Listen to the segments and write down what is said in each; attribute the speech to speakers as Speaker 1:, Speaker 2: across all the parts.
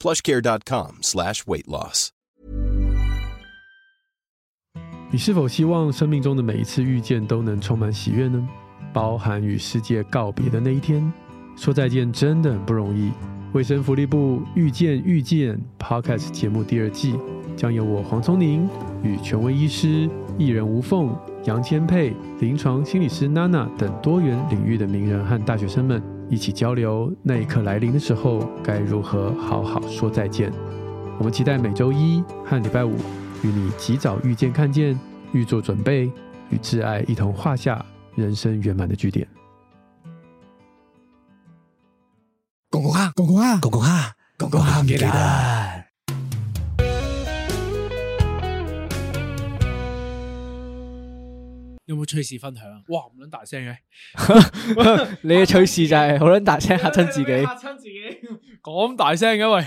Speaker 1: plushcare.com slash weight loss.
Speaker 2: 你是否希望生命中的每一次遇见都能充满喜悦呢？包含与世界告别的那一天，说再见真的很不容易。卫生福利部《遇见遇见》Podcast 节目第二季将由我黄聪宁与权威医师、艺人吴凤、杨千佩、临床心理师娜娜等多元领域的名人和大学生们一起交流，那一刻来临的时候该如何好好说再见。我们期待每周一和礼拜五与你及早遇见、看见、预做准备，与挚爱一同画下人生圆满的句点。
Speaker 3: 公公哈，公公哈，公公哈，公公哈，给的。
Speaker 4: 有冇趣事分享啊？哇，唔撚大聲嘅，
Speaker 5: 你嘅趣事就係好撚大聲嚇親自己。
Speaker 4: 嚇親自己，咁大聲嘅喂！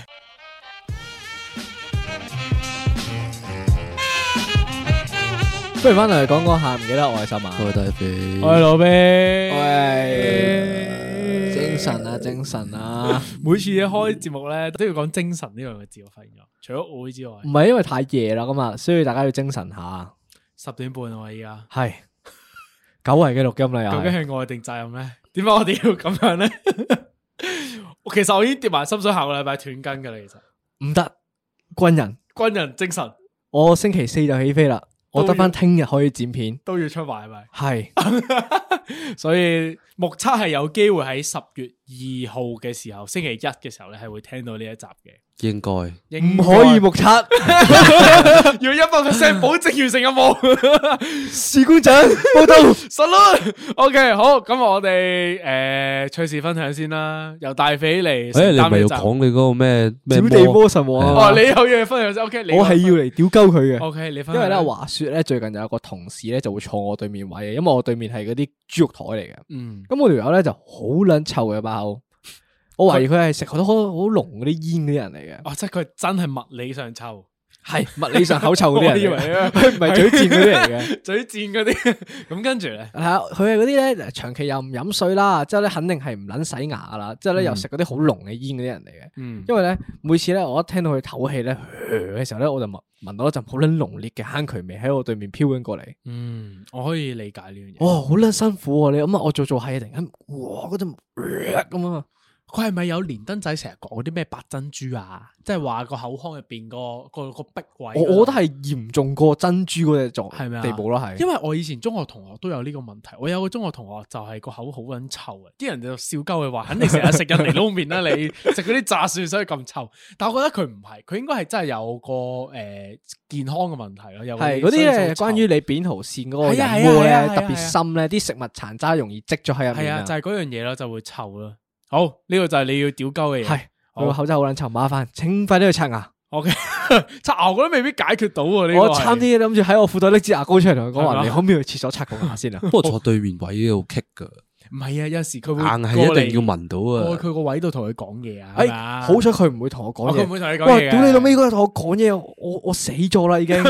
Speaker 5: 不如翻嚟講講下，唔記得我係十萬。
Speaker 6: 大肥，
Speaker 5: 嗯
Speaker 4: 我係老啤，
Speaker 5: 喂
Speaker 6: 精神啊，精神啊！
Speaker 4: 每次一開節目咧都要講精神呢兩個字，我發現咗，除咗我之外，
Speaker 5: 唔係因為太夜啦，咁啊，所以大家要精神下。
Speaker 4: 十點半啊嘛，依家
Speaker 5: 係久違嘅錄音啦，又
Speaker 4: 究竟
Speaker 5: 係
Speaker 4: 係愛定責任咧？點解我哋要咁樣咧？我 其實我已經跌埋心水，下個禮拜斷更噶啦，其實
Speaker 5: 唔得，軍人，
Speaker 4: 軍人精神
Speaker 5: 我星期四就起飛啦，我得翻
Speaker 4: 都
Speaker 5: 聽日可以剪片。
Speaker 4: 都要出埋係咪？
Speaker 5: 係
Speaker 4: 所以目測係有機會喺十月二號嘅時候，星期一嘅時候咧，係會聽到呢一集 嘅。
Speaker 6: 應該
Speaker 4: 應
Speaker 5: 唔
Speaker 4: 該
Speaker 5: 可以目測，
Speaker 4: 要一百 percent 保證完成任務，
Speaker 5: 士官長報道。
Speaker 4: 實啦。OK，好，咁我哋诶趣事分享先啦，由大肥嚟。
Speaker 6: 誒，
Speaker 5: 哎
Speaker 6: 你唔係要講？你嗰個咩咩
Speaker 5: 小地
Speaker 6: 魔
Speaker 5: 魔神王啊
Speaker 4: 哦，
Speaker 5: 嘛
Speaker 4: 你有嘢分享先。OK，你
Speaker 5: 我係要嚟屌鳩佢嘅。
Speaker 4: OK，你分
Speaker 5: 因為
Speaker 4: 享啦
Speaker 5: 咧，話說咧，最近有個同事咧就會坐我對面位嘅，因為我對面係嗰啲豬肉台嚟嘅。
Speaker 4: 嗯，
Speaker 5: 咁我條友咧就好撚臭嘅把口，我懷疑佢係食好多好好濃嗰啲煙嗰啲人嚟嘅，
Speaker 4: 哦，即係佢真係物理上臭，
Speaker 5: 係物理上口哦臭嗰啲
Speaker 4: 我以為
Speaker 5: 人嚟
Speaker 4: 啊
Speaker 5: 嘅，佢唔係嘴賤嗰啲嚟嘅。
Speaker 4: 嘴賤嗰啲。 咁跟住咧，
Speaker 5: 係啊，佢係嗰啲咧長期又唔飲水啦，之後咧肯定係唔撚洗牙㗎啦，之後咧又食嗰啲好濃嘅煙嗰啲人嚟嘅。
Speaker 4: 嗯，
Speaker 5: 因為咧每次咧我一聽到佢唞氣 咧嘅時候咧，我就聞聞到一陣好撚濃烈嘅坑渠味喺我對面飄緊過嚟。
Speaker 4: 嗯，我可以理解呢樣嘢。
Speaker 5: 哇，好撚辛苦喎！你咁啊，我做做係突然間，哇嗰陣咁啊，
Speaker 4: 佢係咪有連登仔成日講嗰啲咩白珍珠啊？即係話個口腔入边個個個壁位嗰
Speaker 5: 我
Speaker 4: 度。
Speaker 5: 我覺得係嚴重過珍珠嗰只狀
Speaker 4: 係咪啊
Speaker 5: 地步咯，係。
Speaker 4: 因為我以前中學同學都有呢個問題，我有個中學同學就係個口好撚臭嘅，啲人就笑鳩佢話，肯定成日食人嚟撈面啦，你 食嗰啲炸蒜所以咁臭。但我覺得佢唔係，佢應該係真係有個誒健康嘅問題咯，有
Speaker 5: 係嗰啲咧，關於
Speaker 4: 於
Speaker 5: 你扁桃腺嗰個
Speaker 4: 係啊
Speaker 5: 隱污
Speaker 4: 係啊係啊
Speaker 5: 咧，
Speaker 4: 係啊
Speaker 5: 特別深咧，啲食物殘渣容易積咗喺入
Speaker 4: 係
Speaker 5: 面
Speaker 4: 啊，
Speaker 5: 啊。
Speaker 4: 就係嗰樣嘢咯，就會臭咯。好，呢個就係你要屌鳩嘅嘢
Speaker 5: 係。我個口罩好撚臭，麻煩請快啲去刷牙。
Speaker 4: O K，刷牙我覺得未必解決到喎。呢個
Speaker 5: 我
Speaker 4: 係
Speaker 5: 差啲諗住喺我褲袋拎支牙膏出嚟同佢講
Speaker 4: 係
Speaker 5: 話，
Speaker 4: 嘛
Speaker 5: 你可唔可以去廁所刷個牙先啊？
Speaker 6: 不過坐對面位啊嗰度棘噶，
Speaker 4: 唔係啊？有時佢會
Speaker 6: 硬係一定要聞
Speaker 4: 過嚟過
Speaker 6: 到啊！
Speaker 4: 佢個位度同佢講嘢啊。係
Speaker 5: 哎，
Speaker 4: 咪啊
Speaker 5: 好彩佢唔會同我 講
Speaker 4: 哦佢唔
Speaker 5: 嘢。
Speaker 4: 會同你講
Speaker 5: 哇！
Speaker 4: 嘢嘅。
Speaker 5: 屌你老尾嗰日同我講嘢，我我死咗啦已經。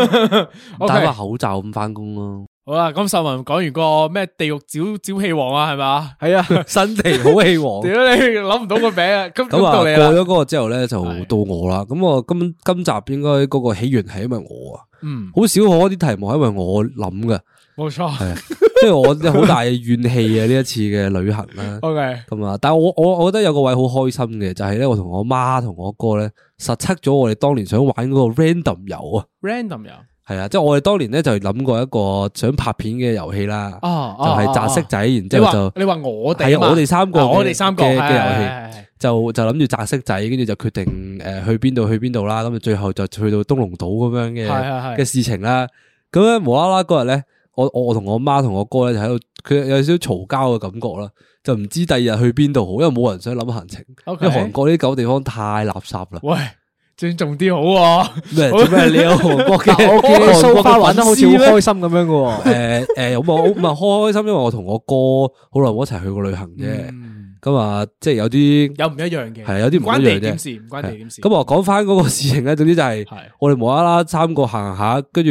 Speaker 4: OK
Speaker 6: 戴個口罩咁翻工 咯，
Speaker 4: 好啦，咁秀文講完個咩地獄沼沼氣王啊，係嘛？
Speaker 5: 係啊，
Speaker 6: 身地好氣旺
Speaker 4: 屌你諗唔到個名啊！
Speaker 6: 咁
Speaker 4: 咁咁
Speaker 6: 啊，
Speaker 4: 到
Speaker 6: 過
Speaker 4: 你啦，
Speaker 6: 咗嗰個之後咧，就
Speaker 4: 係
Speaker 6: 到我啦。咁我今今集應該嗰個起源係因為我啊，
Speaker 4: 嗯，
Speaker 6: 好少我啲題目係因為我諗嘅，
Speaker 4: 冇錯
Speaker 6: 即係我有好大嘅怨氣啊！呢一次嘅旅行啦。
Speaker 4: ，OK，
Speaker 6: 咁啊！但系我我我覺得有個位好開心嘅，就係咧，我同我媽同我哥咧，實測咗我哋當年想玩嗰個 random 遊啊，
Speaker 4: random 又啊
Speaker 6: 係啊，即係我哋當年咧就諗過一個想拍片嘅遊戲啦，就
Speaker 4: 啊，
Speaker 6: 係擲色
Speaker 4: 色
Speaker 6: 仔，然
Speaker 4: 你
Speaker 6: 之後
Speaker 4: 話
Speaker 6: 就
Speaker 4: 你話我哋
Speaker 6: 係啊
Speaker 4: 啊嘛
Speaker 6: 我哋三個
Speaker 4: 啊
Speaker 6: 嘅
Speaker 4: 我哋三個
Speaker 6: 嘅嘅
Speaker 4: 係
Speaker 6: 遊戲，
Speaker 4: 係係係
Speaker 6: 就就諗住擲色仔，跟住就決定誒去邊度去邊度啦，咁啊最後就去到東龍島咁樣嘅
Speaker 4: 係係係
Speaker 6: 嘅事情啦。咁咧無啦啦嗰日咧，我我我同我媽同我哥咧就喺度，佢有少少嘈交嘅感覺啦，就唔知第二日去邊度好，因為冇人想諗行程。因
Speaker 4: OK 嗯
Speaker 6: 為韓國呢啲狗地方太垃圾啦，
Speaker 4: 喂，尊重啲好 喎。
Speaker 6: 咩做咩？你有韓國 嘅
Speaker 5: 我見你蘇花玩得好似好
Speaker 6: 開
Speaker 5: 開心咁樣嘅喎。
Speaker 6: 诶诶，咁我唔係開開心，因為我同我哥好耐冇一齊去過旅行啫。
Speaker 4: 嗯
Speaker 6: 咁啊，即係有啲
Speaker 4: 有唔一樣嘅，
Speaker 6: 係有啲唔
Speaker 4: 關
Speaker 6: 一樣
Speaker 4: 地
Speaker 6: 啫
Speaker 4: 點事，唔關地點事。
Speaker 6: 咁我講翻嗰個事情咧，總之就係
Speaker 4: 係
Speaker 6: 我哋無啦啦三個行下，跟住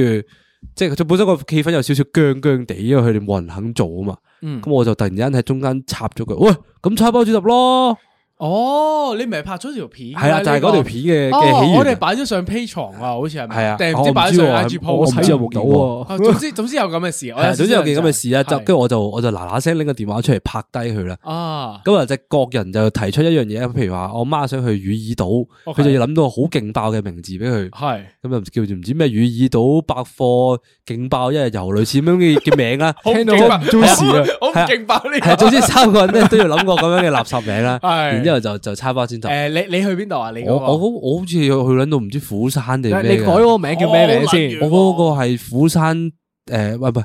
Speaker 6: 即係佢本身個氣氛有少少僵僵地，因為佢哋冇人肯做啊嘛。
Speaker 4: 嗯
Speaker 6: 咁我就突然間喺中間插咗佢，喂，咁叉包主揼咯，
Speaker 4: 哦，你唔係拍咗條片嘅？啊
Speaker 6: 係啊啦，就係嗰條
Speaker 4: 呢個
Speaker 6: 片嘅嘅
Speaker 4: 哦，
Speaker 6: 起
Speaker 4: 我哋
Speaker 6: 源啊。
Speaker 4: 擺咗上 P 床啊，好似係咪？
Speaker 6: 係啊我
Speaker 4: 定唔
Speaker 6: 唔知
Speaker 4: 知擺咗上 I G
Speaker 6: 喎我唔
Speaker 4: post
Speaker 6: 知有冇見過
Speaker 4: 啊總之總之有咁嘅事，我
Speaker 6: 哦係啊總之有件咁嘅
Speaker 4: 事
Speaker 6: 事啊，就
Speaker 4: 係
Speaker 6: 跟住我就我就嗱嗱聲拎個電話出嚟拍低佢啦。
Speaker 4: 啊。
Speaker 6: 咁啊，只國人就提出一樣嘢，譬如話我媽想去雨耳島，佢
Speaker 4: OK
Speaker 6: 就要諗到個好勁爆嘅名字俾佢，
Speaker 4: 係
Speaker 6: 咁就叫做唔知咩雨耳島百貨勁爆一日遊，類似咁樣嘅嘅名啊啦。
Speaker 4: 我唔
Speaker 6: 聽到
Speaker 4: 勁
Speaker 6: 好
Speaker 4: 爆
Speaker 6: 唔 juicy 啊
Speaker 4: 我唔
Speaker 6: 係啊
Speaker 4: 勁爆呢
Speaker 6: 係啊，
Speaker 4: 個。
Speaker 6: 總之三個人咧都要諗過咁樣嘅垃圾名啦。
Speaker 4: 係
Speaker 6: 然之後就就叉包先頭。
Speaker 4: 誒，你你去邊度啊？你
Speaker 6: 我
Speaker 4: 嗰個
Speaker 6: 我好我好似去撚到唔知釜山定
Speaker 5: 你
Speaker 6: 咩
Speaker 5: 改
Speaker 6: 嘅
Speaker 5: 嗰個名叫咩名先？
Speaker 6: 我嗰個係釜山诶，喂唔係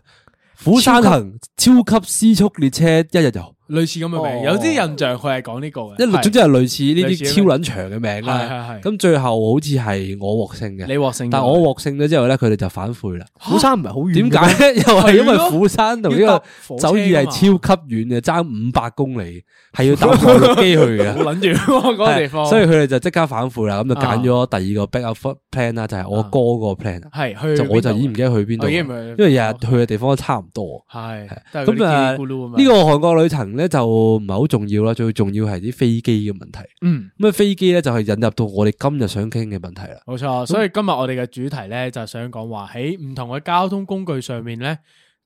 Speaker 6: 釜山行超級私速列車一日遊，
Speaker 4: 類似咁嘅名，
Speaker 5: 哦
Speaker 4: 有啲印象佢係講呢個
Speaker 6: 一
Speaker 4: 嘅。
Speaker 6: 路
Speaker 4: 係
Speaker 6: 總之係類似呢
Speaker 4: 類似
Speaker 6: 啲超撚長嘅名
Speaker 4: 係
Speaker 6: 啦。
Speaker 4: 係係。
Speaker 6: 咁最後好似係我獲勝嘅，
Speaker 4: 你獲勝咗，
Speaker 6: 但我獲勝咗之後咧，佢哋就反悔啦。
Speaker 5: 釜山唔係好遠
Speaker 6: 點
Speaker 5: 嘅咩，
Speaker 6: 解 咧？又係因為
Speaker 4: 係咯
Speaker 6: 釜山同呢
Speaker 4: 要搭
Speaker 6: 個
Speaker 4: 火車
Speaker 6: 首爾係
Speaker 4: 㗎嘛
Speaker 6: 超級遠嘅，爭五百公 里，係要搭內陸機去嘅。
Speaker 4: 冇諗住嗰個地方，嗯
Speaker 6: 所以佢哋就即刻反悔啦，咁就揀咗第二個 back up plan 啦，就係我哥個 plan，啊
Speaker 4: 係啊去
Speaker 6: 就我就已經
Speaker 4: 演
Speaker 6: 唔記得去邊度
Speaker 4: 我
Speaker 6: 啦，
Speaker 4: 已經
Speaker 6: 因
Speaker 4: 唔係
Speaker 6: 為日日去嘅地方都差唔多。
Speaker 4: 係
Speaker 6: 咁
Speaker 4: 咁
Speaker 6: 啊
Speaker 4: 啊呢
Speaker 6: 呢個韓國旅程咧就唔係好重要啦，最重要係啲飛機嘅問題。
Speaker 4: 嗯。
Speaker 6: 咁啊飛機咧就係引入到我哋今日想傾嘅問題啦。
Speaker 4: 冇錯，所以今日我哋嘅主題咧就係想講話喺唔同嘅交通工具上面咧，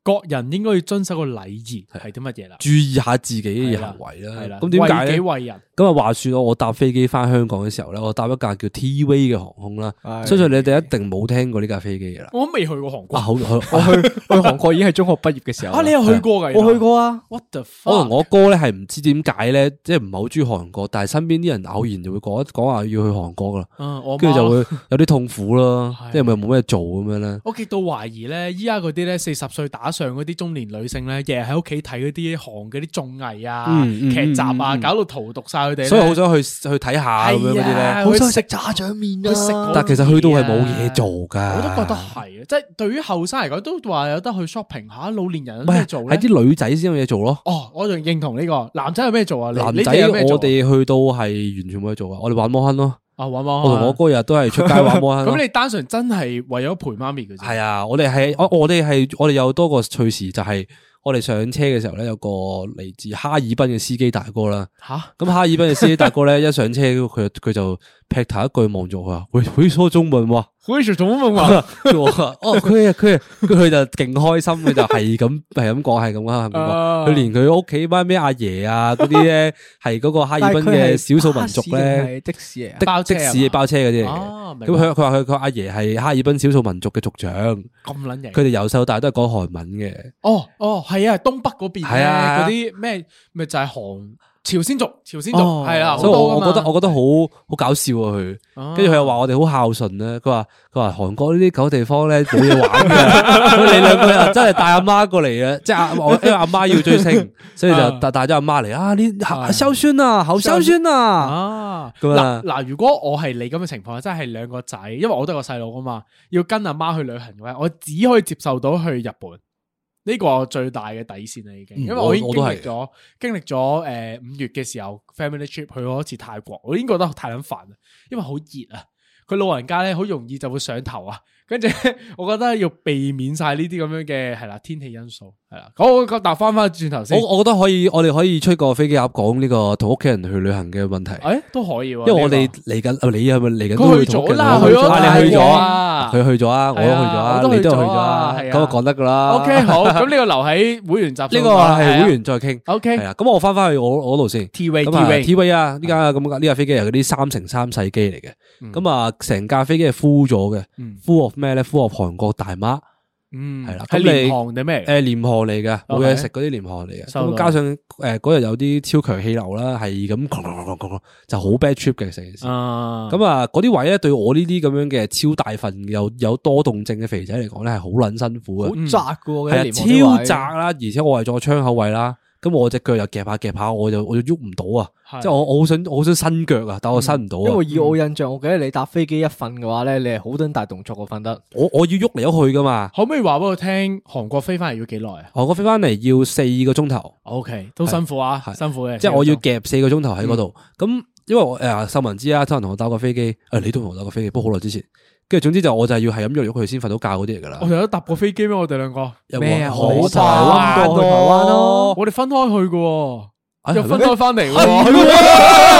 Speaker 4: 各人應該要遵守個禮儀係啲乜嘢啦？
Speaker 6: 注意下自己嘅
Speaker 4: 係啦
Speaker 6: 行為
Speaker 4: 係
Speaker 6: 啦
Speaker 4: 啦，。
Speaker 6: 嗯咁點解
Speaker 4: 為己
Speaker 6: 咧？
Speaker 4: 為人？
Speaker 6: 咁啊話説我搭飛機翻香港嘅時候咧，我搭一架叫 T-way 嘅航空啦，
Speaker 5: 係
Speaker 6: 相信你哋一定冇聽過呢架飛機嘅啦。
Speaker 4: 我都未去過韓國
Speaker 6: 哇，好好
Speaker 4: 啊
Speaker 5: 我去 去韓國已經係中學畢業嘅時候
Speaker 4: 啊！你有去過㗎？原來
Speaker 5: 我去。過啊，
Speaker 4: What the fuck？
Speaker 6: 我同我哥咧係唔知點解咧，即係唔係好中意韓國，但係身邊啲人偶然就會講講話要去韓國噶啦，
Speaker 4: 嗯，我
Speaker 6: 跟住就
Speaker 4: 會。
Speaker 6: 會有啲痛苦咯，
Speaker 4: 係
Speaker 6: 即係咪冇咩做咁樣咧？
Speaker 4: 我極度懷疑咧，依家嗰啲咧四十歲打上嗰啲中年女性咧，日日喺屋企睇嗰啲韓嗰啲綜藝啊、
Speaker 6: 嗯嗯
Speaker 4: 劇集啊，
Speaker 6: 嗯嗯
Speaker 4: 搞到荼毒晒佢哋呢。
Speaker 6: 所以好想去去睇下咁樣嗰啲
Speaker 4: 係啊
Speaker 6: 咧，
Speaker 4: 好想
Speaker 5: 食炸醬面
Speaker 4: 啊佢食嗰
Speaker 6: 但其實去到係冇嘢做㗎。
Speaker 4: 我都覺得係啊，即係對於後生嚟講，都話有得去 shopping 下，老年人有
Speaker 6: 唔係
Speaker 4: 咩做
Speaker 6: 係
Speaker 4: 咧？
Speaker 6: 啲女仔先有嘢做咯。
Speaker 4: 哦，我仲認同呢個男仔有咩做啊？你
Speaker 6: 男
Speaker 4: 你
Speaker 6: 仔
Speaker 4: 哋有咩做啊
Speaker 6: 我哋去到係完全冇嘢做啊！我哋玩摩亨咯，
Speaker 4: 啊玩玩，
Speaker 6: 我同我哥日日都係出街玩摩亨咯。
Speaker 4: 咁你單純真係為咗陪媽咪嘅啫。
Speaker 6: 系啊，我哋係我我哋係我哋有多個趣事，就係我哋上車嘅時候咧，有個嚟自哈爾濱嘅司機大哥啦。
Speaker 4: 吓，
Speaker 6: 咁哈爾濱嘅司機大哥 咧，一上車佢佢就劈頭一句望住我話：，會會說中文喎。
Speaker 4: 好似做 乜話？
Speaker 6: 我話：哦，佢啊佢啊，佢佢就勁開心，佢就係咁 係咁講，係咁啊，係咁講。
Speaker 4: 啊
Speaker 6: 佢連佢屋企班咩阿爺啊嗰啲咧，係嗰個哈爾濱嘅少數民族咧，
Speaker 5: 係的士嚟啊，
Speaker 6: 的
Speaker 4: 包車
Speaker 6: 的
Speaker 4: 啊
Speaker 6: 士包車嗰啲嚟嘅。
Speaker 4: 哦，明
Speaker 6: 咁佢佢話佢佢阿爺係哈爾濱少數民族嘅族長。
Speaker 4: 咁撚型。
Speaker 6: 佢哋由細到大都係講韓文嘅，
Speaker 4: 哦哦，係啊，東北嗰邊
Speaker 6: 係
Speaker 4: 咧
Speaker 6: 啊
Speaker 4: 嗰啲咩咪就係韓朝鮮族，朝鮮
Speaker 6: 哦
Speaker 4: 族係啊，好
Speaker 6: 所以我
Speaker 4: 多
Speaker 6: 我覺得我覺得好好搞笑啊佢，跟住佢又話我哋好孝順咧，佢話佢話韓國呢啲狗地方咧冇嘢玩 嘅，佢哋兩個又真係帶阿媽過嚟嘅，即係阿我因為阿媽要追
Speaker 4: 啊
Speaker 6: 星，所以就帶帶咗阿媽嚟啊，呢孝孫啊，好孝孫啊，
Speaker 4: 啊
Speaker 6: 咁啊
Speaker 4: 嗱嗱，如果我係你咁嘅情況，真係兩個仔，因為我都有個細佬噶嘛，要跟阿媽去旅行嘅話，我只可以接受到去日本。呢個我最大嘅底線啦，已經，
Speaker 6: 嗯
Speaker 4: 因為我已經
Speaker 6: 我
Speaker 4: 經
Speaker 6: 我都
Speaker 4: 歷
Speaker 6: 係
Speaker 4: 咗經歷咗诶五月嘅時候 family trip 去咗一次泰國，我已經覺得太撚煩啦，因為好熱啊，佢老人家咧好容易就會上頭啊，跟住 我覺得要避免晒呢啲咁樣嘅係啦天氣因素係啦，好，我答翻翻轉頭先，
Speaker 6: 我我覺得可以，我哋可以出個飛機鴨講呢個同屋企人去旅行嘅問題，
Speaker 4: 诶都可以喎，
Speaker 6: 因為我
Speaker 4: 呢
Speaker 6: 哋
Speaker 4: 個
Speaker 6: 嚟緊，啊你係咪嚟緊都
Speaker 4: 啊哦佢
Speaker 6: 會
Speaker 4: 去
Speaker 6: 同屋
Speaker 4: 咗
Speaker 6: 企人
Speaker 4: 啦，去
Speaker 5: 去
Speaker 4: 咗
Speaker 5: 咗
Speaker 6: 啊
Speaker 4: 泰
Speaker 6: 你去
Speaker 4: 國
Speaker 6: 咗。
Speaker 4: 啊
Speaker 6: 佢去咗啊，我都去咗啊，
Speaker 4: 我都
Speaker 6: 你
Speaker 4: 去
Speaker 6: 都
Speaker 4: 咗
Speaker 6: 去咗
Speaker 4: 啊
Speaker 6: 啊，
Speaker 4: 係啊
Speaker 6: 咁啊講得噶啦。
Speaker 4: O K 好，咁呢個留喺會員集數
Speaker 6: 呢個
Speaker 4: 啦
Speaker 6: 係會員再傾。
Speaker 4: O
Speaker 6: 係
Speaker 4: K
Speaker 6: 啊，咁我翻翻去我我嗰度先。
Speaker 4: T V T
Speaker 6: 咁啊
Speaker 4: V
Speaker 6: T V 啊，呢架咁呢架飛機係嗰啲三乘三細機嚟嘅。咁啊，成架飛機係 full 咗嘅
Speaker 4: 嗯
Speaker 6: ，full of 咩咧？full of 韓國大媽，
Speaker 4: 嗯
Speaker 6: 係啦
Speaker 4: 係
Speaker 6: 咁
Speaker 4: 廉
Speaker 6: 你
Speaker 4: 航定咩嚟？
Speaker 6: 誒廉航嚟嘅，冇
Speaker 4: OK
Speaker 6: 嘢食嗰啲廉航嚟嘅。
Speaker 4: 收
Speaker 6: 咁
Speaker 4: 到
Speaker 6: 加上誒嗰日有啲超強氣流啦，係咁就好 bad trip 嘅成件事。
Speaker 4: 啊
Speaker 6: 咁啊，嗰啲位咧對我呢啲咁樣嘅超大份又有多動症嘅肥仔嚟講咧，係好撚辛苦嘅。
Speaker 5: 好窄嘅喎，
Speaker 6: 係啊，超窄啦，而且我係坐窗口位啦，咁我只腳又夾下夾下，我就我就喐唔到啊！
Speaker 4: 係
Speaker 6: 即係我我好想我好想伸腳啊，
Speaker 4: 嗯
Speaker 6: 但我伸唔到
Speaker 5: 因
Speaker 6: 啊
Speaker 5: 為！以我印象，我記得你搭飛機一瞓嘅話咧，你係好撚大動作，我瞓得。
Speaker 6: 我我要喐嚟喐去噶嘛。
Speaker 4: 可唔可以話俾我聽，韓國飛翻嚟要幾耐啊
Speaker 6: 韓國飛翻嚟要四個鐘頭，
Speaker 4: ？OK，都辛苦啊，嗯
Speaker 6: 係
Speaker 4: 辛苦嘅。
Speaker 6: 即係我要夾四個鐘頭喺嗰度。咁因為我誒秀文知啊，周人同我搭過飛機，誒呃你都同我搭過飛機，不過好耐之前。跟住總之就我就係要係咁喐嚟喐去先瞓到覺嗰啲嚟㗎
Speaker 4: 我
Speaker 6: 啦。
Speaker 4: 哋都搭過飛機哦咩？我哋兩個，
Speaker 6: 有
Speaker 5: 咩啊
Speaker 6: 啊？
Speaker 5: 我
Speaker 6: 台
Speaker 5: 台灣過去台灣咯
Speaker 4: 我哋分開去嘅喎，
Speaker 6: 啊
Speaker 4: 又
Speaker 6: 係
Speaker 4: 分
Speaker 6: 咩
Speaker 4: 開翻嚟喎。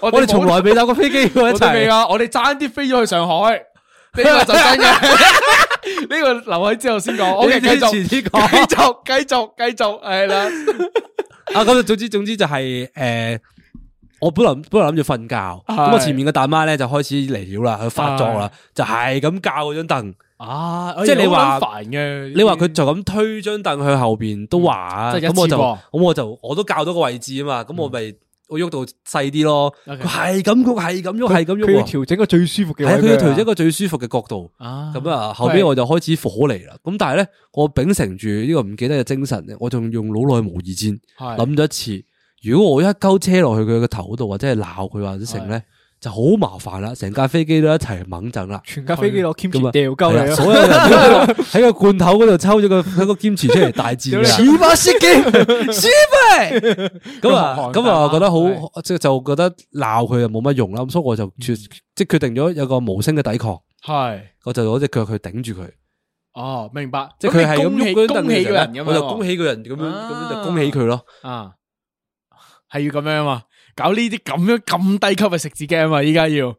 Speaker 4: 我
Speaker 6: 我哋
Speaker 4: 冇
Speaker 6: 從來未搭過飛機喎一
Speaker 4: 我哋未
Speaker 6: 齊。
Speaker 4: 啊！我哋爭啲飛咗去上海，呢個就真嘅。呢個留喺之後先講。O K，繼
Speaker 6: 你之前
Speaker 4: 續，
Speaker 6: 先
Speaker 4: 繼
Speaker 6: 講
Speaker 4: 續，繼續，繼續，係啦。
Speaker 6: 啊，咁就總之總之就係、诶，我本來本來諗住瞓覺，咁我
Speaker 4: 係
Speaker 6: 前面嘅大媽咧就開始嚟了啦，佢發作啦，就係咁教嗰張凳。
Speaker 4: 啊，
Speaker 6: 即係你話
Speaker 4: 好撚煩嘅，
Speaker 6: 你話佢就咁推張凳去後邊都話啊，
Speaker 4: 嗯即係一
Speaker 6: 咁我
Speaker 4: 次
Speaker 6: 就
Speaker 4: 過嗯
Speaker 6: 咁我就我都教到個位置啊嘛，咁我咪我喐到細啲咯，佢
Speaker 4: OK
Speaker 6: 係咁喐，係咁喐，係咁
Speaker 5: 佢要
Speaker 6: 喐喎。
Speaker 5: 調整個最舒服嘅
Speaker 6: 係
Speaker 5: 位
Speaker 6: 啊，佢
Speaker 5: 俾佢
Speaker 6: 要
Speaker 5: 啊，
Speaker 6: 調整一個最舒服嘅角度，
Speaker 4: 啊
Speaker 6: 咁啊，後邊我就開始火嚟啦。咁但係咧，我秉承住呢個唔記得嘅精神咧，我仲用腦內模擬戰。
Speaker 4: 係
Speaker 6: 諗咗一次，如果我一鳩車落去佢個頭度，或者係鬧佢或者成咧，就好麻煩啦，成架飛機都一齊猛震啦。
Speaker 5: 全架飛機攞 k
Speaker 6: 咁
Speaker 5: i
Speaker 6: 啊
Speaker 5: 掉鳩
Speaker 6: 係
Speaker 5: 你
Speaker 6: 啦
Speaker 5: 啊！
Speaker 6: 所有人都喺個 喺個罐頭嗰度抽咗個喺個劍持出嚟大戰㗎啦。
Speaker 3: 小巴司機，
Speaker 6: 咁啊
Speaker 4: 咁
Speaker 6: 咁啊，
Speaker 4: 寒
Speaker 6: 覺得
Speaker 4: 係嗯
Speaker 6: 好即係就覺得鬧佢又冇乜用啦。咁所以我就決即係決定咗有個無聲嘅抵抗，
Speaker 4: 係
Speaker 6: 我就攞只腳去頂住佢，
Speaker 4: 哦，明白。
Speaker 6: 即係佢係咁
Speaker 4: 咁你
Speaker 6: 喐嗰
Speaker 4: 恭喜
Speaker 6: 啲凳
Speaker 4: 恭
Speaker 6: 嘅
Speaker 4: 喜
Speaker 6: 時
Speaker 4: 個
Speaker 6: 候
Speaker 4: 人
Speaker 6: 呢
Speaker 4: 咁樣喎，
Speaker 6: 我就恭喜個人咁樣咁樣就恭喜佢咯。
Speaker 4: 啊，係要咁樣啊嘛，搞呢啲咁樣咁低級嘅食字 game 啊嘛，依家要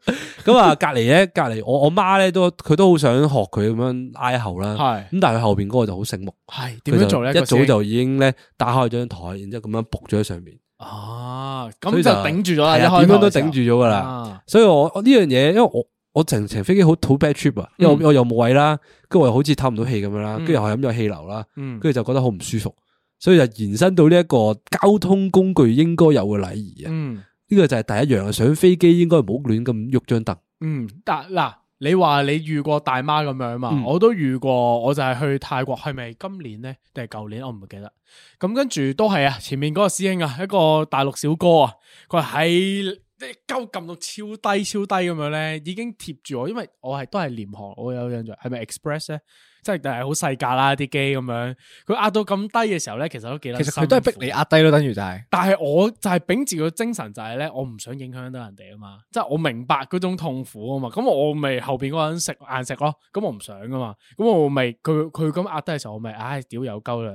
Speaker 6: 咁啊，隔離咧，隔離我我媽咧都佢都好想學佢咁樣哀嚎啦。
Speaker 4: 係
Speaker 6: 咁但係佢後邊嗰個就好醒目，
Speaker 4: 係點
Speaker 6: 佢
Speaker 4: 樣
Speaker 6: 就
Speaker 4: 做咧？
Speaker 6: 一
Speaker 4: 個
Speaker 6: 早
Speaker 4: 師兄
Speaker 6: 就已經咧打開張台，然之後咁樣仆咗喺上面，
Speaker 4: 啊，
Speaker 6: 所
Speaker 4: 咁
Speaker 6: 以
Speaker 4: 就頂住咗啦，
Speaker 6: 係
Speaker 4: 一
Speaker 6: 啊
Speaker 4: 開
Speaker 6: 點樣
Speaker 4: 頭
Speaker 6: 都
Speaker 4: 嘅時候
Speaker 6: 頂住咗噶啦。
Speaker 4: 啊
Speaker 6: 所以我我呢樣嘢，因為我我成程飛機好好 bad trip 啊，因為
Speaker 4: 嗯
Speaker 6: 我我又冇位啦，跟住我又好似透唔到氣咁樣啦，跟住又係飲咗氣流啦，
Speaker 4: 嗯
Speaker 6: 跟住就覺得好唔舒服，所以就延伸到呢一個交通工具應該有嘅禮儀啊。
Speaker 4: 嗯
Speaker 6: 呢個就係第一樣啊，上飛機應該唔好亂咁喐張凳。
Speaker 4: 嗯，但嗱，你話你遇過大媽咁樣嘛？
Speaker 6: 嗯
Speaker 4: 我都遇過，我就係去泰國，係咪今年呢？定係舊年？我唔記得。咁跟住都係啊，前面嗰個師兄啊，一個大陸小哥啊，佢係即係鳩撳到超低超低咁樣咧，已經貼住我，因為我係都係廉航，我有印象係咪 Express 咧？即係但係好細架啦啲機咁樣，佢壓到咁低嘅時候咧，其實都幾
Speaker 5: 其實佢都係逼你壓低咯，等於就係。
Speaker 4: 但係我就係秉持個精神就係咧，我唔想影響到人哋啊嘛，即係我明白嗰種痛苦啊嘛，咁我咪後邊嗰個人食硬食咯，咁我唔想噶嘛，咁我咪佢佢咁呃壓低嘅時候，我咪唉屌有鳩啦，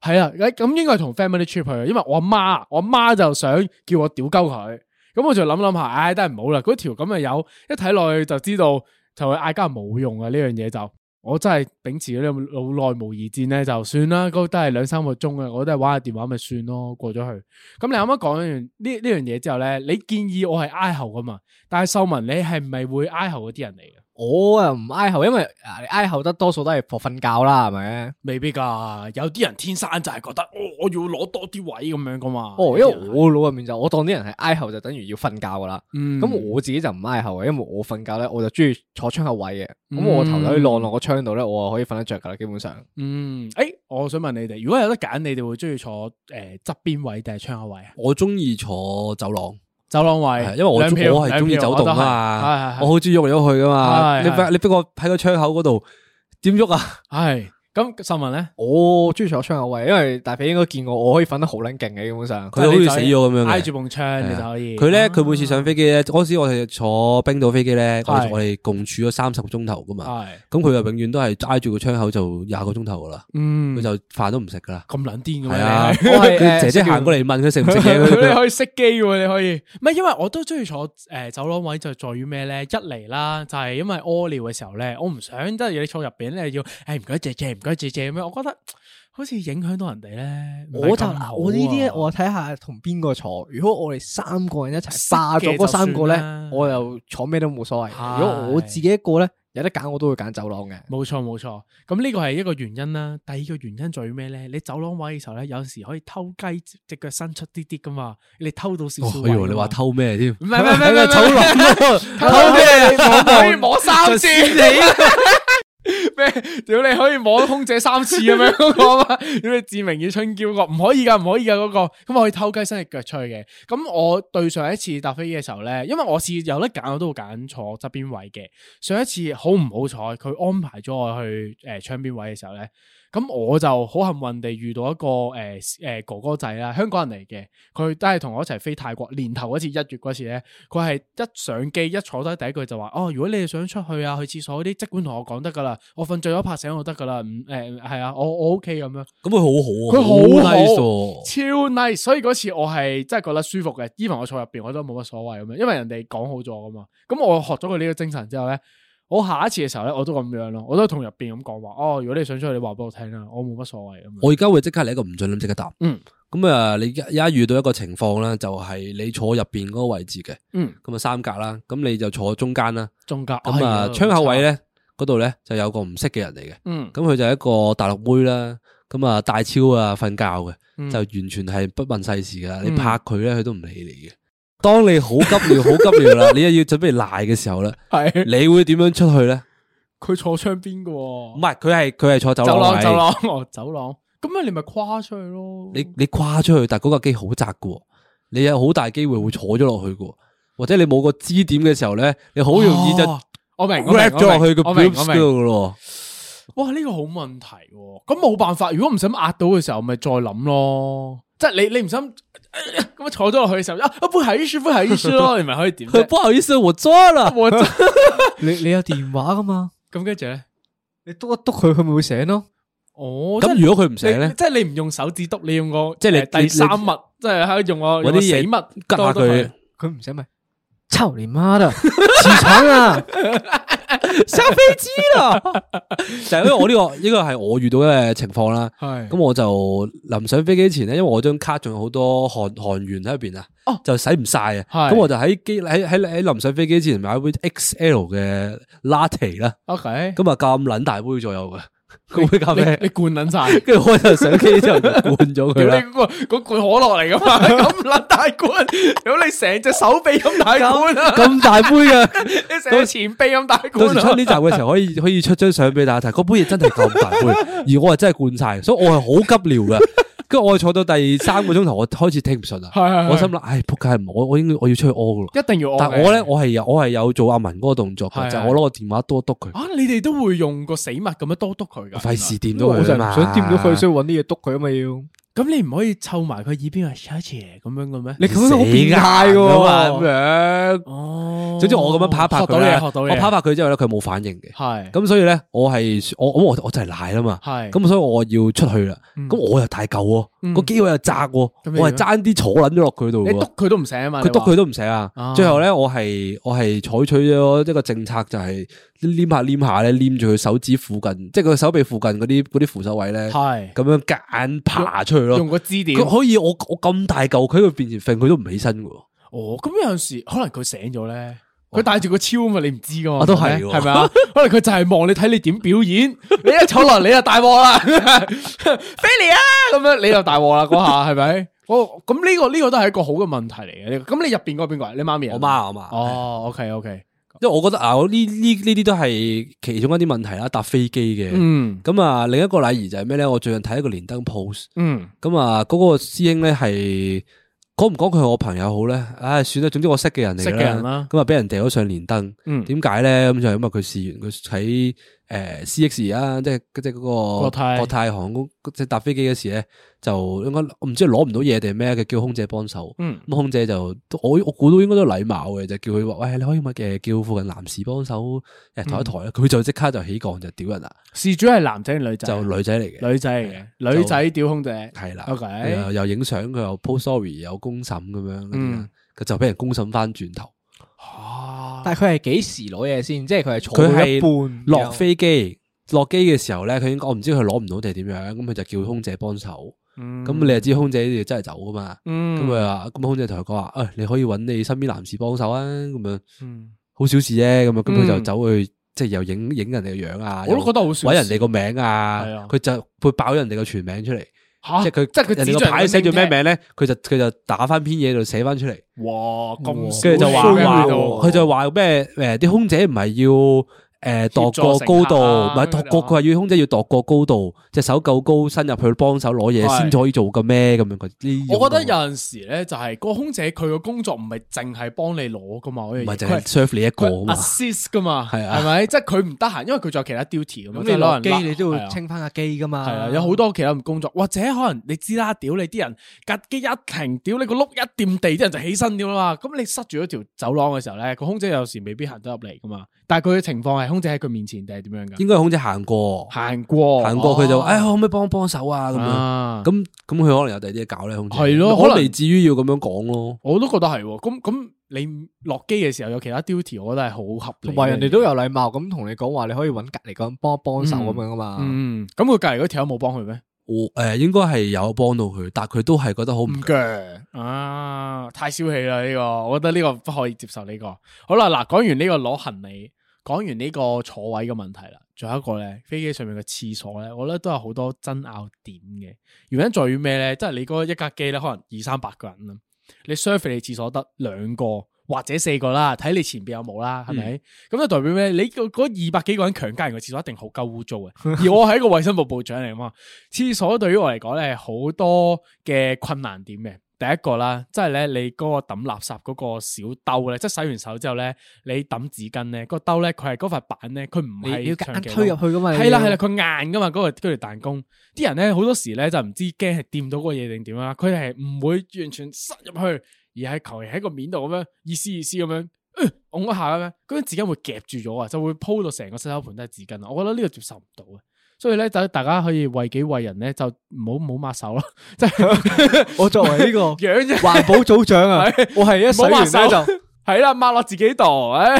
Speaker 4: 係啊，誒咁應該係同 family trip 去，啊因為我阿媽我阿媽就想叫我屌鳩佢，咁我就諗諗下，唉都係唔好啦，嗰條咁嘅友一睇落去就知道同佢嗌交係冇用啊呢樣嘢就。我真係秉持呢個老耐無意戰咧，就算啦，嗰都係兩三個鐘啊，我都係玩下電話咪算咯，過咗去。咁你啱啱講完呢呢樣嘢之後咧，你建議我係挨後噶嘛？但係秀文你係咪會挨後嗰啲人嚟嘅？
Speaker 5: 我啊唔挨後，因為啊你挨後得多數都係破瞓覺啦，係咪？
Speaker 4: 未必噶，有啲人天生就係覺得，哦，我要攞多啲位咁樣噶嘛。
Speaker 5: 哦，因
Speaker 4: 有
Speaker 5: 為
Speaker 4: 啲人係
Speaker 5: 我腦入面就我當啲人係挨後就等於要瞓覺噶啦。
Speaker 4: 嗯
Speaker 5: 咁我自己就唔挨後嘅，因為我瞓覺咧我就中意坐窗口位嘅，
Speaker 4: 嗯
Speaker 5: 咁我頭就可以晾落個窗度咧，我就可以瞓得着噶啦，基本上。
Speaker 4: 嗯，誒，我想問你哋，如果有得揀，你哋會中意坐誒側邊位定係窗口位啊？
Speaker 6: 我中意坐走廊。
Speaker 4: 走廊
Speaker 6: 係
Speaker 4: 位，
Speaker 6: 因為我
Speaker 4: 兩票
Speaker 6: 我係中意走動啊嘛
Speaker 4: 兩，票
Speaker 6: 我
Speaker 4: 我
Speaker 6: 好中意喐嚟喐去噶嘛。
Speaker 4: 係
Speaker 6: 你
Speaker 4: 係
Speaker 6: 逼你逼我喺個窗口嗰度點喐啊？
Speaker 4: 都係係係咁秀文咧，
Speaker 5: 我中意坐窗口位，因為大肥應該見過我可以瞓得好撚勁嘅，基本上。
Speaker 6: 佢好似 死咗咁樣
Speaker 4: 挨
Speaker 6: 嘅
Speaker 4: 住。埲窗你就可以。嗯
Speaker 6: 佢咧，佢每次上飛機咧，嗰時我哋坐冰島飛機咧，我
Speaker 4: 係啊
Speaker 6: 哋我哋共處咗三十個鐘頭噶嘛。
Speaker 4: 係
Speaker 6: 咁佢又永遠都係挨住個窗口就廿個鐘頭噶啦，
Speaker 4: 嗯
Speaker 6: 佢就飯都唔食噶 啦。
Speaker 4: 咁撚癲嘅
Speaker 6: 係
Speaker 4: 咩
Speaker 6: 啊，
Speaker 4: 你係？
Speaker 5: 我係
Speaker 6: 佢姐姐
Speaker 5: 誒
Speaker 6: 行過嚟問佢食唔食嘢，佢
Speaker 4: 佢 你
Speaker 6: 佢
Speaker 4: 可以熄機喎，你可以，唔係因為我都中意坐誒走廊位就在於咩咧？一嚟啦，就係因為屙尿嘅時候咧，我唔想即係你坐入邊咧要，誒唔該姐姐，唔該姐姐咁樣，我覺得好似影響到人哋咧。唔係
Speaker 5: 我就
Speaker 4: 咁好啊
Speaker 5: 我呢啲呢我睇下同邊個坐。如果我哋三個人一齊
Speaker 4: 識
Speaker 5: 霸咗
Speaker 4: 嘅
Speaker 5: 嗰三個
Speaker 4: 就
Speaker 5: 咧
Speaker 4: 算啦，
Speaker 5: 我又坐咩都冇所謂。
Speaker 4: 係
Speaker 5: 如果我自己一個咧，有得揀我都會揀走廊嘅。
Speaker 4: 冇錯冇錯，咁呢個係一個原因啦。第二個原因在於咩咧？你走廊位嘅時候咧，有時可以偷雞隻腳伸出啲啲噶嘛，你偷到少
Speaker 6: 哦
Speaker 4: 少
Speaker 6: 我以
Speaker 4: 位㗎嘛。
Speaker 6: 為你話偷咩添？
Speaker 4: 唔係？唔係唔係唔係唔係
Speaker 6: 走廊
Speaker 4: 偷咩？可以摸三次。咩？屌你可以摸空姐三次咁樣嗰個啊嘛？屌你志明與春嬌個唔可以噶，唔可以噶嗰、個，咁我可以偷雞伸只腳出去嘅。咁我對上一次搭飛機嘅時候咧，因為我試有得揀，我都會揀坐側邊位嘅。上一次好唔好彩，佢安排咗我去誒、呃窗邊位嘅時候咧。咁我就好幸運地遇到一個誒誒、呃哥哥仔啦，香港人嚟嘅，佢都係同我一齊飛泰國，年頭嗰次一月嗰次咧，佢係一上機一坐低第一句就話：哦，如果你哋想出去啊，去廁所嗰啲，即管同我講得噶啦，我瞓醉咗拍醒我得噶啦，唔誒係啊，我我 OK 咁樣，
Speaker 6: 咁佢好好啊，
Speaker 4: 佢好好
Speaker 6: nice 喎
Speaker 4: 超 nice，所以嗰次我係真係覺得舒服嘅，even 我坐入邊我都冇乜所謂咁樣，哦因為人哋講好咗噶嘛，咁我學咗佢呢個精神之後咧。我下一次嘅時候咧，我都咁樣咯，我都同入邊咁講話，哦，如果你想出去，你話俾我聽啦，我冇乜所謂咁樣。
Speaker 6: 我而家會即刻嚟一個唔准諗，即刻答。
Speaker 4: 嗯。
Speaker 6: 咁啊，你而家遇到一個情況啦，就係你坐入邊嗰個位置嘅，
Speaker 4: 嗯，
Speaker 6: 咁啊三格啦，咁你就坐中間啦。
Speaker 4: 中間
Speaker 6: 咁啊，窗口位，咧嗰度咧就有個唔識嘅人嚟嘅，
Speaker 4: 嗯，
Speaker 6: 咁佢就係一個大陸妹啦，咁啊大超啊瞓覺嘅，
Speaker 4: 嗯
Speaker 6: 就完全係不問世事噶，
Speaker 4: 嗯
Speaker 6: 你拍佢咧佢都唔理你嘅。當你好急尿好急 尿啦，你又要準備賴嘅時候咧，
Speaker 4: 係
Speaker 6: 你會點樣出去咧？
Speaker 4: 佢坐窗邊嘅
Speaker 6: 唔
Speaker 4: 喎，
Speaker 6: 係，佢係佢係坐走
Speaker 4: 走
Speaker 6: 廊
Speaker 4: 廊走
Speaker 6: 位，
Speaker 4: 廊哦走廊，咁啊你咪跨出去咯。
Speaker 6: 你你跨出去，但係嗰架機好窄嘅喎，你有好大機會會坐咗落去嘅喎，或者你冇個支點嘅時候咧，你好容易就
Speaker 4: 哦我明我明
Speaker 6: grab 咗落去個
Speaker 4: 我明
Speaker 6: boobs
Speaker 4: 我
Speaker 6: 嗰
Speaker 4: 明。
Speaker 6: 度嘅咯。
Speaker 4: 哇呢個好問題喎，咁冇辦法，如果唔想壓到嘅時候，咪再諗咯。即係你你唔想 咁樣坐咗落去嘅時候，啊啊不好意思不好意 思咯，你咪可以點啫？
Speaker 6: 不好意思，我錯了。
Speaker 4: 我咁
Speaker 5: 你你有電話噶嘛？
Speaker 4: 跟住咧，
Speaker 5: 你督一督佢，佢咪會醒咯。
Speaker 4: 哦
Speaker 6: 咁如果佢唔
Speaker 4: 即係
Speaker 6: 醒咧
Speaker 4: 你，即係你唔用手指篤，你用個
Speaker 6: 即係你
Speaker 4: 誒第三物，即係喺度用我
Speaker 6: 搵啲嘢
Speaker 4: 死物
Speaker 6: 吉下
Speaker 4: 多得
Speaker 6: 佢，
Speaker 5: 佢唔醒咪？操你媽的， 起床啊！
Speaker 6: 上飛機啦！就係因為我呢個 呢個係我遇到嘅情況啦。
Speaker 4: 係
Speaker 6: 咁我就臨上飛機前咧，因為我張卡仲有好多韓韓元喺入邊啊
Speaker 4: 哦，
Speaker 6: 就使唔晒啊。
Speaker 4: 係
Speaker 6: 咁我就喺機喺喺喺臨上飛機前買杯 XL 嘅 latte 啦，
Speaker 4: OK。
Speaker 6: 咁啊咁撚大杯左右啊 嘅，嗰杯咖啡
Speaker 4: 你，灌撚晒，
Speaker 6: 跟住我就上機之後就灌咗佢
Speaker 4: 屌
Speaker 6: 啦
Speaker 4: 你。嗰個嗰罐可樂嚟 噶嘛，咁撚大罐，屌你成隻手臂咁大罐 啊，
Speaker 6: 咁大杯 嘅，
Speaker 4: 你成隻前臂咁大
Speaker 6: 到
Speaker 4: 罐
Speaker 6: 時出
Speaker 4: 啊，
Speaker 6: 呢集嘅時候可以 可以出張相俾大家睇，嗰杯嘢真係咁大杯，而我係啊真係灌晒，所以我係好急尿嘅。跟住我坐到第三個鐘頭，我開始聽唔順
Speaker 4: 係係
Speaker 6: 啦。
Speaker 4: 係
Speaker 6: 我心諗，唉，仆街，唔我我應該我要出去屙噶咯。
Speaker 4: 一定要
Speaker 6: 但我咧，我係有我係有做阿文嗰個動作嘅，
Speaker 4: 係
Speaker 6: 就係
Speaker 4: 係
Speaker 6: 我攞個電話多督佢，
Speaker 4: 啊，你哋都會用個死物咁樣多督佢噶，
Speaker 6: 費事掂到
Speaker 5: 我
Speaker 6: 佢
Speaker 5: 就
Speaker 6: 啊
Speaker 5: 唔
Speaker 6: 嘛。
Speaker 5: 想掂到佢，所以搵啲嘢督佢啊嘛要。
Speaker 4: 咁你唔可以湊埋佢耳邊話小姐咁樣嘅咩？
Speaker 5: 你咁樣好變態
Speaker 6: 死硬啊嘛
Speaker 5: 噶
Speaker 6: 咁樣。
Speaker 4: 哦
Speaker 6: 總之我咁樣拍一拍
Speaker 4: 學到
Speaker 6: 佢
Speaker 4: 嘢，
Speaker 6: 咧，
Speaker 4: 學到
Speaker 6: 我
Speaker 4: 嘢，
Speaker 6: 拍一拍佢之後咧，佢冇反應嘅。
Speaker 4: 係
Speaker 6: 咁所以咧，我係我我我我就係賴啦嘛。
Speaker 4: 係
Speaker 6: 咁所以我要出去啦。
Speaker 4: 嗯
Speaker 6: 咁我又大嚿喎，
Speaker 4: 嗯
Speaker 6: 個機位又窄喎，
Speaker 4: 你
Speaker 6: 我係
Speaker 4: 點啊
Speaker 6: 爭啲坐撚咗落佢度
Speaker 4: 你
Speaker 6: 喎。
Speaker 4: 督佢都唔醒啊嘛，
Speaker 6: 佢督佢
Speaker 4: 都
Speaker 6: 都唔醒啊
Speaker 4: 啊！
Speaker 6: 最後咧，我係我係採取咗一個政策，就係黏下黏下咧，黏住佢手指附近，即係佢手臂附近嗰啲嗰啲扶手位咧，咁
Speaker 4: 係
Speaker 6: 樣夾硬爬出去
Speaker 4: 用
Speaker 6: 咯。
Speaker 4: 個支點。
Speaker 6: 佢可以我我咁大嚿，佢喺佢面前揈，佢都唔起身嘅喎。
Speaker 4: 哦，咁有阵时可能佢醒咗咧，佢戴住個超嘛，你唔知噶嘛，
Speaker 6: 哦啊都係喎
Speaker 4: 系咪啊？ 可能佢就係望你睇你點表演， 你一坐落嚟你就大鑊啦， 飛你啊咁樣你就大鑊啦嗰下係咪？哦，咁呢個呢個都係一個好嘅問題嚟嘅呢個。咁你入边嗰個邊個啊？你媽咪啊？
Speaker 6: 我媽我媽，
Speaker 4: 哦，OK OK，
Speaker 6: 因為我覺得啊，我呢呢呢啲都係其中一啲問題啦，搭飛機嘅。
Speaker 4: 嗯
Speaker 6: 咁啊，另一個禮儀就係咩咧？我最近睇一個連登 post，
Speaker 4: 嗯，
Speaker 6: 咁啊，嗰個師兄咧係講唔講佢係我朋友好咧？唉，算啦，總之我識嘅人嚟
Speaker 4: 識嘅人啦
Speaker 6: 咁啊，俾人掉咗上連登。
Speaker 4: 嗯
Speaker 6: 點解咧？咁就係因為佢試完佢喺诶 C X 啊，即係即係嗰個
Speaker 4: 國泰
Speaker 6: 國泰航空即係搭飛機嗰時咧，就應該我唔知係攞唔到嘢定係咩嘅，叫空姐幫手。
Speaker 4: 嗯
Speaker 6: 咁空姐就都我我估到應該都禮貌嘅，就叫佢話：喂，你可以咪诶叫附近男士幫手诶抬一抬
Speaker 4: 嗯
Speaker 6: 啦。佢就即刻就起降就屌人啦，
Speaker 4: 事主係男仔定女仔？啊
Speaker 6: 就女仔嚟嘅，
Speaker 4: 女仔嚟嘅，女仔屌空姐。
Speaker 6: 係啊啦。
Speaker 4: OK，
Speaker 6: 又又影相，佢又 post story，又公審咁樣嗰啲啦
Speaker 4: 嗯，
Speaker 6: 佢就俾人公審翻轉頭。
Speaker 4: 啊
Speaker 5: 但係佢係幾時攞嘢先？即係佢係坐
Speaker 6: 佢
Speaker 5: 到
Speaker 6: 係
Speaker 5: 一半
Speaker 6: 落飛機落機嘅時候咧，佢應該我唔知佢攞唔到定係點樣，咁佢就叫空姐幫手。
Speaker 5: 嗯
Speaker 6: 咁
Speaker 4: 咁
Speaker 6: 你就知空姐要真係走噶嘛？咁啊佢
Speaker 4: 嗯
Speaker 6: 話，咁空姐同佢講話，誒你可以揾你身邊男士幫手啊，咁樣
Speaker 4: 嗯
Speaker 6: 好小事啫，咁樣咁
Speaker 4: 嗯
Speaker 6: 佢就走去即係又影影人哋嘅樣啊，
Speaker 4: 我都覺得好少
Speaker 6: 又揾人哋個名
Speaker 4: 係
Speaker 6: 啊
Speaker 4: 啊，
Speaker 6: 佢就會爆人哋個全名出嚟，
Speaker 4: 吓，
Speaker 6: 即係佢
Speaker 4: 即係佢
Speaker 6: 人哋個
Speaker 4: 指住
Speaker 6: 牌
Speaker 4: 人
Speaker 6: 寫住
Speaker 4: 個
Speaker 6: 咩
Speaker 4: 名
Speaker 6: 名咧，佢就佢就打翻篇嘢度寫翻出嚟。
Speaker 4: 哇，咁
Speaker 6: 跟住就話
Speaker 5: 騷擾
Speaker 6: 話
Speaker 5: 喎
Speaker 6: 佢就話咩誒啲空姐唔係要诶度
Speaker 4: 協助
Speaker 6: 過高度，
Speaker 4: 乘
Speaker 6: 唔
Speaker 4: 客啊
Speaker 6: 係度過佢話要空姐要度過高度，隻手夠高伸入去幫手攞嘢
Speaker 4: 係
Speaker 6: 先可以做嘅咩？咁樣嗰啲。
Speaker 4: 我覺得有陣時咧，就係個空姐佢個工作唔係淨係幫你攞噶嘛，我
Speaker 6: 唔
Speaker 4: 唔
Speaker 6: 係淨係 serve 你一個啊嘛。
Speaker 4: assist 噶嘛，
Speaker 6: 係啊
Speaker 4: 係咪？即係佢唔得閒，因為佢仲有其他 duty 咁
Speaker 5: 嗯咁
Speaker 4: 嘛，
Speaker 5: 你
Speaker 4: 即係
Speaker 5: 落
Speaker 4: 攞人
Speaker 5: 機你都
Speaker 4: 係
Speaker 5: 要
Speaker 4: 啊
Speaker 5: 清翻架機噶嘛。
Speaker 4: 系啊，有好多其他工作，或者可能你知啦，屌你啲人架機一停，屌你個碌一掂地，啲人就起身屌啦嘛。咁你塞住咗條走廊嘅時候咧，個空姐有時未必行得入嚟噶嘛。但係佢嘅情況係空姐喺佢面前定係點樣㗎？
Speaker 6: 應該空姐行過，
Speaker 4: 行過，
Speaker 6: 行過佢就
Speaker 4: 哦
Speaker 6: 話：，誒可唔可以幫幫手啊？咁樣。
Speaker 4: 啊
Speaker 6: 咁咁佢可能有第二啲嘢搞咧，空姐。
Speaker 4: 係咯
Speaker 6: 我
Speaker 4: 可能
Speaker 6: 未至於要咁樣講咯。
Speaker 4: 我都覺得係喎。咁咁你落機嘅時候有其他 duty，我覺得係好合理嘅。
Speaker 5: 同埋人哋都有禮貌咁同你講話，你可以揾隔離個人幫一幫手咁樣噶嘛。
Speaker 4: 嗯，咁佢隔離嗰條友冇幫佢咩？
Speaker 6: 我誒應該係有幫到佢，但係佢都係覺得好唔
Speaker 4: 唔嘅啊，太小氣啦呢個，我覺得呢個不可以接受呢、個。好啦，嗱，講完呢個攞行李，講完呢個坐位嘅問題啦，仲有一個咧，飛機上面嘅廁所咧，我覺得都有好多爭拗點嘅。原因在於咩咧？即係你嗰一架機咧，可能二三百個人啊啦，你 serve 你廁所得兩個或者四個啦，睇你前邊有冇啦，係咪？
Speaker 5: 嗯
Speaker 4: 咁就代表咩？你個嗰二百幾個人強姦人嘅廁所一定好鳩污 糟嘅，而我係一個衛生部部長嚟啊嘛，廁所對於我嚟講咧係好多嘅困難點嘅。第一個啦，即係咧你嗰個抌垃圾嗰個小兜咧，即係洗完手之後咧，你抌紙巾咧，個兜咧佢係嗰塊板咧，佢唔
Speaker 5: 你
Speaker 4: 係
Speaker 5: 要夾
Speaker 4: 長
Speaker 5: 硬
Speaker 4: 期
Speaker 5: 推入去噶嘛。你
Speaker 4: 系啦
Speaker 5: 要
Speaker 4: 系啦，佢硬噶嘛，嗰、個嗰條彈弓，啲人咧好多時咧就唔知驚係掂到嗰個嘢定點啊啦，佢係唔會完全塞入去，而係求其喺個面度咁樣意思意思咁樣，呃拱一下咁樣，嗰啲紙巾會夾住咗啊，就會鋪到成個洗手盆都係紙巾啊，我覺得呢個接受唔到啊。所以咧，就大家可以為己為人咧，就唔好唔好抹手咯，即 係
Speaker 5: 我作為呢個
Speaker 4: 樣啫，
Speaker 5: 環保組長啊，我 係一洗
Speaker 4: 唔好
Speaker 5: 完咧
Speaker 4: 抹
Speaker 5: 就
Speaker 4: 手係啦，抹落自己度，唉。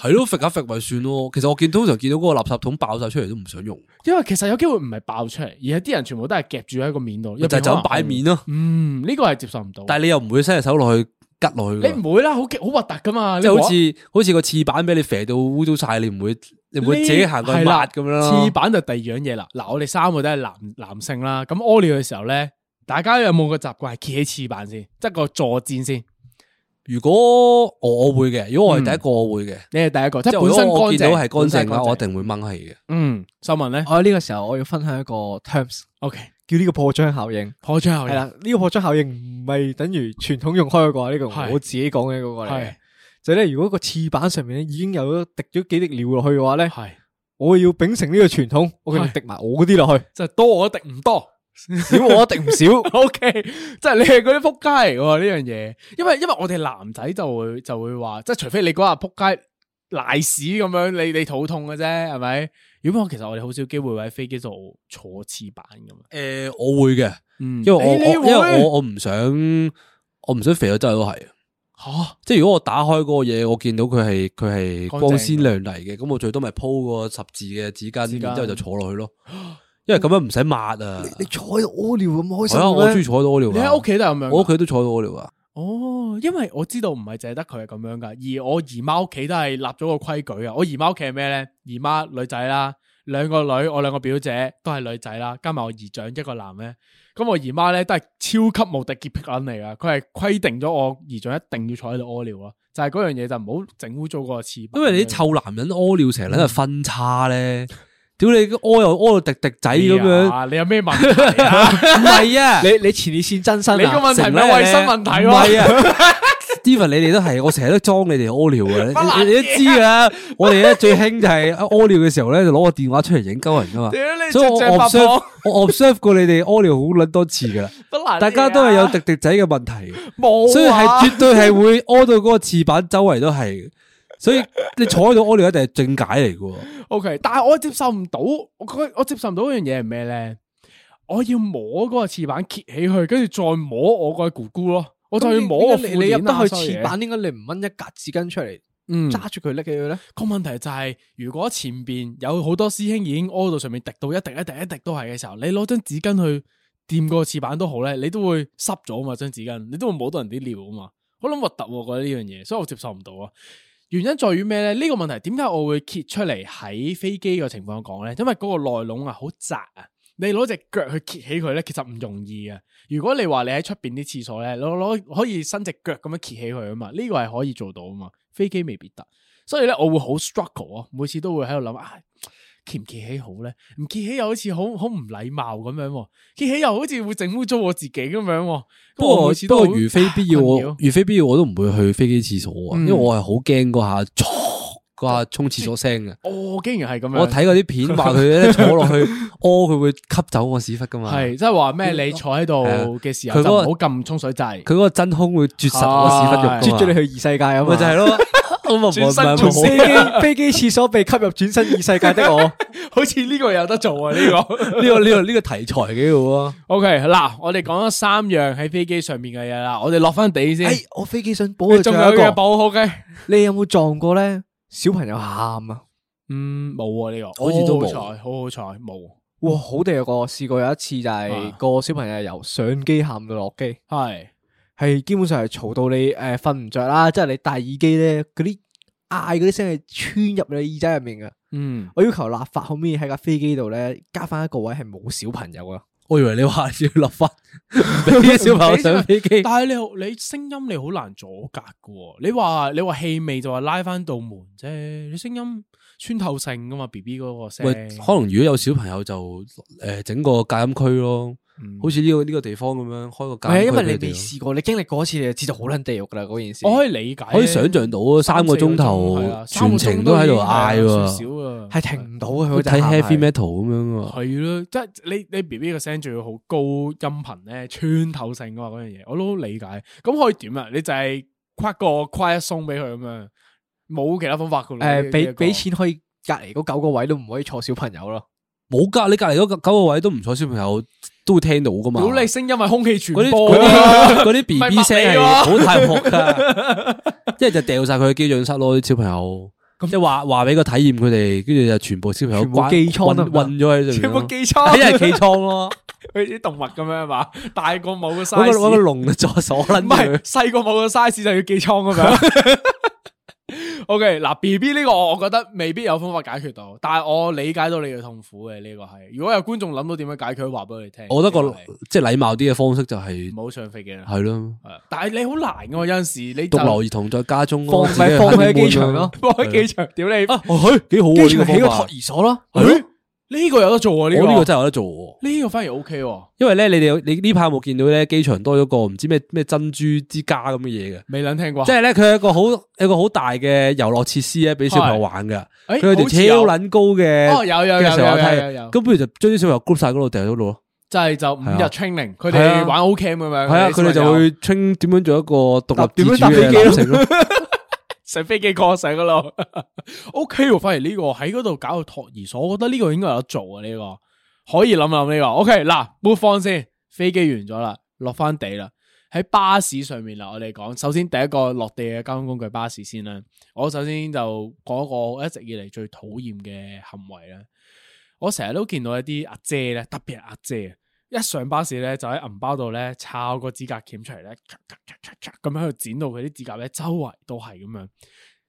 Speaker 6: 係咯，揈下揈咪算咯。其實我見通常見到嗰個垃圾桶爆晒出嚟都唔想用，
Speaker 4: 因為其實有機會唔係爆出嚟，而係啲人全部都係夾住喺個面度，
Speaker 6: 就係就咁擺面。咯。
Speaker 4: 嗯，呢個係接受唔到。
Speaker 6: 但係你又唔會伸隻手落去拮落去㗎
Speaker 4: 你唔會啦，好極好核突噶嘛，
Speaker 6: 即係好
Speaker 4: 你啊
Speaker 6: 似好似個廁板俾你肥到污糟晒，你唔會你唔
Speaker 4: 摸
Speaker 6: 會自己行過去
Speaker 4: 係啦
Speaker 6: 抹咁樣啦。
Speaker 4: 廁板就第二樣嘢啦。嗱，我哋三個都係男男性啦，咁屙尿嘅時候咧，大家有冇個習慣係企喺廁板先，即係個坐墊先？
Speaker 6: 如果我我會嘅，如果我係第一個我會嘅，
Speaker 4: 你係第一個，嗯即
Speaker 6: 即
Speaker 4: 係
Speaker 6: 係本
Speaker 4: 本身
Speaker 6: 身
Speaker 4: 乾
Speaker 6: 我見到
Speaker 4: 淨，
Speaker 6: 係乾淨嘅，
Speaker 4: 啦，
Speaker 6: 我一定會掹起嘅。
Speaker 4: 嗯，秀文 咧
Speaker 5: 我呢個時候我要分享一個 terms，
Speaker 4: ，OK，
Speaker 5: 叫呢個破窗效應。
Speaker 4: 破窗後
Speaker 5: 係啦，呢個破窗效應唔係等於傳統用開嗰個啊，呢個
Speaker 4: 係
Speaker 5: 我自己講嘅嗰個嚟嘅
Speaker 4: 係。
Speaker 5: 就係咧，如果個廁板上面咧已經有咗滴咗幾滴尿落去嘅話咧，
Speaker 4: 係，
Speaker 5: 我要秉承呢個傳統，我決定滴埋我嗰啲落去，
Speaker 4: 就係多我一定唔多。
Speaker 5: 少我一定唔少。
Speaker 4: O K，即係你係嗰啲仆街嚟喎呢樣嘢，因為因為我哋男仔就會就會話，即係除非你嗰日仆街賴屎咁樣，你你肚痛嘅啫，係咪？如果唔係其實我哋好少機會喺飛機度坐廁板咁樣。
Speaker 6: 誒，我會嘅，
Speaker 4: 嗯
Speaker 6: 因為我我
Speaker 4: 你你會
Speaker 6: 因為我我唔想我唔想肥到周圍都係。
Speaker 4: 吓
Speaker 6: 即係如果我打開嗰個嘢，我見到佢係佢係
Speaker 4: 乾淨
Speaker 6: 光鮮亮麗嘅，咁我最多咪鋪個十字嘅紙
Speaker 4: 紙
Speaker 6: 巾，
Speaker 4: 巾
Speaker 6: 然之後就坐落去咯。因為咁樣唔使抹啊。
Speaker 3: 你坐喺度屙尿咁開
Speaker 6: 係啊，我中
Speaker 3: 心
Speaker 6: 意坐喺度屙
Speaker 4: 你
Speaker 6: 尿㗎。
Speaker 4: 喺屋企都係咁樣㗎。
Speaker 6: 我屋企都坐喺度屙尿啊。
Speaker 4: 哦，因為我知道唔係淨係得佢係咁樣噶，而我姨媽屋企都係立咗個規矩啊。我姨媽屋企係咩咧？姨媽女仔啦，兩個女，我兩個表姐都係女仔啦，加埋我姨丈一個男咧。咁我姨媽咧都係超級無敵潔癖人嚟噶，佢係規定咗我姨丈一定要坐喺度屙尿咯，就係嗰樣嘢就唔好整污糟嗰個廁板。
Speaker 6: 因為你啲臭男人屙尿成日喺度分叉咧， 屌你屙又屙到滴滴仔咁樣，
Speaker 4: 啊，你有咩問題 啊？
Speaker 6: 唔係啊，
Speaker 5: 你你前列腺增 生
Speaker 4: 你個
Speaker 5: 啊？
Speaker 4: 問題唔係衛生問題
Speaker 6: 唔
Speaker 4: 喎
Speaker 6: 係。啊。Steven，你哋 都係，我成日都裝你哋屙尿嘅，你你你都知噶。我哋咧最興就係啊屙尿嘅時候咧，就攞個電話出嚟影鳩人 噶嘛。
Speaker 4: 屌你
Speaker 6: 啊所以我
Speaker 4: 隻隻八
Speaker 6: observe
Speaker 4: 婆
Speaker 6: 我 observe 過你哋屙尿好撚多次 噶啦，
Speaker 4: 不難
Speaker 6: 大家都係有滴滴仔嘅問題，
Speaker 4: 冇啊，
Speaker 6: 所以係絕對係會屙到嗰個廁板周圍都係。所以你坐喺度屙尿一定係正解嚟嘅。
Speaker 4: O、k 但系我接受唔到，我覺我接受唔到一樣嘢係咩咧？我要摸嗰個翅板揭起去，跟住再摸我個咕咕咯，我就要摸個褲
Speaker 5: 你你入
Speaker 4: 鏈啊
Speaker 5: 得去
Speaker 4: 所有嘢
Speaker 5: 廁板，應該你唔掹一格紙巾出嚟
Speaker 4: 嗯，
Speaker 5: 揸住佢拎起佢咧？
Speaker 4: 個問題就係、如果前邊有好多師兄已經屙到上面滴到一滴一滴一滴都係嘅時候，你攞張紙巾去掂個翅板都好咧，你都會濕咗嘛張紙巾，你都會摸到人啲尿啊嘛，好諗核突喎，我覺得呢樣嘢，所以我接受唔到啊。原因在於咩咧？呢、個問題點解我會揭出嚟喺飛機嘅情況講咧？因為嗰個內籠啊好窄啊，你攞只腳去揭起佢咧，其實唔容易嘅。如果你話你喺出邊啲廁所咧，攞攞可以伸只腳咁樣揭起佢啊嘛，呢、個係可以做到啊嘛，飛機未必得。所以咧我會好 struggle 啊，每次都會喺度諗啊。揭唔揭起好咧？唔揭起又好似好好唔禮貌咁樣喎，揭起又好似會整污糟我自己咁樣喎。
Speaker 6: 不過
Speaker 4: 每次
Speaker 6: 不
Speaker 4: 都
Speaker 6: 過，
Speaker 4: 好
Speaker 6: 如非必要，
Speaker 4: 困擾
Speaker 6: 我如非必要，我都唔會去飛機廁所啊，因為
Speaker 4: 嗯
Speaker 6: 我係好驚嗰下唰嗰下沖廁所聲嘅。
Speaker 4: 我竟然係 咁樣。
Speaker 6: 我睇嗰啲片話佢咧坐落去屙，佢會吸走我屎忽噶嘛。
Speaker 4: 系，即系话咩？你坐喺度
Speaker 6: 係啊
Speaker 4: 嘅时
Speaker 6: 佢
Speaker 4: 候
Speaker 6: 嗰
Speaker 4: 就
Speaker 6: 個
Speaker 4: 唔好撳沖水掣，
Speaker 6: 佢嗰個真空會啜實我屎忽肉㗎嘛，
Speaker 5: 啜咗你去異世界啊嘛，
Speaker 6: 咪就係咯。 我咪唔係
Speaker 4: 轉身
Speaker 6: 唔係
Speaker 4: 做
Speaker 6: 好
Speaker 5: 飛機 飛機廁所被吸入轉身異世界的我，
Speaker 4: 好似呢個有得做啊！呢 個
Speaker 6: 呢個呢個呢個題材幾好啊！
Speaker 4: OK 嗱，我哋講咗三樣喺飛機上面嘅嘢啦，我哋落翻地先
Speaker 5: 哎。，我飛機想補
Speaker 4: 你
Speaker 5: 佢
Speaker 4: 仲
Speaker 5: 仲
Speaker 4: 有
Speaker 5: 有一
Speaker 4: 嘅
Speaker 5: 個，
Speaker 4: 補好嘅？
Speaker 5: 你有冇撞過咧？小朋友喊啊！
Speaker 4: 嗯，冇啊呢個，
Speaker 6: 好似都冇
Speaker 4: 好好彩，好好彩冇。
Speaker 5: 哇，好地有個試過有一次就係
Speaker 4: 啊
Speaker 5: 個小朋友由上機喊到落機，
Speaker 4: 係
Speaker 5: 係基本上係嘈到你诶瞓唔着啦，即係你戴耳機咧嗰啲嗌嗰啲聲係穿入你耳仔入面嘅。
Speaker 4: 嗯，
Speaker 5: 我要求立法可唔可以喺架飛機度咧加翻一個位係冇小朋友 啊？
Speaker 6: 我以為你話要立法唔俾啲小朋友上飛機，
Speaker 4: 但係你好你聲音你好難阻隔嘅喎。你話你話氣味就話拉翻道門啫，你聲音穿透性噶嘛？B B 嗰個聲，
Speaker 6: 喂，可能如果有小朋友就诶整個隔音區咯，
Speaker 4: 能
Speaker 6: 好似呢個呢個地方咁樣開
Speaker 5: 唔
Speaker 6: 個隔
Speaker 5: 係，
Speaker 6: 音
Speaker 5: 因
Speaker 6: 區
Speaker 5: 為
Speaker 6: 俾
Speaker 5: 你
Speaker 6: 佢哋
Speaker 5: 未
Speaker 6: 咯
Speaker 5: 試過，你經歷過一次你就知道好撚地獄噶啦嗰件事。
Speaker 4: 我可以理解，
Speaker 6: 可以想象到啊，三個鐘頭
Speaker 4: 係啊三個
Speaker 6: 全
Speaker 4: 鐘
Speaker 6: 程都喺度嗌
Speaker 4: 已經係少
Speaker 6: 喎，
Speaker 4: 少啊，
Speaker 5: 係停唔到嘅，
Speaker 6: 好
Speaker 5: 佢
Speaker 6: 似睇 heavy
Speaker 5: metal
Speaker 6: metal 咁樣啊。
Speaker 4: 係咯，即係你你 B B 個聲仲要好高音頻咧，穿透性啊嘛嗰樣嘢，我都理解。咁可以點啊？你就係跨個跨一鬆俾佢咁樣，冇其他方法噶啦。
Speaker 5: 誒，俾俾
Speaker 4: 錢
Speaker 5: 錢可以隔離嗰九個位都唔可以坐小朋友 咯。
Speaker 6: 冇隔你隔離嗰九個位都唔坐小朋友都會聽到噶嘛。
Speaker 4: 屌你聲音係空氣
Speaker 6: 嗰
Speaker 4: 傳
Speaker 6: 啲
Speaker 4: 播
Speaker 6: 嗰
Speaker 4: 啊，
Speaker 6: 啲嗰啲 B
Speaker 4: 咪
Speaker 6: B 聲係
Speaker 4: 麥你喎
Speaker 6: 好太仆噶， 一係就掉晒佢去機長室咯，啲小朋友。即係話話俾個體驗佢哋，跟住就全部小朋友
Speaker 5: 全部
Speaker 6: 關
Speaker 5: 寄倉得
Speaker 6: 運
Speaker 5: 唔得
Speaker 6: 運咗喺度。
Speaker 4: 啊全部
Speaker 6: 一
Speaker 4: 寄倉，
Speaker 6: 係寄倉咯，
Speaker 4: 佢啲動物咁樣係嘛，大個冇個
Speaker 6: 嗰個嗰個
Speaker 4: size，
Speaker 6: 籠就鎖
Speaker 4: 唔
Speaker 6: 撚
Speaker 4: 係
Speaker 6: 住。
Speaker 4: 細個冇個 size 就要寄倉咁樣。O K，嗱 B B 呢個我覺得未必有方法解決到，但係我理解到你嘅痛苦嘅呢個係。如果有觀眾諗到點樣解決，話俾我哋聽。
Speaker 6: 我覺得
Speaker 4: 呢
Speaker 6: 個
Speaker 4: 係
Speaker 6: 即係禮貌啲嘅方式就係
Speaker 4: 唔好上飛機啦。
Speaker 6: 係咯，
Speaker 4: 係但係你好難噶嘛，有陣時你就
Speaker 6: 獨 留兒童在家中
Speaker 5: 放
Speaker 6: 咯，自己去
Speaker 5: 咪放 喺
Speaker 6: honeymoon
Speaker 5: 機場咯
Speaker 4: 放喺機場，屌你！
Speaker 6: 啊，佢幾好
Speaker 5: 機
Speaker 6: 啊！呢個
Speaker 5: 場起
Speaker 6: 方
Speaker 5: 哦個托
Speaker 6: 法，
Speaker 5: 兒所咯，
Speaker 4: 咦呢個有得做啊！呢
Speaker 6: 我呢個
Speaker 4: 個
Speaker 6: 真係有得做喎。
Speaker 4: 呢個反而 O K 喎，
Speaker 6: 因為咧，你哋有你呢排有冇見到咧？機場多咗個唔知咩咩珍珠之家咁嘅嘢嘅，
Speaker 4: 未撚聽過。
Speaker 6: 即係咧佢係一個好一個好大嘅遊樂設施咧，俾小朋友玩嘅。
Speaker 4: 係
Speaker 6: 佢有條
Speaker 4: 哎好似有
Speaker 6: 超撚高嘅
Speaker 4: 哦，有有有
Speaker 6: 嘅
Speaker 4: 有
Speaker 6: 上滑
Speaker 4: 有有
Speaker 6: 梯，
Speaker 4: 有，
Speaker 6: 咁不如就將啲小朋友 group 晒嗰度掉咗嗰度咯。
Speaker 4: 就係就五
Speaker 6: 係
Speaker 4: 日
Speaker 6: 啊
Speaker 4: training，佢
Speaker 6: 係啊
Speaker 4: 哋玩 O Cam 咁樣。
Speaker 6: 係啊，佢哋就
Speaker 4: 小朋友
Speaker 6: 會 train 點啊樣做一個獨立
Speaker 5: 點
Speaker 6: 自
Speaker 5: 樣
Speaker 6: 主
Speaker 5: 搭飛
Speaker 6: 嘅
Speaker 5: 機咯
Speaker 6: 流程咯。
Speaker 4: 上飛機 course 嗰 度。O K 喎，反而呢個喺嗰度搞個托兒所，我覺得呢個應該有得做啊！呢個可以諗諗呢個。O K，嗱，move on 先，飛機完咗啦，落翻地啦。喺巴士上面啦，我哋講首先第一個落地嘅交通工具巴士先啦。我首先就講一個我一直以嚟最討厭嘅行為啦。我成日都見到一啲阿姐咧，特別係阿姐，啊一上巴士咧就喺銀包度咧抄個指甲鉗出嚟咧，咔咔咔咔咔咁喺度剪到佢啲指甲咧周圍都係咁樣。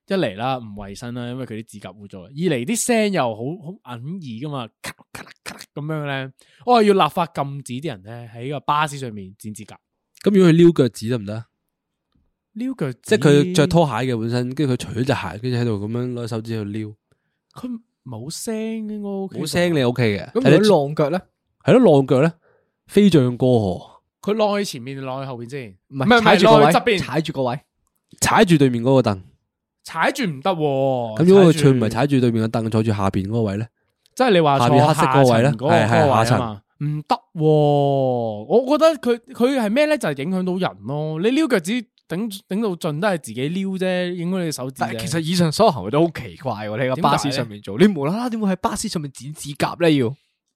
Speaker 4: 一嚟啦，唔衛生啦，因為佢啲指甲污糟啊啦；二嚟啲聲又好好隱耳噶嘛，咔咔啦咔啦咁樣咧。我係要立法禁止啲人咧喺個巴士上面剪指甲。
Speaker 6: 咁如果佢撩腳趾得唔得？
Speaker 4: 撩腳趾，
Speaker 6: 即係佢着拖鞋嘅本身，跟住佢除咗隻鞋，跟住喺度咁樣攞手指去撩，
Speaker 4: 佢冇聲應該 O K，
Speaker 6: 冇聲你 OK 嘅。
Speaker 5: 咁如果浪腳咧，
Speaker 6: 係咯，浪腳咧，飛象過河，
Speaker 4: 佢晾喺前面，晾喺後邊先，
Speaker 5: 唔
Speaker 4: 唔係
Speaker 5: 係踩住個
Speaker 4: 落去側
Speaker 5: 位，
Speaker 4: 邊
Speaker 5: 踩住個位，
Speaker 6: 踩住對面嗰個凳。
Speaker 4: 踩住唔得喎。
Speaker 6: 咁如果
Speaker 4: 哦踩
Speaker 6: 佢
Speaker 4: 住
Speaker 6: 佢唔係，踩住對面嘅凳，坐住下邊嗰個位咧，
Speaker 4: 即係你話
Speaker 6: 下
Speaker 4: 坐
Speaker 6: 面黑色嗰個位呢
Speaker 4: 層嗰個
Speaker 6: 係係
Speaker 4: 嗰個
Speaker 6: 下
Speaker 4: 位啊
Speaker 6: 層
Speaker 4: 嘛，唔得喎。我覺得佢佢係咩咧？就係影響到人咯。你撩腳趾頂頂到盡都係自己撩啫，影響你手指啫。
Speaker 5: 但係其實以上所有行為都好奇怪喎，你喺個巴士上面做，你無啦啦點會喺巴士上面剪指甲咧？要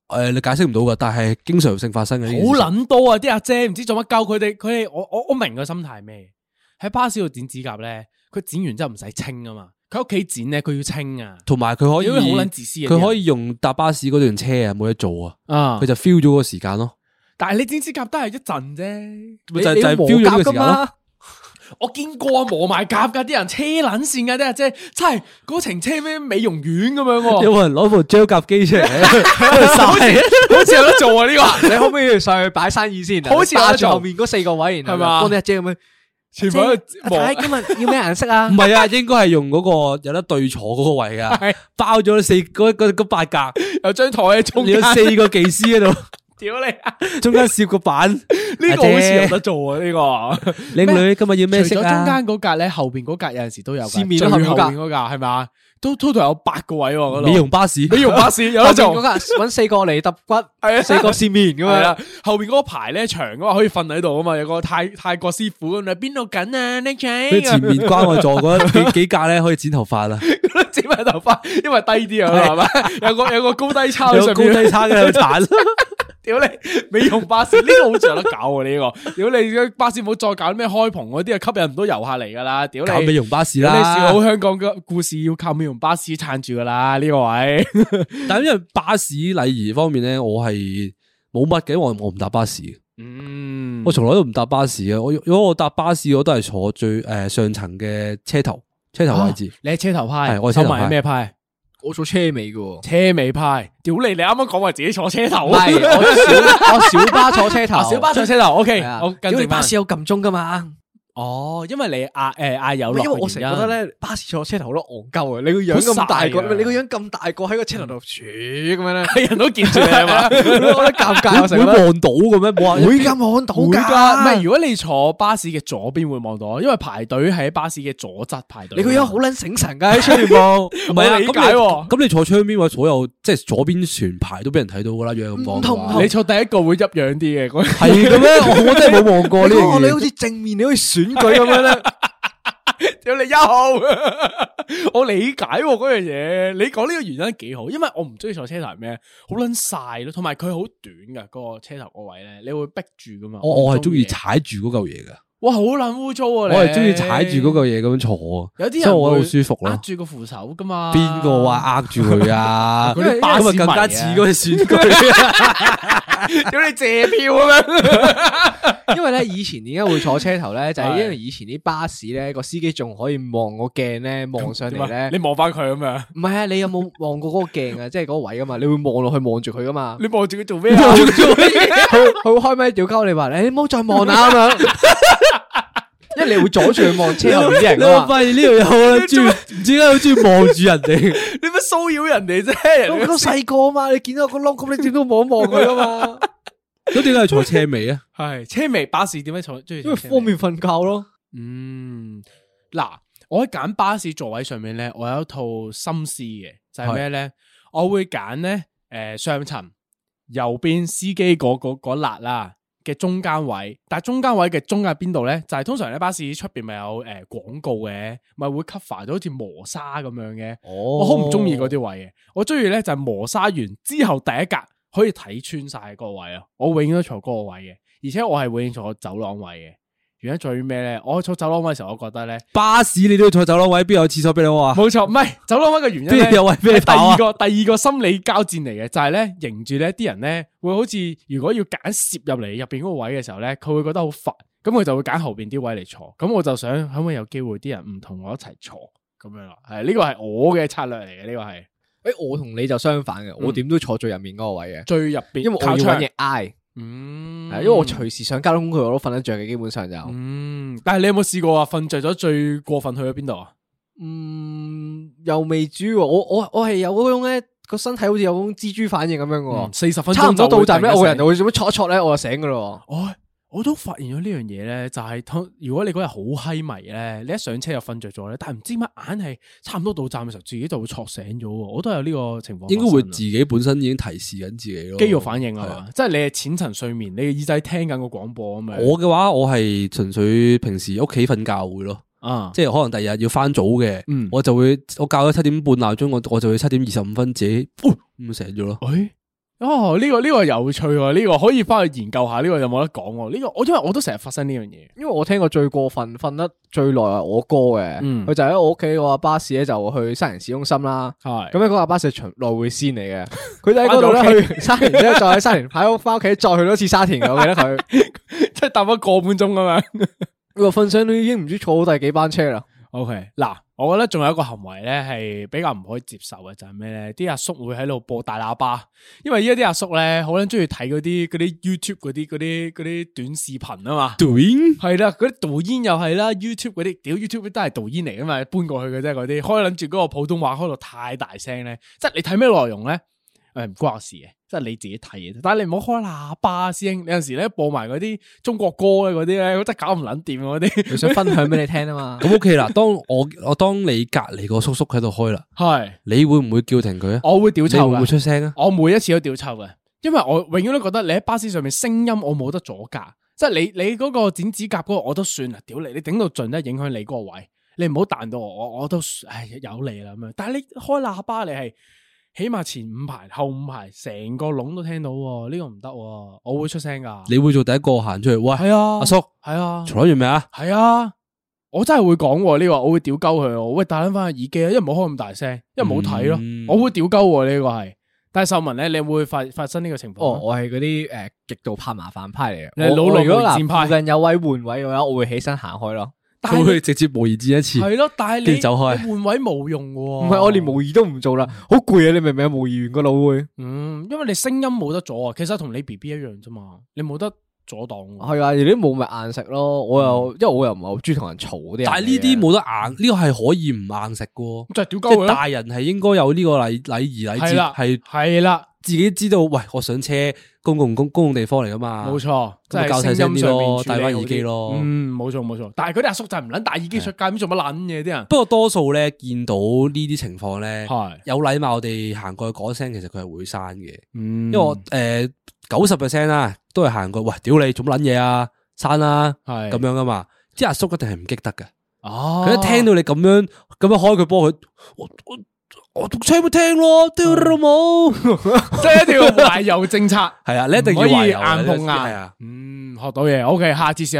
Speaker 6: 誒你解釋唔到噶，但係經常性發生嘅呢件事。
Speaker 4: 好捻多啊！啲阿姐唔知做乜鳩，佢哋佢哋我我我明佢心態係咩？喺巴士度剪指甲咧，佢剪完之後唔使清啊嘛，佢喺屋企剪咧佢要清啊，
Speaker 6: 同埋佢可以
Speaker 4: 因為好捻自私啊！
Speaker 6: 佢可以用搭巴士嗰段車啊，冇嘢做啊，
Speaker 4: 啊
Speaker 6: 佢，就 feel 咗個時間咯，
Speaker 4: 但係你剪指甲都係一陣啫。
Speaker 6: 就就
Speaker 5: 你
Speaker 6: 係
Speaker 5: 你磨
Speaker 6: feel 咗
Speaker 5: 甲
Speaker 6: 呢個時
Speaker 5: 㗎
Speaker 6: 間咯。
Speaker 5: 嘛？
Speaker 4: 我見過啊，磨埋甲噶啲人車捻線噶啲阿姐，真係嗰程車咩美容院咁樣喎，
Speaker 6: 有冇人攞部膠夾機出嚟？
Speaker 4: 好似好似有得 做啊呢個。
Speaker 5: 你可唔可以上去擺生意先？
Speaker 4: 好似有得
Speaker 5: 霸
Speaker 4: 做
Speaker 5: 住後面嗰四個位，然
Speaker 4: 係
Speaker 5: 後
Speaker 4: 嘛
Speaker 5: 幫你阿姐咁樣
Speaker 4: 全
Speaker 5: 即
Speaker 4: 部都
Speaker 5: 係阿太今日要咩顏 色啊
Speaker 6: 唔？係啊，應該係用嗰個有得對坐嗰個位噶，包咗四嗰嗰嗰八格，
Speaker 4: 有張台喺中
Speaker 6: 有
Speaker 4: 間，
Speaker 6: 四個技師喺度，
Speaker 4: 屌你啊！
Speaker 6: 中間攝個板。
Speaker 4: 呢個好似有得做啊！呢個
Speaker 6: 靚女今日要咩
Speaker 4: 除
Speaker 6: 色
Speaker 4: 咗中
Speaker 6: 啊？
Speaker 4: 間嗰格咧，後边嗰格有阵时都有㗎，
Speaker 5: 扇面
Speaker 4: 最後
Speaker 5: 咯後面嗰格
Speaker 4: 面嗰格係咪啊？都 total 有八個位喎，嗰度
Speaker 6: 美容巴士，
Speaker 4: 美容巴士有
Speaker 5: 我
Speaker 4: 得
Speaker 5: 仲
Speaker 4: 做
Speaker 5: 嗰。個揾四個嚟揼 骨，
Speaker 4: 系啊，
Speaker 5: 四個扇面咁
Speaker 4: 咁啊
Speaker 5: 樣。
Speaker 4: 啦，后边嗰個排咧長噶嘛，可以瞓喺度噶嘛，有個泰泰國師傅咁你邊度緊啊，Nick
Speaker 6: 佢
Speaker 4: J，
Speaker 6: 前面關我座嗰幾幾格咧，可以剪頭髮啦，
Speaker 4: 剪埋頭髮，因為低啲啊，係嘛，有個有個高低差喺
Speaker 6: 有
Speaker 4: 上
Speaker 6: 高
Speaker 4: 面，
Speaker 6: 低差嘅有鏟。
Speaker 4: 屌你美容巴士呢個好似有得搞啊呢個，屌你而家巴士唔好再搞咩開篷嗰啲啊，吸引唔到遊客嚟噶啦，屌
Speaker 6: 搞美
Speaker 4: 你。
Speaker 6: 容巴士
Speaker 4: 有啲
Speaker 6: 啦
Speaker 4: 小，好香港嘅故事要靠美容巴士撐住噶啦，呢個位
Speaker 6: 但因為巴士禮儀方面咧，我係冇乜嘅，因為我我唔搭巴士嘅，
Speaker 4: 嗯
Speaker 6: 我從來都唔搭巴士嘅。我如果我搭巴士，我都係坐最诶上層嘅車頭車頭位置。
Speaker 4: 你係車頭派，
Speaker 6: 係我係
Speaker 4: 收
Speaker 6: 車頭派
Speaker 4: 埋咩派？
Speaker 5: 我坐車尾嘅喎，
Speaker 4: 車尾派，屌你！你啱啱講話自己坐車頭
Speaker 5: 唔
Speaker 4: 啊，
Speaker 5: 係我小 我小巴坐車頭，
Speaker 4: 小巴坐車頭，OK，
Speaker 5: 係啊
Speaker 4: 我跟
Speaker 5: 屌你
Speaker 4: 正
Speaker 5: 巴
Speaker 4: 翻
Speaker 5: 士有撳鐘噶嘛？
Speaker 4: 哦，因為你嗌诶嗌有
Speaker 5: 唔
Speaker 4: 落，
Speaker 5: 係因為我成日覺得，咧，巴士坐車頭好多戇鳩啊！你個樣咁大
Speaker 4: 好曬啊
Speaker 5: 個，你個樣咁大個喺個車頭度鼠咁樣 咧，
Speaker 4: 係人都見住你啊嘛。
Speaker 5: 我覺得尷尬。我成
Speaker 6: 會
Speaker 5: 日覺得
Speaker 6: 望到嘅咩？冇人
Speaker 5: 會噶望到
Speaker 4: 會
Speaker 5: 㗎，
Speaker 4: 㗎唔係如果你坐巴士嘅左邊會望到，因為排隊喺巴士嘅左側排隊。
Speaker 5: 你個樣好撚醒神㗎 喺出面望，唔
Speaker 6: 唔係啊，
Speaker 4: 我理
Speaker 6: 咁
Speaker 4: 解喎
Speaker 6: 你咁你坐窗邊或者左右，即係左邊船牌都俾人睇到噶啦。如果咁講嘅話，
Speaker 5: 唔同唔同
Speaker 4: 你坐第一個會噏樣啲嘅， 嗰
Speaker 6: 係嘅 咩？我我真係冇望過呢樣
Speaker 4: 哦
Speaker 5: 你
Speaker 6: 嘢
Speaker 5: 好。似正面，你好似選舉咁樣咧。
Speaker 4: 屌你一號， 我理解喎嗰樣嘢。你講呢個原因幾好，因為我唔中意坐車頭係咩，好撚晒咯，同埋佢好短噶嗰個車頭個位咧，你會逼住噶嘛。
Speaker 6: 我我係
Speaker 4: 唔
Speaker 6: 中意
Speaker 4: 嘅
Speaker 6: 踩住嗰嚿嘢噶，
Speaker 4: 哇，好撚污糟啊！
Speaker 6: 我
Speaker 4: 你
Speaker 6: 係中意踩住嗰嚿嘢咁樣坐，
Speaker 4: 有啲
Speaker 6: 所以
Speaker 4: 人
Speaker 6: 我
Speaker 4: 會
Speaker 6: 好舒服
Speaker 4: 握
Speaker 6: 咯。
Speaker 4: 住個扶手噶嘛。
Speaker 6: 邊個話握住佢啊？
Speaker 4: 嗰啲巴士
Speaker 6: 咁啊更加
Speaker 4: 迷啊
Speaker 6: 似嗰個選舉。
Speaker 4: 屌你借票咁樣？
Speaker 5: 因為咧以前點解會坐車頭 咧，就係
Speaker 4: 係
Speaker 5: 因為以前啲巴士咧個司機仲可以望個鏡咧望上嚟咧
Speaker 4: 你。望翻佢咁樣，
Speaker 5: 唔係啊，你有冇望過嗰個鏡 啊？即係嗰個位噶嘛，你會望落去望住佢噶嘛？
Speaker 4: 你望住佢做咩啊？
Speaker 5: 佢佢會開咪屌鳩你話，你唔好再望啦咁 樣，因為你會阻住佢望車後面啲 人
Speaker 6: 你有
Speaker 5: 噶
Speaker 6: 冇
Speaker 5: 嘛。
Speaker 6: 發現呢度有啦，中意唔知點解好中意望住人哋。
Speaker 4: 你乜騷擾人哋啫？人
Speaker 5: 咁
Speaker 4: 哋
Speaker 5: 咁細個啊嘛，你見到個窿咁，你點都望一望佢噶 嘛，
Speaker 6: 咁點解係坐車尾啊？
Speaker 4: 係車尾巴士點解坐？中意
Speaker 5: 因
Speaker 4: 坐
Speaker 5: 為
Speaker 4: 車尾
Speaker 5: 方便瞓覺咯。
Speaker 4: 嗯，嗱，我喺揀巴士座位上面咧，我有一套心思嘅，就係咩咧？我會揀咧，诶、上層右邊司機嗰嗰嗰辣啦嘅中間位，但系中間位嘅中間係邊度咧？就係通常咧巴士出边咪有诶广、廣告嘅，咪會 cover 咗好似磨砂咁樣嘅。我
Speaker 6: 我
Speaker 4: 好唔中意嗰啲位嘅，我中意咧就係磨砂完之後第一格可以睇穿晒嗰個位啊！我永遠都坐嗰個位嘅，而且我係永遠坐走廊位嘅。原因在於咩咧？我坐走廊位嘅時候，我覺得咧，
Speaker 6: 巴士，你都要坐走廊位，邊有廁所俾你啊？
Speaker 4: 冇錯，唔係走廊位嘅原因
Speaker 6: 邊
Speaker 4: 咧，
Speaker 6: 有位俾你
Speaker 4: 係第
Speaker 6: 跑
Speaker 4: 二
Speaker 6: 啊？
Speaker 4: 個第二個心理交戰嚟嘅，就係咧迎住咧啲人咧會好似如果要揀攝入嚟入邊嗰個位嘅時候咧，佢會覺得好煩，咁佢就會揀後邊啲位嚟坐。咁我就想可唔可以有機會啲人唔同我一齊坐咁樣啦？係呢個係我嘅策略嚟嘅，呢個係
Speaker 5: 诶，我同你就相反嘅，我點都坐最入面嗰個位嘅，
Speaker 4: 最入邊，
Speaker 5: 嗯因為我要
Speaker 4: 靠
Speaker 5: 搵
Speaker 4: 窗
Speaker 5: 嘢挨，
Speaker 4: 嗯，
Speaker 5: 係因為我隨時上交通工具我都瞓得着嘅，基本上就，
Speaker 4: 嗯，但系你有冇试过啊？瞓着咗最过分去咗边度啊？
Speaker 5: 嗯，又未至於喎，我我我係有嗰種咧個身體好似有嗰種蜘蛛反應咁樣嘅喎。
Speaker 4: 嗯四十分鐘
Speaker 5: 啊差唔多到站咧，
Speaker 4: 就
Speaker 5: 我
Speaker 4: 會
Speaker 5: 人
Speaker 4: 突
Speaker 5: 就會做乜戳一戳咧，我就醒噶咯。
Speaker 4: 然間醒哎我都發現咗呢樣嘢咧，就係通如果你嗰日好閪迷咧，你一上車就瞓着咗咧，但係唔知點解硬係差唔多到站嘅時候，自己就會戳醒咗喎。我都有呢個情況發生啊，
Speaker 6: 應該會自己本身已經提示緊自己咯。
Speaker 4: 肌肉反應啊
Speaker 6: 係啊
Speaker 4: 嘛，即係你係淺層睡眠，你嘅耳仔聽緊個廣播咁樣。
Speaker 6: 我嘅話，我係純粹平時屋企瞓覺會咯，
Speaker 4: 啊，
Speaker 6: 即係可能第二日要翻早嘅，
Speaker 4: 嗯
Speaker 6: 我就會我校咗七點半鬧鐘，我我就會七點二十五分自己哦咁醒咗咯。
Speaker 4: 诶、哦，呢、個呢、個有趣喎、呢、個可以翻去研究下，呢、個有冇得講喎、呢、個我因為我都成日發生呢樣嘢。
Speaker 5: 因為我聽過最過分瞓得最耐係我哥嘅，佢、
Speaker 4: 嗯
Speaker 5: 就喺我屋企個巴士咧就去沙田市中心啦。
Speaker 4: 係
Speaker 5: 咁咧嗰架巴士係巡來回線嚟嘅，佢就喺嗰
Speaker 4: 翻
Speaker 5: 度
Speaker 4: 到
Speaker 5: 咧
Speaker 4: 屋
Speaker 5: 去沙田，之後再喺沙田喺翻屋企再去多次沙田嘅，我記得佢。
Speaker 4: 即係搭咗個半鐘咁樣。啊
Speaker 5: 佢話瞓醒都已經唔知坐好第幾班車啦。
Speaker 4: OK，嗱，我覺得仲有一個行為咧係比較唔可以接受嘅，就係咩咧？啲阿叔會喺度播大喇叭，因為依家啲阿叔咧好撚中意睇嗰啲嗰啲 YouTube 嗰啲嗰啲嗰啲短視頻啊嘛。係啦，嗰啲導演又係啦，YouTube 嗰啲，屌 YouTube 都係導演嚟噶嘛，搬過去嘅啫嗰啲，開撚住嗰個普通話開到太大聲咧，即係你睇咩內容咧，誒唔關我事嘅，即係你自己睇嘅啫，但係你唔好開喇叭師兄，你有時咧播埋嗰啲中國歌咧嗰啲咧，真係搞唔撚掂啊嗰啲，
Speaker 5: 佢想分享俾你聽啊嘛。
Speaker 6: 咁 OK 啦，當我我當你隔離個叔叔喺度開啦，
Speaker 4: 係
Speaker 6: 你會唔會叫停佢啊？
Speaker 4: 我哦會屌
Speaker 6: 你
Speaker 4: 臭
Speaker 6: 會唔
Speaker 4: 噶
Speaker 6: 會，出聲啊？
Speaker 4: 我每一次都屌臭嘅，因為我永遠都覺得你喺巴士上面聲音我冇得阻隔，即係你你嗰個剪指甲嗰個我都算啦，屌你你頂到盡都係影響你嗰個位。你唔好彈到我，我我都唉有你啦咁樣。但係你開喇叭，你係起碼前五排、後五排，成個籠都聽到喎。呢、個唔得喎，我會出聲噶。
Speaker 6: 你會做第一個行出去，喂，
Speaker 4: 係啊，
Speaker 6: 阿叔，
Speaker 4: 係啊，
Speaker 6: 坐完未啊？
Speaker 4: 係啊，我真係會講喎呢個，我會屌鳩佢喎。喂，戴翻翻耳機啊，因為唔好開咁大聲，因為唔好睇咯。
Speaker 6: 嗯
Speaker 4: 我會屌鳩喎呢個係。但係秀文咧，你會發發生呢個情況？
Speaker 5: 哦，，我係嗰啲誒極度怕麻煩派嚟
Speaker 4: 你
Speaker 5: 嘅。
Speaker 4: 係老
Speaker 5: 我
Speaker 4: 老
Speaker 5: 我如果
Speaker 4: 無戰派
Speaker 5: 嗱附近有位換位嘅話，我會起身行開咯。
Speaker 4: 但係
Speaker 6: 直接模擬戰一次
Speaker 4: 係啊咯，但係
Speaker 6: 跟
Speaker 4: 你
Speaker 6: 住走開
Speaker 4: 你換位冇用喎。
Speaker 5: 唔係我連模擬都唔做啦，好攰啊！你明唔明啊？模擬完個腦會
Speaker 4: 嗯，因為你聲音冇得阻啊。其實同你 B B 一樣啫嘛，你冇得阻擋喎。
Speaker 5: 係啊，你都冇咪硬食咯。我又因為我又唔係好中意同人嘈嗰啲人嚟嘅。
Speaker 6: 但係呢啲冇得硬，呢個係可以唔硬食嘅
Speaker 4: 咁。就係屌
Speaker 6: 即
Speaker 4: 鳩佢
Speaker 6: 係
Speaker 4: 咯。
Speaker 6: 大人係應該有呢個禮禮儀禮
Speaker 4: 係
Speaker 6: 節，
Speaker 4: 啦，
Speaker 6: 係
Speaker 4: 係啦，
Speaker 6: 自己知道，喂，我上車公共公公共地方嚟噶嘛，
Speaker 4: 冇錯，即
Speaker 6: 啊咪教細
Speaker 4: 係啊聲
Speaker 6: 聲
Speaker 4: 音
Speaker 6: 啲
Speaker 4: 上面
Speaker 6: 咯
Speaker 4: 處理
Speaker 6: 戴返
Speaker 4: 好
Speaker 6: 耳機
Speaker 4: 啲
Speaker 6: 咯
Speaker 4: 嗯，冇錯冇錯。但係嗰啲阿叔就係唔撚戴耳機出街，咁做乜撚嘢啲人？
Speaker 6: 不過多數咧見到呢啲情況咧，
Speaker 4: 係，
Speaker 6: 有禮貌地行過去講聲，其實佢係會刪嘅，
Speaker 4: 因
Speaker 5: 嗯
Speaker 6: 因為我誒九十 percent 啦，都係行過去，喂，屌你做乜撚嘢啊，刪啦
Speaker 4: 係
Speaker 6: 咁樣噶嘛。啲阿叔一定係唔激得嘅，
Speaker 4: 哦，
Speaker 6: 佢一聽到你咁樣咁樣開佢波，佢我我我讀車咪聽咯，屌你老母！
Speaker 4: 即係一定要懷柔政策，
Speaker 6: 係啊，你一定
Speaker 4: 嗯唔
Speaker 6: 要
Speaker 4: 可以
Speaker 6: 懷柔
Speaker 4: 硬碰硬。
Speaker 6: 係啊。
Speaker 4: 嗯，學到嘢。OK，下次試下。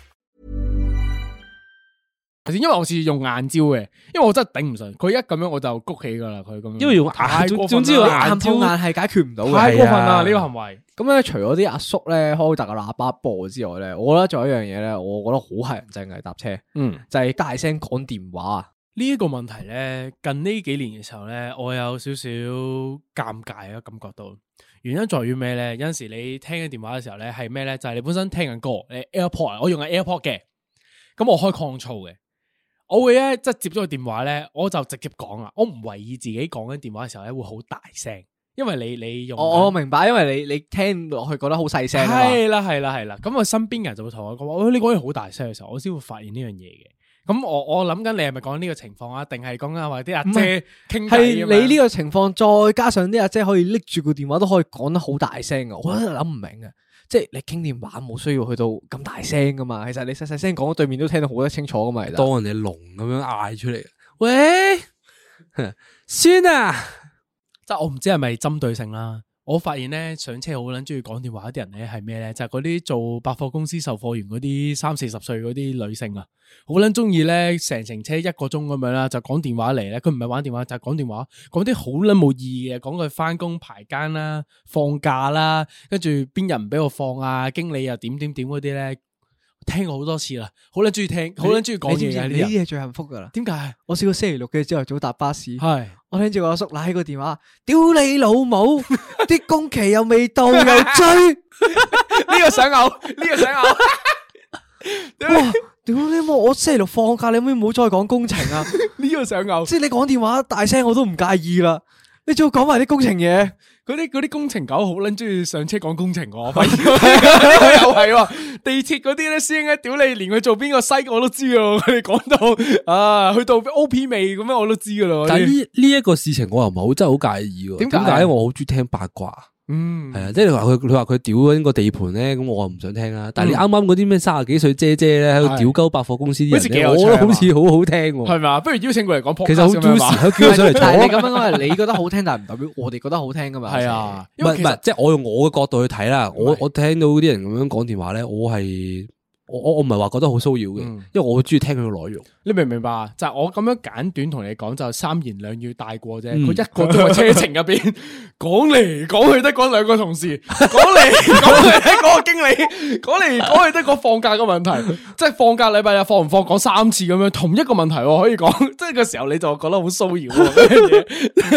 Speaker 4: 頭先因為我試用眼招嘅，因為我真係頂唔順，佢一咁樣我就谷起噶啦，佢咁樣。
Speaker 6: 因為用眼
Speaker 4: 太
Speaker 5: 啊
Speaker 4: 過分啦
Speaker 6: 總之用眼
Speaker 5: 硬碰硬係解決唔到嘅。
Speaker 4: 啊太過分
Speaker 6: 係
Speaker 4: 啦
Speaker 6: 啊
Speaker 4: 呢個行為。
Speaker 5: 咁咧，除咗啲阿叔咧開大個喇叭播之外咧，我覺得仲有一樣嘢咧，我覺得好乞人憎嘅搭車，
Speaker 4: 嗯，
Speaker 5: 就係大聲講電話啊！
Speaker 4: 呢一個問題咧，近呢幾年嘅時候咧，我有少少尷尬啊，感覺到原因在於咩咧？有陣時你聽緊電話嘅時候咧，係咩咧？就係、你本身聽緊歌，你 AirPod，我啊用緊 AirPod 嘅，咁我開抗噪嘅，我會咧即係接咗個電話咧，我就直接講啊啦，我唔為意自己講緊電話嘅時候咧會好大聲，因為你你用緊
Speaker 5: 哦
Speaker 6: 哦
Speaker 5: 我我明白，因為你你聽落去覺得好細聲啊嘛。
Speaker 4: 係啦係啦係啦，咁我身邊人就會同我講話，喂，你講嘢好大聲嘅時候，我先會發現呢樣嘢嘅。咁我我諗緊你係咪講呢個情況啊？定係講緊話啲阿
Speaker 5: 唔係
Speaker 4: 姐傾偈
Speaker 5: 係
Speaker 4: 咁樣
Speaker 5: 你呢個情況，再加上啲阿姐可以拎住個電話都可以講得好大聲嘅，我真係諗唔明啊！即係你傾電話冇需要去到咁大聲噶嘛，其實你細細聲講，對面都聽到好得清楚噶嘛。其實
Speaker 6: 當人哋聾咁樣嗌出嚟，喂，孫啊，
Speaker 4: 即係我唔知係咪針對性啦。我發現咧上車好撚中意講電話啲人咧係咩咧？就係嗰啲做百貨公司售貨員嗰啲三四十歲嗰啲女性啊，好撚中意咧成程車一個鐘咁樣啦，就講電話嚟咧。佢唔係玩電話，就係講電話，講啲好撚冇意義嘅，講佢翻工排間啦、放假啦，跟住邊人唔俾我放啊，經理又點點點嗰啲咧，聽過好多次啦，好撚中意聽，好撚中意講嘢
Speaker 5: 你知唔
Speaker 4: 嘅
Speaker 5: 知
Speaker 4: 呢
Speaker 5: 你呢
Speaker 4: 啲人。
Speaker 5: 啲嘢最幸福噶啦！嗯
Speaker 4: 點解？
Speaker 5: 我試過星期六嘅朝頭早搭巴士，
Speaker 4: 係。
Speaker 5: 我聽住我阿叔拿起個電話，屌你老 母，啲工期又未到 又追，
Speaker 4: 呢個想嘔，呢個想嘔。
Speaker 5: 哇！屌你冇，我星期六放假，你可唔可以唔好再講工程啊？
Speaker 4: 呢個想嘔。
Speaker 5: 即係你講電話大聲我都唔介意啦，你仲要講埋啲工程嘢，
Speaker 4: 嗰啲嗰啲工程狗好撚中意上車講 工程喎，我發現
Speaker 6: 啊
Speaker 4: 又係喎，地鐵嗰啲咧師兄咧，屌你，連佢做邊個西我都知啊！佢哋講到啊，去到 O P 未咁樣我都知噶啦。
Speaker 6: 但係呢呢一個事情我又唔係好真係好介意喎。
Speaker 4: 點
Speaker 6: 點
Speaker 4: 解
Speaker 6: 解我好中意聽八卦？
Speaker 4: 嗯
Speaker 6: 係啊，即係你話佢佢話佢屌緊個地盤咧，咁我啊又唔想聽啦。但係你啱啱嗰啲咩三十幾歲姐姐咧喺度
Speaker 4: 嗯係
Speaker 6: 屌鳩百貨公司啲
Speaker 4: 好似幾
Speaker 6: 人咧，
Speaker 4: 有
Speaker 6: 我
Speaker 4: 趣
Speaker 6: 覺
Speaker 4: 啊
Speaker 6: 得好似好好聽喎。
Speaker 4: 係咪啊？不如邀請佢嚟講 podcast
Speaker 6: 其實好
Speaker 4: 咁樣
Speaker 6: juicy，
Speaker 4: 嘛
Speaker 6: 佢叫我上嚟
Speaker 5: 但係你
Speaker 6: 坐。
Speaker 5: 咁樣，因為你覺得好聽，但係唔代表 我哋覺得好聽噶嘛。
Speaker 4: 係啊，
Speaker 6: 唔
Speaker 4: 因為
Speaker 6: 係唔
Speaker 4: 其實
Speaker 6: 係，即係我用我嘅角度去睇啦。我
Speaker 4: 係
Speaker 6: 我聽到啲人咁樣講電話咧，我係我我我唔係話覺得好騷擾嘅，
Speaker 4: 嗯
Speaker 6: 因為我好中意聽佢嘅內容。
Speaker 4: 你明唔明白啊？就係我咁樣簡短同你講，就三言兩語帶過啫。
Speaker 6: 嗯
Speaker 4: 佢一個鐘嘅車程入邊，講嚟講去得嗰兩個同事，講嚟講去得嗰個經理，講嚟講去得個放假嘅問題。即係放假禮拜日放唔放講三次咁樣，同一個問題喎可以講。 即係個時候你就覺得好騷擾喎，呢樣嘢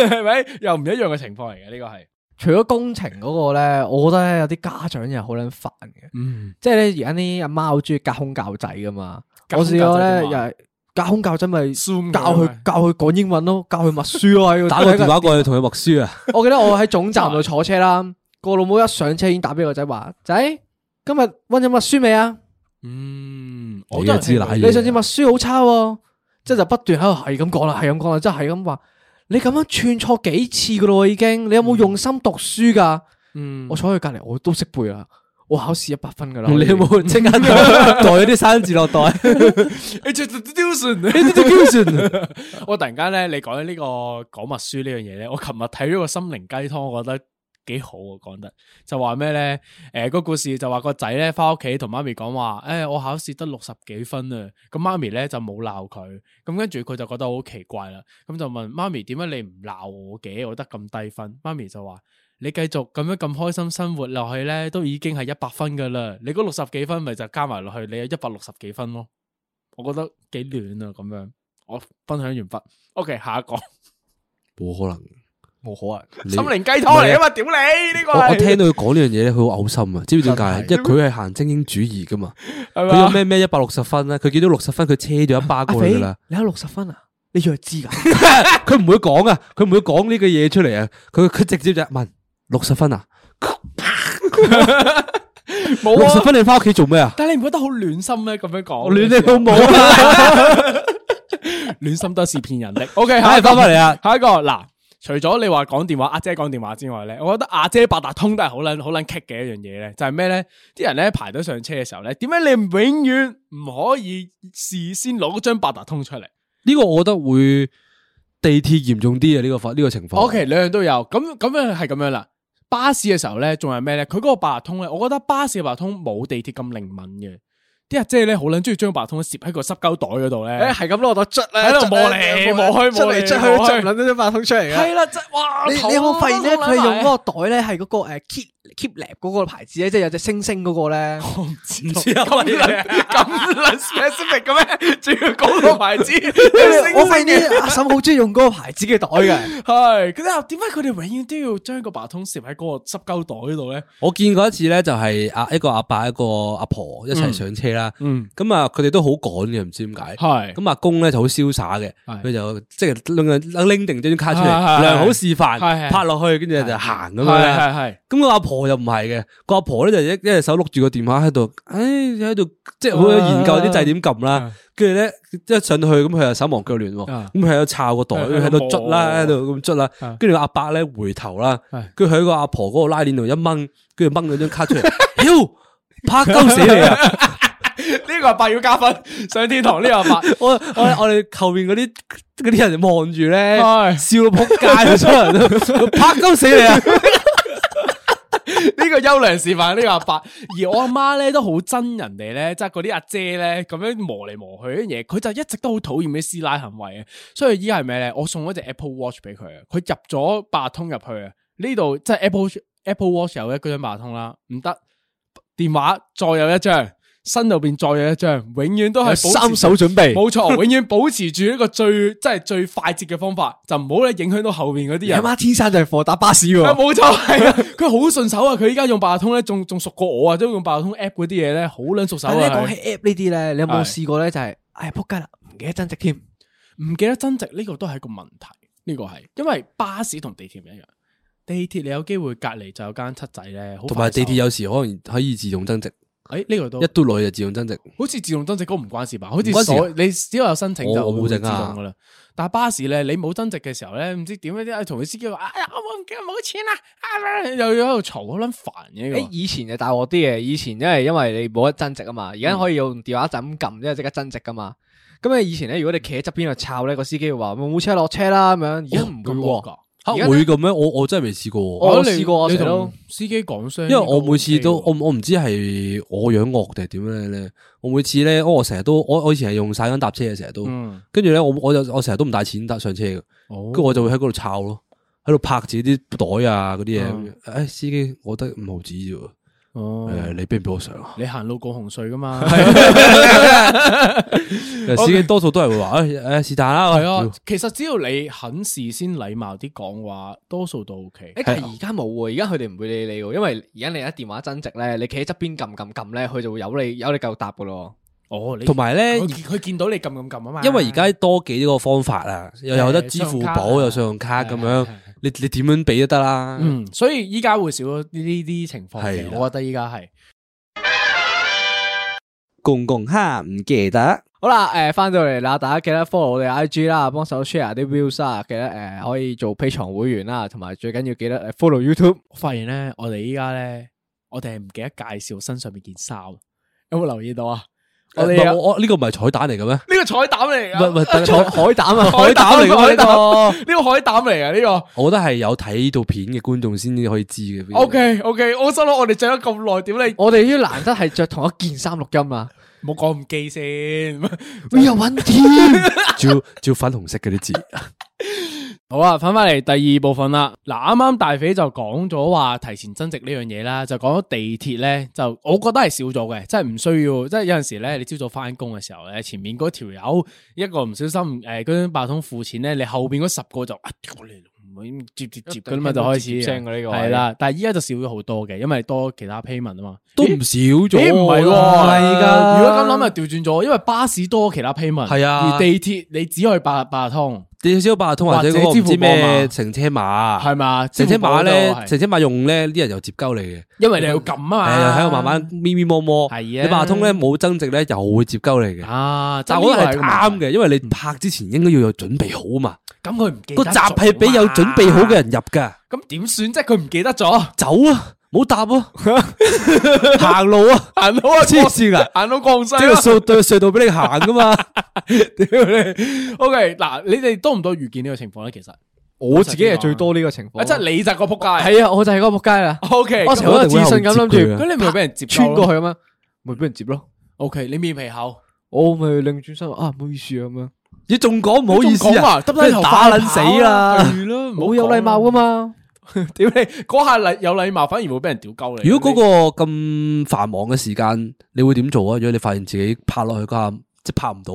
Speaker 4: 係咪？又唔一樣嘅情況嚟嘅，呢個係。
Speaker 5: 除咗工程嗰個咧，我覺得咧有啲家長又好撚煩嘅，
Speaker 4: 嗯，
Speaker 5: 即係咧而家啲阿媽好中意隔空教仔噶嘛。
Speaker 4: 隔
Speaker 5: 我
Speaker 4: 空教仔
Speaker 5: 試過咧
Speaker 4: 點
Speaker 5: 又
Speaker 4: 啊
Speaker 5: 係隔空教仔咪
Speaker 4: Zoom
Speaker 5: 教
Speaker 4: 咁樣
Speaker 5: 佢
Speaker 4: 啊
Speaker 5: 教佢講英文咯，教佢默書咯喺度
Speaker 6: 打個電話過去同佢默書啊，
Speaker 5: 我記得我喺總 站度坐車啦，個老母一上車已經打俾個仔話：仔，今日温咗默書未啊？
Speaker 4: 嗯，
Speaker 6: 你
Speaker 4: 都
Speaker 6: 就
Speaker 4: 係
Speaker 6: 知
Speaker 4: 聽過
Speaker 6: 奶
Speaker 5: 你上
Speaker 6: 嘢
Speaker 5: 次默書好差喎，即係就不斷喺度係咁講啦，係咁講啦，即係係咁話。你咁樣串錯幾次噶咯喎，已經。你有冇用心讀書㗎？
Speaker 4: 嗯
Speaker 5: 我坐喺佢隔離，我都識背啦。我考試一百分㗎 啦。
Speaker 6: 你有冇即刻袋袋咗啲生字落袋？
Speaker 4: 我突然間咧，你講起呢個講默書呢樣嘢咧，我琴日睇咗個心靈雞湯，我覺得幾好啊，講得就話咩咧？誒、個故事就話個仔咧翻屋企同媽咪講話，誒、我考試得六十幾分啊，咁媽咪咧就冇鬧佢，咁跟住佢就覺得好奇怪啦，咁就問媽咪點解你唔鬧我嘅？我得咁低分，媽咪就話。你繼續咁樣咁開心生活落去咧，都已經係一百分噶啦。你嗰六十幾分咪就加埋落去，你有一百六十幾分咯。我覺得幾暖啊，咁樣。我分享完畢。OK，下一個
Speaker 6: 冇可能，
Speaker 5: 冇可能？
Speaker 6: 你
Speaker 4: 心靈雞湯嚟啊嘛，屌你呢個
Speaker 6: 我
Speaker 4: 係
Speaker 6: 我聽到佢講呢樣嘢咧，佢好嘔心啊！知唔知點解？因為佢係行精英主義噶嘛，
Speaker 4: 啊
Speaker 6: 佢有咩咩一百六十分啊咧，佢見到六十分，佢車咗一巴
Speaker 5: 阿
Speaker 6: 過
Speaker 5: 肥
Speaker 6: 去噶啦。，
Speaker 5: 你考六十分啊？你弱智㗎？
Speaker 6: 佢唔會講啊，佢唔會講呢個嘢出嚟啊，佢佢直接就問六十分啊，
Speaker 4: 冇
Speaker 6: 六十
Speaker 4: 啊？
Speaker 6: 分你翻屋企做咩 啊？
Speaker 4: 但係你唔覺得好暖心咩？咁樣講，
Speaker 6: 我亂你老母啊！
Speaker 4: 暖心都是騙人的。OK，下
Speaker 6: 唉，
Speaker 4: 一個
Speaker 6: 翻返嚟啊！
Speaker 4: 下一個嗱，除咗你話講電話阿姐講電話之外咧，我覺得阿姐八達通都係好撚好撚棘嘅一樣嘢咧，就係咩咧？啲人咧排隊上車嘅時候咧，點解你永遠唔可以事先攞張八達通出嚟
Speaker 6: 呢個我覺得會地鐵嚴重啲啊！呢個法呢個情況。
Speaker 4: ？OK，兩樣都有，咁咁樣係咁樣啦。巴士嘅時候咧，仲係咩咧？佢嗰個八達通咧，我覺得巴士嘅八達通冇地鐵咁靈敏嘅。啲阿姐咧好撚中意將八達通咧攝喺個濕膠袋嗰度咧，
Speaker 5: 誒 係咁攞到捽咧，
Speaker 4: 喺度
Speaker 5: 捽
Speaker 4: 摸
Speaker 5: 咧
Speaker 4: 你
Speaker 5: 捽咧
Speaker 4: 摸去
Speaker 5: 捽
Speaker 4: 摸
Speaker 5: 嚟
Speaker 4: 你
Speaker 5: 捽去
Speaker 4: 摸
Speaker 5: 捽
Speaker 4: 去
Speaker 5: 唔撚到張八通出嚟嘅。
Speaker 4: 係啦，即係哇！啊
Speaker 5: 你
Speaker 4: 頭
Speaker 5: 你有冇發現咧？
Speaker 4: 都
Speaker 5: 佢
Speaker 4: 甩
Speaker 5: 係
Speaker 4: 埋
Speaker 5: 用嗰個袋咧，係嗰個誒 keep keep lab 嗰個牌子咧，即係有隻星星嗰個 咧。
Speaker 4: 唔知 啊，咁撚咁撚 specific 嘅咩？仲要講個牌 子，
Speaker 5: 我
Speaker 4: 我
Speaker 5: 發現啲阿嬸好中意用嗰個牌子嘅袋 嘅。
Speaker 4: 係，佢哋點解佢哋永遠都要將個白通攝喺嗰個濕膠袋度咧？
Speaker 6: 我見過一次咧，就係阿一個阿伯一個阿婆一齊上車啦。
Speaker 4: 嗯，
Speaker 6: 咁啊，佢哋都好趕嘅，唔知點解。
Speaker 4: 係，
Speaker 6: 咁阿公咧就好瀟灑嘅，
Speaker 4: 係
Speaker 6: 佢就即係拎拎定張卡出
Speaker 4: 係係
Speaker 6: 嚟，
Speaker 4: 係
Speaker 6: 良好示範
Speaker 4: 係係，
Speaker 6: 拍落去，跟住就行咁樣
Speaker 4: 係
Speaker 6: 啦。
Speaker 4: 係係，
Speaker 6: 咁個阿婆又唔係嘅，個阿婆咧就一一隻手碌住個電話喺度，唉喺度即
Speaker 4: 啊
Speaker 6: 係好有研究啲掣點撳啦。跟住咧一上到去咁，佢又手忙腳亂喎，
Speaker 4: 啊
Speaker 6: 咁佢喺度抄個袋，
Speaker 4: 係
Speaker 6: 喺度捽啦，
Speaker 4: 係
Speaker 6: 喺度咁捽啦
Speaker 4: 係。
Speaker 6: 跟住個阿伯咧回頭啦
Speaker 4: 係，
Speaker 6: 跟住喺個阿婆嗰個拉鏈度一掹，跟住掹咗張卡 出嚟，妖拍鳩死你啊！
Speaker 4: 呢個白要加分，上天堂呢個白。
Speaker 6: 我我我哋後面嗰啲嗰啲人望住咧，
Speaker 4: 係
Speaker 6: 笑到仆街，啊所有人 都拍鳩死你啊！
Speaker 4: 呢個優良示範，呢個阿伯。而我阿媽咧都好憎人哋咧，即係嗰啲阿姐咧咁樣磨嚟磨去啲嘢，佢就一直都好討厭啲師奶行為嘅。所以依家係咩咧？我送咗隻 Apple Watch 俾佢啊，佢入咗八達通入去啊。呢度即係 Apple Apple Watch 有一張八達通啦，唔得，電話再有一張。身入边再有一張，永遠都係
Speaker 5: 有
Speaker 4: 保持
Speaker 5: 三手準備。
Speaker 4: 冇錯，永遠保持住一個最即係最快捷嘅方法，就唔好咧影響到後边嗰啲
Speaker 5: 你阿
Speaker 4: 人。
Speaker 5: 媽天生就係貨打巴士喎。
Speaker 4: 啊冇錯，係啊，佢好順手啊！佢依家用八達通咧，仲仲熟過我啊，都用八達通 app 嗰啲嘢咧，好撚熟手
Speaker 5: 但係咧講
Speaker 4: 啊！
Speaker 5: 起 app 呢啲咧，你有冇
Speaker 4: 係
Speaker 5: 試過咧？就係哎呀仆街啦，唔記得增值添。
Speaker 4: 唔記得增值呢個都係一個問題，呢、個係因為巴士同地鐵唔一樣，地鐵你有機會隔離就有間七仔咧，好
Speaker 6: 同埋地鐵
Speaker 4: 有
Speaker 6: 有時可能可以自動增值，
Speaker 4: 誒呢個都
Speaker 6: 一嘟落去就自動增值。
Speaker 4: 好似自動增值嗰個唔關事吧？好似
Speaker 6: 唔關事啊
Speaker 4: 所你只要有申請就
Speaker 6: 我我冇
Speaker 4: 會自
Speaker 6: 整
Speaker 4: 動
Speaker 6: 啊
Speaker 4: 噶啦。但係巴士咧，你冇增值嘅時候咧，唔知點樣啲同佢司機話：哎呀，我唔記得冇錢啦，啊又要喺度嘈，好撚煩嘅呢
Speaker 5: 誒
Speaker 6: 哎
Speaker 4: 個。
Speaker 5: 以前啊就大鑊啲嘅，以前因為因為你冇得增值啊嘛，而家可以用電話就咁撳，即係即刻增值噶嘛。咁啊你以前咧，如果你企喺側邊度抄咧，個司機會話冇車落車啦咁樣，而家唔會
Speaker 4: 咁惡
Speaker 5: 喎。
Speaker 4: 㗎
Speaker 6: 吓
Speaker 5: 而家
Speaker 6: 會咁咩？我我真係未試過喎。
Speaker 5: 我
Speaker 4: 覺得你
Speaker 5: 試過啊
Speaker 4: 你
Speaker 5: 成日都
Speaker 4: 同司機講聲，
Speaker 6: 因為我每次都我我唔知係我樣惡定係點樣咧，我每次咧，我成日都我我以前係用散銀搭車嘅，成日都，
Speaker 4: 嗯，
Speaker 6: 跟住咧我我就我成日都唔帶錢搭上車嘅，
Speaker 4: 哦
Speaker 6: 跟住我就會喺嗰度抄咯，喺度拍自己啲袋啊嗰啲嘢咁
Speaker 4: 嗯
Speaker 6: 樣，誒司機，我得五毫子啫喎，
Speaker 4: 哦
Speaker 6: 誒你俾唔俾我上 啊？
Speaker 4: 你行路過紅隧噶嘛？
Speaker 6: 司機多數都係會話誒誒是但啦，
Speaker 4: 係
Speaker 6: 屌
Speaker 4: 啊， 其實只要你肯事先禮貌啲講話，多數都 OK
Speaker 5: 誒，。但係而家冇喎，而家佢哋唔會理你喎，因為而家你一電話增值咧，你企喺側邊撳撳撳咧，佢就會有你有你繼續答噶咯。
Speaker 4: 哦，你
Speaker 6: 同埋咧
Speaker 4: 佢佢見到你撳撳撳啊嘛。
Speaker 6: 因為而家多幾個方法啊，又有得支付寶，有信用
Speaker 4: 啊
Speaker 6: 卡咁樣，你你點樣俾都得啦。
Speaker 4: 嗯，所以依家會少咗呢呢啲情況
Speaker 6: 係
Speaker 4: 嘅，
Speaker 6: 啦
Speaker 4: 我覺得依家係。
Speaker 6: 公公哈唔記得，
Speaker 5: 好啦，诶、翻到嚟啦，大家記得 follow 我哋 IG 啦，幫手 share 啲 views 啊，記得诶、可以做 P 床會員啦，同埋最緊要記得诶 follow YouTube。
Speaker 4: 我發現咧，我哋依家咧，我哋係唔記得介紹身上面件衫，有冇留意到啊？我
Speaker 6: 我
Speaker 4: 哋有
Speaker 6: 我我呢呃個唔係彩蛋嚟嘅咩？
Speaker 4: 呢個彩蛋嚟
Speaker 6: 唔係
Speaker 4: 㗎，
Speaker 6: 唔係，
Speaker 5: 海海膽 啊，
Speaker 4: 海膽嚟㗎
Speaker 5: 海
Speaker 4: 海膽
Speaker 5: 膽。
Speaker 4: 呢個海膽嚟㗎，呢個。
Speaker 6: 我覺得係有睇到片嘅觀眾先至可以知嘅。
Speaker 4: O K O K，我心諗我哋着咗咁耐，點你
Speaker 5: 我哋呢啲難得係着同一件衫錄音啊，
Speaker 4: 冇講唔記先？
Speaker 5: 我又揾添。
Speaker 6: 照照粉紅色嗰啲字，
Speaker 4: 好啊，翻翻嚟第二部分啦。嗱，啱啱大肥就講咗話提前增值呢樣嘢啦，就講咗地鐵咧，就我覺得係少咗嘅，即係唔需要，即係有陣時咧，你朝早翻工嘅時候咧，前面嗰條友一個唔小心誒嗰張八通付錢咧，你後邊嗰十個就啊屌你老母，咁接接接咁嘛就開始啊
Speaker 5: 接聲嘅呢個位
Speaker 4: 係啦。但係依家就少咗好多嘅，因為多其他 payment 啊嘛。
Speaker 6: 都唔少咗。
Speaker 4: 咦唔係喎，
Speaker 6: 係㗎。
Speaker 4: 如果咁諗，啊就調轉咗，因為巴士多其他 payment，
Speaker 6: 係啊
Speaker 4: 而地鐵你只可以八八達通，
Speaker 6: 你小八達通或者嗰個
Speaker 4: 或者支
Speaker 6: 唔
Speaker 4: 付
Speaker 6: 知
Speaker 4: 寶啊
Speaker 6: 咩
Speaker 4: 嘛
Speaker 6: 乘車碼，
Speaker 4: 係嘛？
Speaker 6: 乘車碼咧
Speaker 4: 支付寶都，係
Speaker 6: 乘車碼用咧，啲人又接鳩你嘅。
Speaker 4: 因為你要撳啊嘛，
Speaker 6: 係啊，喺度慢慢咪咪摸摸。
Speaker 4: 係啊
Speaker 6: 你八達通咧冇增值咧，又會接鳩你嘅。
Speaker 4: 啊，
Speaker 6: 但我覺得係啱嘅，因為你拍之前應該要有準備好嘛。
Speaker 4: 真係呢個係咁佢唔記
Speaker 6: 個
Speaker 4: 得
Speaker 6: 閘係俾有準備好嘅，人入噶，
Speaker 4: 咁點算啫？佢唔記得咗，
Speaker 6: 走啊，冇搭 啊，行路啊，
Speaker 4: 行到啊，
Speaker 6: 黐線噶，
Speaker 4: 行到江西
Speaker 6: 即係
Speaker 4: 啦。
Speaker 6: 隧對隧道俾你行噶嘛。
Speaker 4: 屌你，OK 嗱，你哋多唔多遇見呢個情況咧？其實
Speaker 5: 我自己係最多呢個情況。
Speaker 4: 啊，即係你就係個仆街，
Speaker 5: 係啊，我就係嗰個仆街啦。
Speaker 4: OK，咁
Speaker 5: 我成日都自信咁諗
Speaker 6: 我一定會後接佢
Speaker 4: 啊咁
Speaker 5: 住
Speaker 4: 你咪俾人接
Speaker 5: 穿過
Speaker 4: 過
Speaker 5: 去咁樣，咪俾人接咯。
Speaker 4: OK，你面皮厚，
Speaker 5: 我咪擰轉身話啊，唔好意思啊咁樣。
Speaker 6: 你仲講唔好意思
Speaker 4: 你仲講
Speaker 6: 啊
Speaker 4: 啊，耷低頭
Speaker 6: 打
Speaker 4: 快
Speaker 6: 撚死啦！
Speaker 4: 係咯，唔好
Speaker 5: 冇有禮
Speaker 6: 啊
Speaker 5: 貌噶
Speaker 4: 嘛。
Speaker 5: 嘛？
Speaker 4: 屌你，嗰下禮有禮貌，反而會俾人屌鳩你。
Speaker 6: 如果嗰個咁繁忙嘅時間，你會點做啊？如果你發現自己拍落去嗰下，即係拍唔到，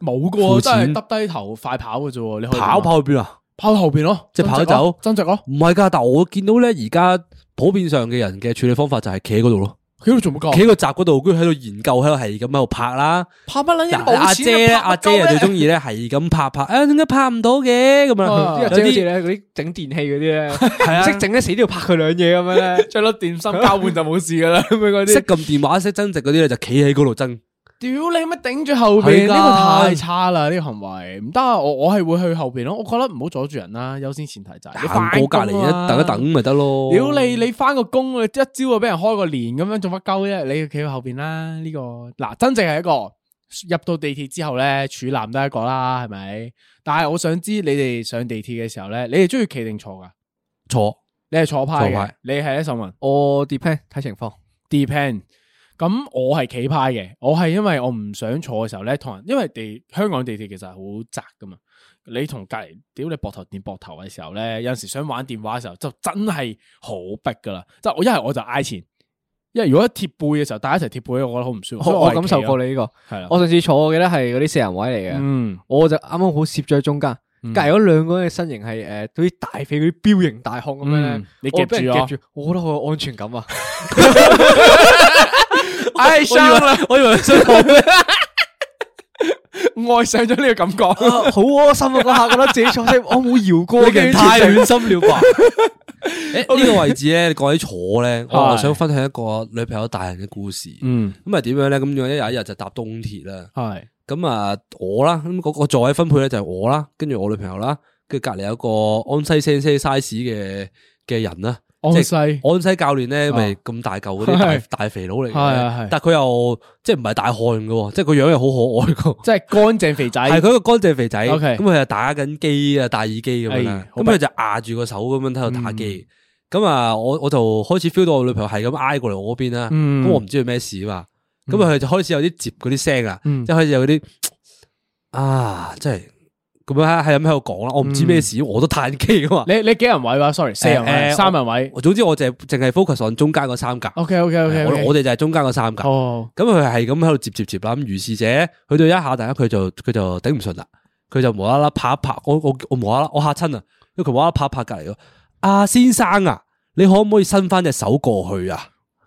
Speaker 4: 你冇
Speaker 6: 付
Speaker 4: 噶，真
Speaker 6: 錢
Speaker 4: 係耷低頭快跑嘅啫喎，你可以
Speaker 6: 跑跑去
Speaker 4: 點啊
Speaker 6: 邊啊？
Speaker 4: 跑去後邊咯，
Speaker 6: 即係跑
Speaker 4: 增值咯
Speaker 6: 走
Speaker 4: 增值咯。
Speaker 6: 唔係㗎，但我見到咧，而家普遍上嘅人嘅處理方法就係企喺嗰度咯，
Speaker 4: 佢喺度做乜鳩啊
Speaker 6: 企？喺個閘嗰度，跟住喺度研究，喺度係咁喺度拍啦。
Speaker 4: 拍乜撚嘢都
Speaker 6: 嗱阿
Speaker 4: 冇
Speaker 6: 姐
Speaker 4: 錢
Speaker 6: 咧，
Speaker 4: 啊，
Speaker 6: 阿姐啊最中意咧係咁拍拍，啊點解拍唔到嘅咁
Speaker 4: 啊
Speaker 5: 啲
Speaker 6: 樣？
Speaker 5: 人即係好
Speaker 6: 有
Speaker 5: 似
Speaker 6: 啲
Speaker 5: 咧嗰啲整電器嗰啲咧，
Speaker 6: 係啊
Speaker 5: 唔識整得死都要拍佢兩嘢咁樣咧。
Speaker 4: 着粒點心交換就冇事噶啦，咁樣嗰
Speaker 6: 識
Speaker 4: 啲。
Speaker 6: 撳電話識增值嗰啲咧，就企喺嗰度增。
Speaker 4: 屌你乜頂住後
Speaker 6: 係㗎
Speaker 4: 邊呢個太差啦，呢個行為唔得啊！我我係會去後邊咯，我覺得唔好阻住人啦，優先前提就係你
Speaker 6: 行過隔離
Speaker 4: 返工啊
Speaker 6: 一等一等。咪得咯。
Speaker 4: 屌你！你翻個工，你一朝就俾人開個連咁樣，做乜鳩啫？你要企喺後邊啦，呢個嗱真正係一個入到地鐵之後咧，處男都係一個啦，係咪？但係我想知你哋上地鐵嘅時候咧，你哋中意企定坐噶？
Speaker 6: 坐
Speaker 4: 你係坐派
Speaker 6: 坐
Speaker 4: 嘅
Speaker 6: 派，
Speaker 4: 你係咧，秀文。
Speaker 5: 我 depend 睇情況。
Speaker 4: depend。咁我係企派嘅，我係因為我唔想坐嘅時候咧，同人因為地香港地鐵其實係好窄噶嘛，你同隔離屌你膊頭掂膊頭嘅時候咧，有陣時想玩電話嘅時候就真係好逼噶啦，即係我一係我就挨前，因為如果貼背嘅時候，大家一齊貼背，我覺得好唔舒服。所以
Speaker 5: 我我感受過你呢個。
Speaker 4: 係啦，
Speaker 5: 我上次坐我記得係嗰啲四人位嚟嘅，
Speaker 4: 嗯
Speaker 5: 我就啱啱好攝咗喺中間，
Speaker 4: 嗯
Speaker 5: 隔離嗰兩個人嘅身形係诶，嗰啲大肥嗰啲彪形大漢咁樣咧
Speaker 4: 嗯，你
Speaker 5: 我俾人
Speaker 4: 夾
Speaker 5: 夾
Speaker 4: 住
Speaker 5: 住，我覺得好有安全感啊！
Speaker 4: 唉，傷啦，
Speaker 6: 我以為你 想講咩？
Speaker 4: 愛上咗呢個感覺。
Speaker 5: 啊好窩心啊！嗰下覺得自己坐低，我冇搖過
Speaker 6: 你
Speaker 5: 嘅
Speaker 6: 人太暖心了 吧？诶，呢個位置咧，你講起坐咧，我
Speaker 4: 係
Speaker 6: 又想分享一個女朋友大人嘅故事。
Speaker 4: 嗯，
Speaker 6: 咁啊點樣咧？咁樣有一日就搭東鐵啦。
Speaker 4: 係
Speaker 6: 咁啊我啦，咁嗰個座位分配咧就係我啦，跟住我女朋友啦，跟住隔離有個安西聲聲 size 嘅嘅人啦。
Speaker 4: 安西，
Speaker 6: 安西教練咧，咪
Speaker 4: 啊
Speaker 6: 咁大嚿嗰啲大
Speaker 4: 係
Speaker 6: 大肥佬嚟
Speaker 4: 係係
Speaker 6: 嘅
Speaker 4: 係，
Speaker 6: 但佢又即係唔係大漢嘅，即係個樣又好可愛嘅。
Speaker 4: 即係乾淨肥仔。
Speaker 6: 系佢個乾淨肥仔，
Speaker 4: OK
Speaker 6: 咁佢就打緊機啊，戴耳機咁樣啦
Speaker 4: 哎，好
Speaker 6: 咁
Speaker 4: 白嗯
Speaker 6: 佢就壓住個手咁樣喺度打機。咁啊，我我就開始 feel 到我女朋友係咁挨過嚟我嗰邊啦。
Speaker 4: 嗯
Speaker 6: 咁我唔知佢咩事啊嘛，咁佢就開始有啲接嗰啲聲啦，
Speaker 4: 嗯
Speaker 6: 即係開始有啲啊，即係咁樣係咁喺度講啦。我唔知
Speaker 4: 嗯
Speaker 6: 咩事，我都嘆機噶嘛。
Speaker 4: 你你幾人位話？sorry，四人
Speaker 6: 誒
Speaker 4: 位，
Speaker 6: 誒
Speaker 4: 三人位。
Speaker 6: 我總之我就係淨係 focus on 中間嗰三格，
Speaker 4: OK OK OK，
Speaker 6: 我我哋就係中間嗰三格。
Speaker 4: 哦，
Speaker 6: 咁佢係咁喺度接接接啦，咁如是者去到一下，突然間佢就佢就頂唔順啦，佢就無啦啦拍一拍，我我我無啦啦我嚇親啊，因為佢無啦啦拍一拍隔離咗，啊先生啊，你可唔可以伸翻隻手過去啊？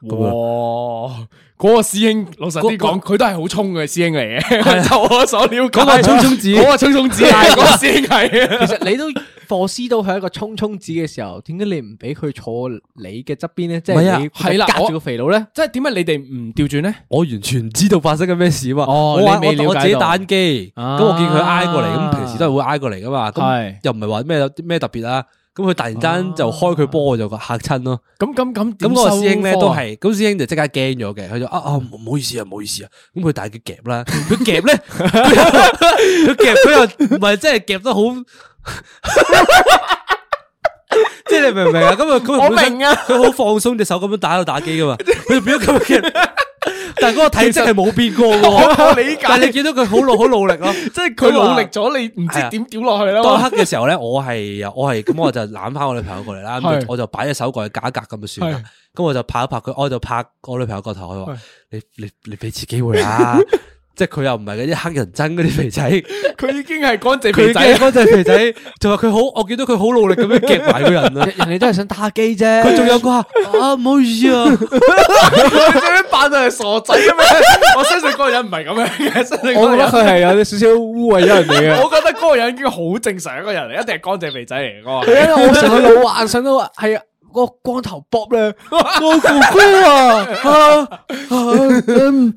Speaker 6: 咁樣
Speaker 4: 哇！嗰個師兄，老實啲
Speaker 6: 嗰
Speaker 4: 講，佢都係好衝嘅師兄嚟嘅。 就我所了解，嗰啊
Speaker 6: 個衝衝子
Speaker 4: 嗰個衝衝子，但係嗰個啊師兄係。
Speaker 5: 其實你都 f o 到佢一個衝衝子嘅時候，點解你唔俾佢坐你嘅側邊咧？即
Speaker 6: 唔係啊
Speaker 5: 係你
Speaker 4: 係啦
Speaker 5: 隔
Speaker 4: 我
Speaker 5: 住個肥佬咧。
Speaker 4: 即係點解你哋唔調轉咧？
Speaker 6: 我完全唔知道發生緊咩事啊嘛，
Speaker 4: 哦
Speaker 6: 我話
Speaker 4: 你未
Speaker 6: 我我
Speaker 4: 了
Speaker 6: 自
Speaker 4: 解
Speaker 6: 己
Speaker 4: 到
Speaker 6: 打緊機，咁、
Speaker 4: 啊
Speaker 6: 我見佢挨過嚟，咁平時都係會挨過嚟噶嘛，咁
Speaker 4: 係啊
Speaker 6: 又唔係話咩有啲咩特別啦，咁佢突然間就開佢波，我就嚇親咯。
Speaker 4: 咁咁咁
Speaker 6: 咁
Speaker 4: 點
Speaker 6: 嗰個
Speaker 4: 收
Speaker 6: 師兄咧
Speaker 4: 科啊
Speaker 6: 都係，咁師兄就即刻驚咗嘅，佢就啊啊唔唔好意思啊，唔好意思啊，咁佢但係佢夾啦，佢夾咧，佢夾佢又唔係真係夾得好，即係你明唔明啊？咁啊咁佢
Speaker 4: 我
Speaker 6: 本身
Speaker 4: 明啊
Speaker 6: 佢好放鬆隻手咁樣打喺度打機噶嘛，佢就變咗咁樣夾，但係嗰個體積係冇變過
Speaker 4: 我我
Speaker 6: 嘅，
Speaker 4: 理解
Speaker 6: 但係你見到佢好努好努力咯，
Speaker 4: 即係佢努力咗，你唔
Speaker 6: 係啊
Speaker 4: 知點屌落去啦
Speaker 6: 當
Speaker 4: 嘛。
Speaker 6: 刻嘅時候咧，我係我係咁，我就攬翻我女朋友過嚟啦，咁就
Speaker 4: 係
Speaker 6: 我就擺隻手過去假格咁就算啦
Speaker 4: 係。
Speaker 6: 咁我就拍一拍佢，我就拍我女朋友個頭，我話
Speaker 4: 係：
Speaker 6: 你你你俾次機會 啦！啊即係佢又唔係嗰啲黑人憎嗰啲肥仔，
Speaker 4: 佢已經係啊乾淨
Speaker 6: 佢嘅
Speaker 4: 肥仔，
Speaker 6: 嗰隻肥仔就話佢好，我見到佢好努力咁樣夾埋個人啊！
Speaker 5: 人哋都係想打機啫，
Speaker 6: 佢仲有個話啊，唔好意思啊，
Speaker 4: 佢最屘扮到係傻仔咁樣。 我相信嗰個人唔係咁樣嘅，相 信嗰
Speaker 5: 我
Speaker 4: 個
Speaker 5: 覺得
Speaker 4: 人。
Speaker 5: 佢係有啲少少污穢咗人哋 嘅。
Speaker 4: 我覺得嗰個人已經好正常一個人嚟，一定係乾淨肥仔嚟嘅嗰個
Speaker 5: 佢咧，我成個腦幻想到係啊，嗰個光頭 Bob 咧，我哥哥啊啊啊，嗯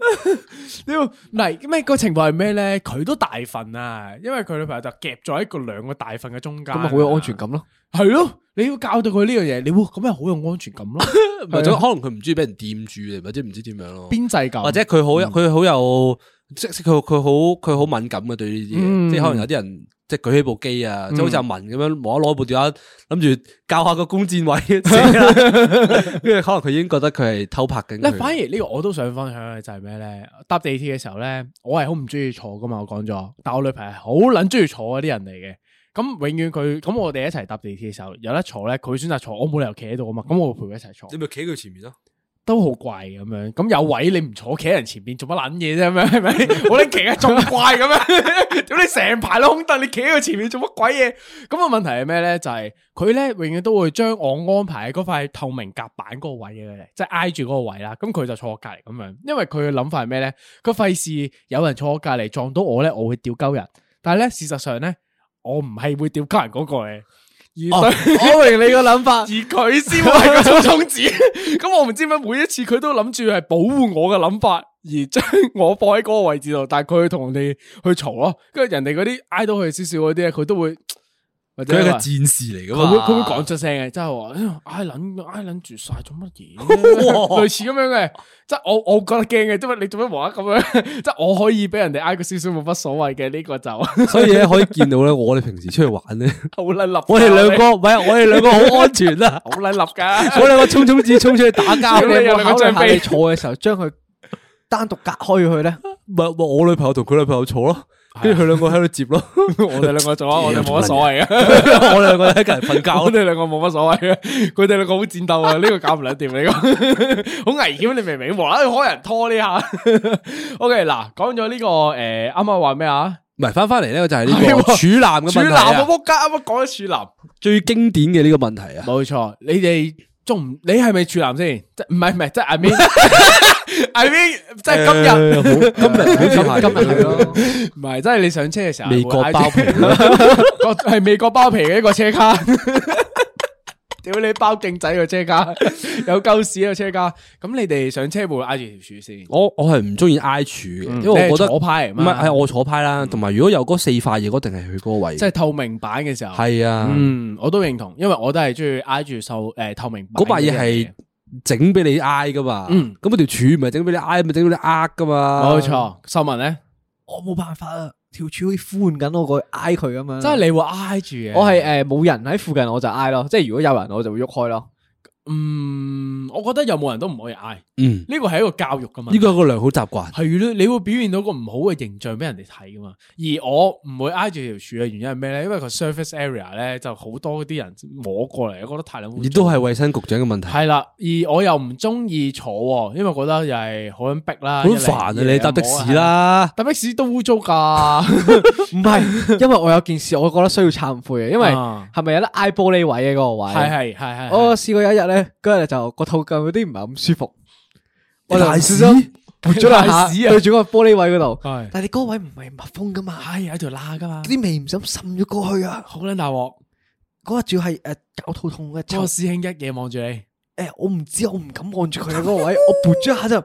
Speaker 4: 屌，唔係咩個情況係咩咧？佢都大份啊，因為佢女朋友就夾咗喺個兩個大份嘅中間，啊
Speaker 5: 咁咪好有安全。感啊咯。
Speaker 4: 係咯，你要教到佢呢樣嘢，你會咁咪好有安全感 咯，
Speaker 6: 或者可能佢唔中意俾人掂住，或者唔知點樣咯。
Speaker 4: 邊際感
Speaker 6: 或者佢好佢好有即係佢佢好佢好敏感嘅對呢啲嘢，
Speaker 4: 嗯
Speaker 6: 即係可能有啲人即係舉起部機啊，即係好似阿文咁樣無啦啦攞部電話諗住教下個弓箭 位，啊跟住可能佢已經覺得佢係偷拍緊佢。
Speaker 4: 咧，反而呢個我都想分享嘅就係咩咧？搭地鐵嘅時候咧，我係好唔中意坐噶嘛，我講咗。但我女朋友係好撚中意坐嗰啲人嚟嘅。咁永遠佢咁我哋一齊搭地鐵嘅時候有得坐咧，佢選擇坐，我冇理由企喺度啊嘛。咁我會陪佢一齊坐
Speaker 6: 你，咪企喺佢前面咯，
Speaker 4: 都好怪咁樣。咁有位你唔坐，企喺人前邊做乜撚嘢啫？咁樣係咪？ 我哋企喺仲怪咁樣， 屌你成排都空凳，你企喺佢前面做乜鬼嘢？咁個問題係咩咧？就係佢咧永遠都會將我安排喺嗰塊透明夾板嗰個位嘅，即係挨住嗰個位啦。咁佢就坐我隔離咁樣，因為佢嘅諗法係咩咧？佢費事有人坐我隔離撞到我咧，我會屌鳩人。但係咧事實上咧，我唔係會屌鳩人嗰個嘅。而對
Speaker 5: 我明你個諗法
Speaker 4: 而。佢先會係個衝衝子。 咁我唔知點解每一次佢都諗住係保護我嘅諗法，而將我放喺嗰個位置度，但係佢同人哋去嘈咯，跟住人哋嗰啲挨到佢少少嗰啲咧，佢都會或者
Speaker 6: 佢係一個
Speaker 4: 話
Speaker 6: 戰士嚟噶
Speaker 4: 佢
Speaker 6: 嘛，
Speaker 4: 會佢會講出聲嘅，即係話哎呀挨撚挨撚住晒做乜 嘢，類似咁樣嘅，即係我我覺得驚嘅，因為你做乜話咁樣， 即係我可以俾人哋挨個少少冇乜所謂嘅呢個就 好
Speaker 6: 所以咧可以見到咧，我哋平時出去玩咧，
Speaker 4: 撚立，
Speaker 6: 我哋兩個唔係啊我哋兩個好安全啊，
Speaker 4: 好撚立噶，
Speaker 6: 我兩個衝衝子衝出去打交，
Speaker 5: 你有
Speaker 4: 有
Speaker 5: 冇
Speaker 4: 兩個
Speaker 5: 考慮
Speaker 4: 張
Speaker 5: 下你
Speaker 4: 飛
Speaker 5: 坐嘅時候將佢單獨隔開佢咧？
Speaker 6: 咪咪我女朋友同佢女朋友坐咯，跟住佢兩個喺度接咯，
Speaker 4: 我哋兩個做啊，我哋冇乜啊所謂啊。
Speaker 6: 我哋兩個喺隔離
Speaker 4: 我
Speaker 6: 瞓覺。
Speaker 4: 哋兩個冇乜所謂啊，佢哋兩個好戰鬥啊，呢個搞唔撚掂呢個， 好危險啊你明唔明？無啦啦開人拖呢下。OK 嗱，講咗呢個诶，啱啱話咩啊？
Speaker 6: 唔係翻翻嚟咧，就係呢
Speaker 4: 係
Speaker 6: 個
Speaker 4: 喎
Speaker 6: 處男嘅
Speaker 4: 處
Speaker 6: 問題
Speaker 4: 男啊，
Speaker 6: 啊，
Speaker 4: 仆街，啱啱講咗處男。
Speaker 6: 最經典嘅呢個問題啊。
Speaker 4: 冇錯，你哋中唔？你係咪處男先？即唔係唔係，即係 I mean，I mean，即係今日。
Speaker 6: 日，今 日好似係
Speaker 5: 今日係咯
Speaker 4: 唔係，真係你上車嘅時候，
Speaker 6: 美國包皮
Speaker 4: 個係美國包皮嘅一個車卡。 屌你包勁仔個車卡，有鳩屎個車卡。咁你哋上車會挨住條柱先，
Speaker 6: 我我係唔中意挨柱嘅，嗯因為
Speaker 4: 嗯你係
Speaker 6: 我覺得
Speaker 4: 左派嚟
Speaker 6: 唔
Speaker 4: 嘛
Speaker 6: 係係我坐派啦，同埋如果有嗰四塊嘢，嗰定係佢嗰個位。
Speaker 4: 即係透明版嘅時候。
Speaker 6: 係啊，
Speaker 4: 嗯，我都認同，因為我都係中意挨住瘦诶透明版
Speaker 6: 嗰塊
Speaker 4: 嘅
Speaker 6: 嘢係整俾你挨噶嘛。
Speaker 4: 嗯
Speaker 6: 咁嗰條柱唔係整俾你挨，咪整俾你呃噶嘛。
Speaker 4: 冇。錯。秀文咧，
Speaker 5: 我冇辦法啊，條柱好似呼喚緊我過去挨佢咁
Speaker 6: 嗯
Speaker 5: 樣。
Speaker 4: 即係你會挨住嘅。
Speaker 5: 我係诶冇人喺附近我就挨咯，即係如果有人我就會喐開咯。
Speaker 4: 嗯，我覺得有冇人都唔可以挨，
Speaker 6: 嗯，
Speaker 4: 呢個係一個教育噶嘛。
Speaker 6: 呢個係一個良好習慣。
Speaker 4: 系咯，你會表現到個唔好嘅形象俾人哋睇噶嘛。而我唔會挨住條柱嘅原因係咩咧？因為個 surface area 咧就好多啲人摸過嚟，我覺得太撚。
Speaker 6: 亦都係衛生局長嘅問題，
Speaker 4: 係啊啦，而我又唔中意坐喎，因為覺得又係好撚逼啦，
Speaker 6: 好
Speaker 4: 一嚟
Speaker 6: 煩啊！
Speaker 4: 二嚟
Speaker 6: 你搭的
Speaker 4: 又摸啊
Speaker 6: 士，啦，
Speaker 4: 搭的士都污糟㗎，
Speaker 5: 唔係， 因為我有件事，我覺得需要懺悔嘅，因為
Speaker 4: 啊
Speaker 5: 係咪有得挨玻璃位嘅嗰個位？
Speaker 4: 係係係 係。
Speaker 5: 我哦試過有一日咧，嗰日就個肚趌嗰啲唔係咁舒服，我就
Speaker 6: 大
Speaker 5: 唔
Speaker 6: 屎
Speaker 5: 小心撥咗兩下
Speaker 4: 大屎啊
Speaker 5: 對住個玻璃位嗰度
Speaker 4: 係。
Speaker 5: 但係你嗰個位唔係密封噶嘛，
Speaker 4: 係有條罅㗎嘛，
Speaker 5: 啲味唔小心滲咗過去啊！
Speaker 4: 好撚大鑊。
Speaker 5: 嗰日仲要係誒搞肚痛嘅
Speaker 4: 嗰
Speaker 5: 臭
Speaker 4: 個師兄一嘢望住你，
Speaker 5: 誒，我唔知，我唔敢望住佢啊！嗰個位， 我撥咗一下就，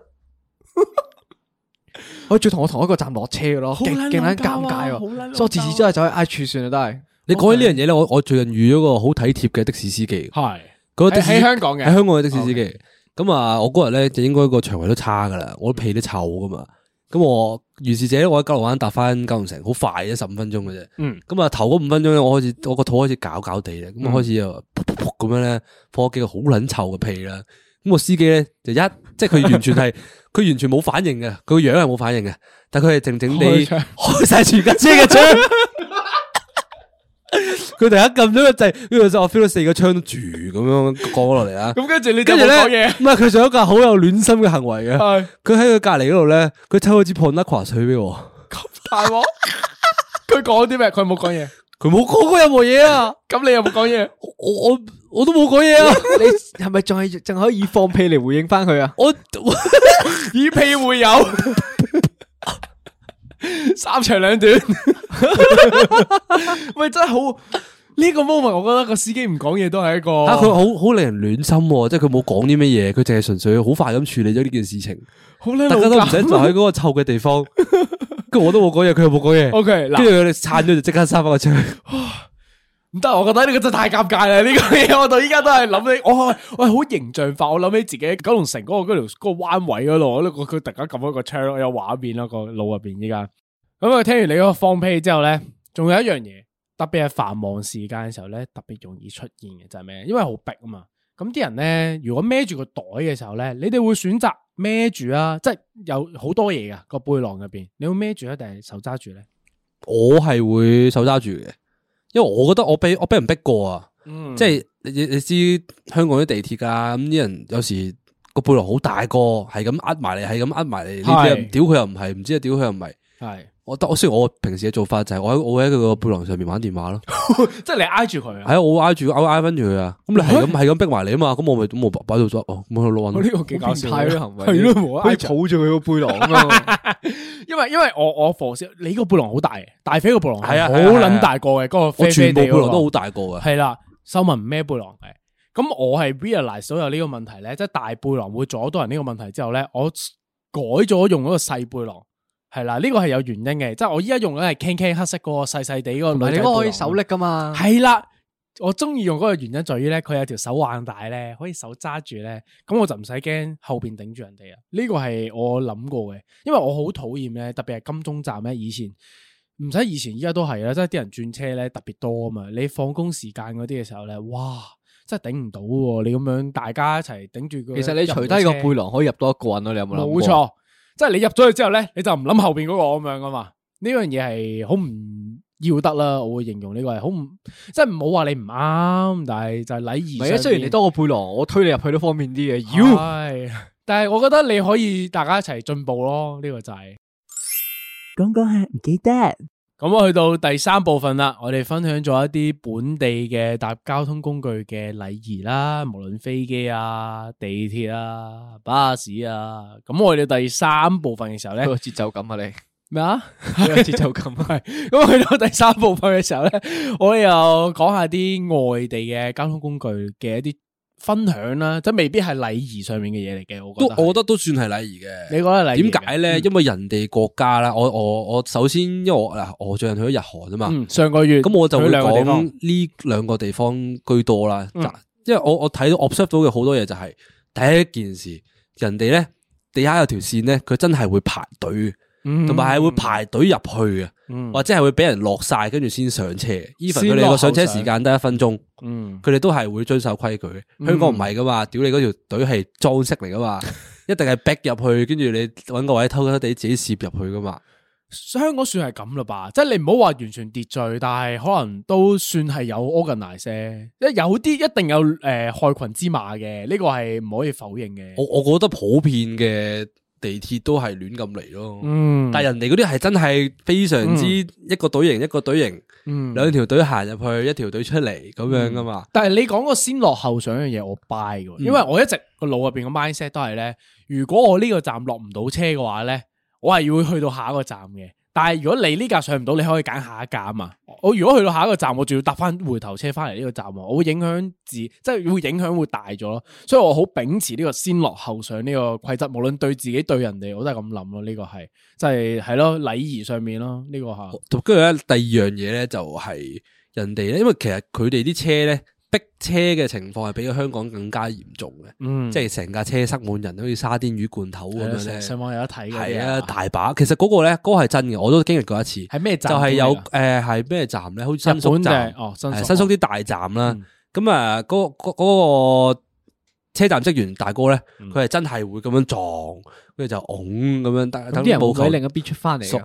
Speaker 5: 我仲同我同一個站落車嘅咯，勁
Speaker 4: 撚
Speaker 5: 勁
Speaker 4: 撚
Speaker 5: 撚
Speaker 4: 尷
Speaker 5: 尷
Speaker 4: 尬
Speaker 5: 尬
Speaker 4: 啊好撚
Speaker 5: 喎
Speaker 4: 撚尷尬，
Speaker 5: 所以我自此真係走去挨處算啦，都係。
Speaker 6: 你講起呢樣嘢咧，我我最近遇咗個好體貼嘅的士司機，
Speaker 4: 係
Speaker 6: 嗰個的
Speaker 4: 喺
Speaker 6: 士
Speaker 4: 喺香港
Speaker 6: 喺
Speaker 4: 嘅，
Speaker 6: 香港嘅的士司機。咁啊，我嗰日咧就應該個腸胃都差噶啦，我啲屁都臭噶嘛。咁我如是者，我喺九龍灣搭翻九龍城，好快啫，十五分鐘嘅啫。
Speaker 4: 嗯
Speaker 6: 咁啊，頭嗰五分鐘咧，我開始我個肚開始搞搞地啦，咁我開始又噗噗噗咁樣咧，放咗幾個好撚臭嘅屁啦。咁個司機咧就一，即係佢完全係佢完全冇反應嘅，佢個樣係冇反應嘅，但佢係靜靜地
Speaker 4: 開窗
Speaker 6: 開晒全架車嘅窗。佢突然間撳咗個掣，跟住就我 feel 到四個窗都住咁樣降咗落嚟啦。
Speaker 4: 咁跟住你就
Speaker 6: 跟
Speaker 4: 冇
Speaker 6: 住咧，
Speaker 4: 講 嘢，
Speaker 6: 唔係佢仲有一個好有暖心嘅行為
Speaker 5: 啊
Speaker 6: 嘅，
Speaker 4: 係
Speaker 6: 佢喺佢隔離嗰度咧，佢抽咗支 p o n a q u a 水俾我。
Speaker 4: 大鑊。佢講啲咩？佢冇講嘢。
Speaker 6: 佢冇講過任何嘢啊！
Speaker 4: 咁你有冇講嘢？
Speaker 6: 我我我都冇講嘢啊！
Speaker 5: 你係咪仲係仲可以放屁嚟回應翻佢啊？
Speaker 6: 我
Speaker 4: 以屁會 友，三長兩短。 喂，真係好呢、個 moment，我覺得個司機唔講嘢都係一個
Speaker 6: 啊，佢好好令人暖心喎，即係佢冇講啲乜嘢，佢淨係純粹好快咁處理咗呢件事情，
Speaker 4: 好撚
Speaker 6: 大家都唔使
Speaker 4: 老
Speaker 6: 留喺
Speaker 4: 尷
Speaker 6: 嗰個臭嘅地 方。跟住我都冇講嘢，佢又冇講嘢。
Speaker 4: OK，嗱
Speaker 6: 跟住佢哋撐咗就即刻閂翻個窗。
Speaker 4: 唔得，我覺得呢個真係太尷尬啦！呢、個嘢我到依家都係諗起，我我係好形象化，我諗起自己九龍城嗰、個嗰條嗰個彎位嗰度，我都佢佢突然間撳開個窗，我有畫面啦個腦入邊依家。咁啊，聽完你嗰個放屁之後咧，仲有一樣嘢，特別係繁忙時間嘅時候咧，特別容易出現嘅就係咩？因為好逼啊嘛。咁啲人咧，如果孭住個袋嘅時候咧，你哋會選擇孭住啊，即係有好多嘢噶個背囊入邊，你會孭住啊定係手揸住咧？
Speaker 6: 我係會手揸住嘅，因為我覺得我俾我俾人逼過啊，
Speaker 4: 嗯
Speaker 6: 即係你你你知香港啲地鐵啊，咁啲人有時個背囊好大個，係咁呃埋你，係咁呃埋你，你
Speaker 4: 係
Speaker 6: 知屌佢又唔係，唔知啊屌佢又唔係。
Speaker 4: 係，
Speaker 6: 我得我雖然我平時嘅做法就係我喺我喺佢個背囊上面玩電話 咯，
Speaker 4: 即係你挨住 佢啊。
Speaker 6: 係啊，我挨住我挨翻住佢啊，咁你係咁係咁逼埋你啊嘛，咁我咪咁我擺到咗哦，咁喺度攞
Speaker 4: 我
Speaker 6: 揾
Speaker 4: 呢個幾搞笑
Speaker 5: 好變態嘅行為
Speaker 4: 係咯，冇
Speaker 5: 可以
Speaker 4: 挨
Speaker 5: 抱
Speaker 4: 住。
Speaker 5: 住佢個背囊 啊！
Speaker 4: 因哎為因為我我火燒，你個背囊好大嘅，大肥個背囊
Speaker 6: 係啊
Speaker 4: 好
Speaker 6: 係啊係
Speaker 4: 撚
Speaker 6: 啊
Speaker 4: 大個嘅，嗰個
Speaker 6: 我
Speaker 4: 啡啡
Speaker 6: 全部
Speaker 4: 地
Speaker 6: 背
Speaker 4: 嗰個
Speaker 6: 囊都好大個嘅，
Speaker 4: 係啦，收文唔孭背囊嘅。咁我係 realize 到有呢個問題咧，即係大背囊會阻到人呢個問題之後咧，我改咗用嗰個細背囊。係啦，呢個係有原因嘅，即係我依家用緊係 Ken Ken 黑色嗰個細細地嗰個
Speaker 5: 同
Speaker 4: 女
Speaker 5: 埋你
Speaker 4: 仔
Speaker 5: 嗰個可
Speaker 4: 背
Speaker 5: 以
Speaker 4: 囊
Speaker 5: 手拎噶嘛？
Speaker 4: 系啦，我中意用嗰個原因在於咧，佢有條手腕帶咧，可以手揸住咧，咁我就唔使驚後边頂住人哋啊。呢個係我諗過嘅，因為我好討厭咧，特別係金鐘站咧，以前唔使以前，依家都係啦，即係啲人轉車咧特別多啊嘛。你放工時間嗰啲嘅時候咧，哇，真係頂唔到喎！你咁樣大家一齊頂住佢，
Speaker 5: 其實你除低個背囊可以入多一個人咯，你有冇諗過？
Speaker 4: 冇錯，即係你入咗去之後咧，你就唔諗後边嗰個咁樣噶嘛。呢樣嘢係好唔要得啦。我會形容呢個係好唔，即係唔好話你唔啱，但係就係禮儀
Speaker 5: 唔
Speaker 4: 上
Speaker 5: 係
Speaker 4: 面。
Speaker 5: 啊，雖然你多個背囊，我推你入去都方便啲嘅。妖，
Speaker 4: 妖，但係我覺得你可以大家一齊進步咯。呢個就係。
Speaker 7: 講講下唔記得，
Speaker 4: 咁啊，去到第三部分啦，我哋分享咗一啲本地嘅搭交通工具嘅禮儀啦，無論飛機啊、地鐵啊、巴士啊。咁我哋第三部分嘅時候咧
Speaker 5: 好，有節奏感啊你，
Speaker 4: 咩啊？
Speaker 5: 好有節奏 感啊！
Speaker 4: 係咁去到第三部分嘅時候咧，我哋又講下啲外地嘅交通工具嘅一啲分享啦，即係未必係禮儀上面嘅嘢嚟嘅。我
Speaker 6: 都
Speaker 4: 覺得係，
Speaker 6: 我覺得都算係禮儀嘅。
Speaker 4: 你覺得禮儀
Speaker 6: 點
Speaker 4: 嘅嗯
Speaker 6: 解咧？？因為人哋國家啦，我我我首先，因為我嗱，我最近去咗日韓啊嘛，
Speaker 4: 嗯，上個月
Speaker 6: 咁我就
Speaker 4: 去
Speaker 6: 會
Speaker 4: 兩個地
Speaker 6: 講
Speaker 4: 方
Speaker 6: 呢兩個地方居多啦。
Speaker 4: 嗯
Speaker 6: 因為我我睇到 observe 到嘅好多嘢就係、第一件事，人哋咧地下有條線咧，佢真係會排隊，同埋係會排隊入去嘅，
Speaker 4: 嗯
Speaker 6: 或者係會俾人落晒跟住先上車。even
Speaker 4: 先
Speaker 6: 佢
Speaker 4: 落
Speaker 6: 哋
Speaker 4: 後
Speaker 6: 個上車
Speaker 4: 上
Speaker 6: 時間得一分鐘，
Speaker 4: 嗯
Speaker 6: 佢哋都係會遵守規矩。香港唔係噶嘛，屌你嗰條隊係裝飾嚟噶 嘛，一定係逼入去，跟住你揾個位偷偷地自己攝入去噶嘛。
Speaker 4: 香港算係咁啦吧，即係你唔好話完全秩序，但係可能都算係有 organize 啫，因為有啲一定有诶、呃害群之馬嘅，呢、個係唔可以否認嘅。
Speaker 6: 我我覺得普遍嘅地鐵都係亂咁嚟咯。
Speaker 4: 嗯
Speaker 6: 但係人哋嗰啲係真係非常之一個隊形一個隊形，
Speaker 4: 嗯
Speaker 6: 兩條隊行入去，一條隊出嚟咁樣噶嘛。
Speaker 4: 但係你講個先落後上嘅嘢，我 buy 嘅，
Speaker 6: 嗯
Speaker 4: 因為我一直個腦入邊個 mindset 都係咧，如果我呢個站落唔到車嘅話咧，我係要去到下一個站嘅。但係如果你呢架上唔到，你可以揀下一架啊嘛。我如果去到下一個站，我仲要搭翻回頭車翻嚟呢個站喎，我會影響自，即係會影響會大咗咯。所以我好秉持呢個先落後上呢個規則，無論對自己對人哋，我都係咁諗咯。呢、個係即係係咯禮儀上面咯，呢、個嚇
Speaker 6: 同跟住咧，第二樣嘢咧就係人哋咧，因為其實佢哋啲車咧逼車嘅情況係比香港更加嚴重嘅，
Speaker 4: 嗯啊
Speaker 6: 即係成架車塞滿人，好似沙甸魚罐頭咁樣
Speaker 4: 上
Speaker 6: 咧。
Speaker 4: 上網有得睇嘅
Speaker 6: 係啊，大把。其實嗰個咧，嗰個係真嘅，我都經歷過一次。
Speaker 4: 係咩
Speaker 6: 就
Speaker 4: 站啊
Speaker 6: 係有
Speaker 4: 嚟㗎
Speaker 6: 誒係咩站咧？好似新
Speaker 4: 日
Speaker 6: 宿
Speaker 4: 本
Speaker 6: 站
Speaker 4: 嘅哦新宿
Speaker 6: 係新宿啲大站啦。咁啊，嗰嗰嗰個車站職員大哥咧，佢係真係會咁樣撞，跟住就拱咁樣，等
Speaker 5: 咁
Speaker 6: 等
Speaker 5: 啲人
Speaker 6: 冇
Speaker 5: 冇
Speaker 6: 球
Speaker 5: 喺另一邊出翻嚟㗎
Speaker 6: 熟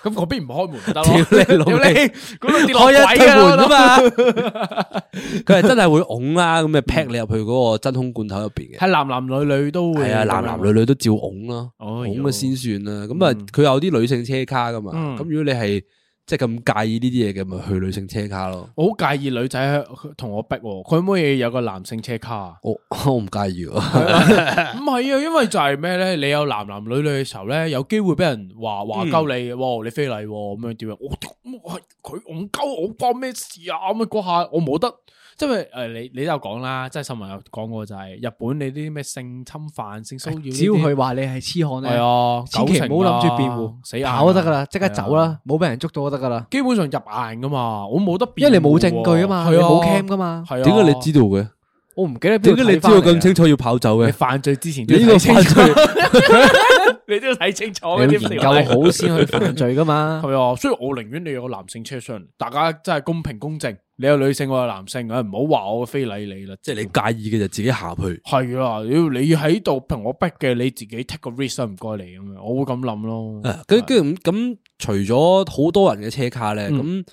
Speaker 4: 咁嗰邊唔開門就得
Speaker 6: 屌
Speaker 4: 咯，
Speaker 6: 你老味
Speaker 4: 屌你嗰度跌落
Speaker 6: 開一
Speaker 4: 鬼
Speaker 6: 推
Speaker 4: 㗎
Speaker 6: 門啊
Speaker 4: 啦
Speaker 6: 嘛，佢係真係會拱啦，咁咪劈你入去嗰個真空罐頭入邊嘅。
Speaker 4: 係男男女女都會，
Speaker 6: 係啊，男男女女都照拱啦，
Speaker 4: 哦
Speaker 6: 拱
Speaker 4: 喲
Speaker 6: 咗先算啦。咁啊
Speaker 4: 嗯，
Speaker 6: 佢有啲女性車卡噶嘛，
Speaker 4: 嗯
Speaker 6: 咁如果你係即係咁介意呢啲嘢嘅，咪去女性車卡咯。？
Speaker 4: 我好介意女仔同我逼喎，佢可唔可以有個男性車卡啊
Speaker 6: 我我唔介意喎。
Speaker 4: 唔係啊，因為就係咩咧？你有男男女女嘅時候咧，有機會俾人話話鳩你，哇！你非禮喎咁樣點樣？我屌我係佢戇鳩，我關咩事啊？咁啊嗰下我冇得。即係誒，你你都有講啦，即係新聞有講過就係日本你啲咩性侵犯、性騷擾呢啲，
Speaker 5: 只要佢話你係痴
Speaker 4: 係
Speaker 5: 漢咧，
Speaker 4: 啊，
Speaker 5: 千祈唔好諗住
Speaker 4: 九
Speaker 5: 辯
Speaker 4: 成啊
Speaker 5: 護，
Speaker 4: 死硬啊
Speaker 5: 跑都得噶啦，即刻走啦，冇俾人捉到都得噶啦，
Speaker 4: 基本上入硬噶嘛，我冇得辯護喎，
Speaker 5: 因為你冇證據啊嘛，你
Speaker 4: 係啊
Speaker 5: 冇 cam 噶嘛，
Speaker 4: 係啊，
Speaker 6: 點解你知道嘅？
Speaker 5: 我唔記得
Speaker 6: 點解
Speaker 5: 邊度
Speaker 6: 你知
Speaker 5: 睇
Speaker 6: 道咁
Speaker 5: 翻嚟啊
Speaker 6: 清楚要跑走
Speaker 4: 你
Speaker 6: 嘅？
Speaker 4: 犯罪之前都
Speaker 6: 你
Speaker 4: 要
Speaker 6: 呢個
Speaker 4: 睇清
Speaker 6: 犯
Speaker 4: 楚，
Speaker 6: 罪。
Speaker 4: 你都要睇清楚嗰
Speaker 5: 你
Speaker 4: 啲
Speaker 5: 要研
Speaker 6: 啊
Speaker 5: 究好先去犯罪噶嘛。
Speaker 4: 係啊，所以我寧願你有個男性車廂，大家真係公平公正，你有女性，我有男性，啊唔好話我非禮你啦，
Speaker 6: 即係你介意嘅就自己下去。
Speaker 4: 係啊，要你喺度憑我逼嘅，你自己 take 個 risk 啊唔該你咁樣，我會咁諗咯。
Speaker 6: 啊跟跟住咁咁，除咗好多人嘅車卡咧，咁、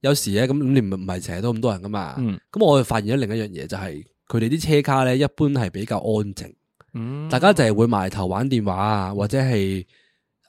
Speaker 6: 有時咧，咁咁你唔唔係成日都咁多人噶嘛？咁、
Speaker 4: 嗯
Speaker 6: 我就發現咗另一樣嘢，就係佢哋啲車卡咧，一般係比較安靜，
Speaker 4: 嗯
Speaker 6: 大家就係會埋頭玩電話啊，或者係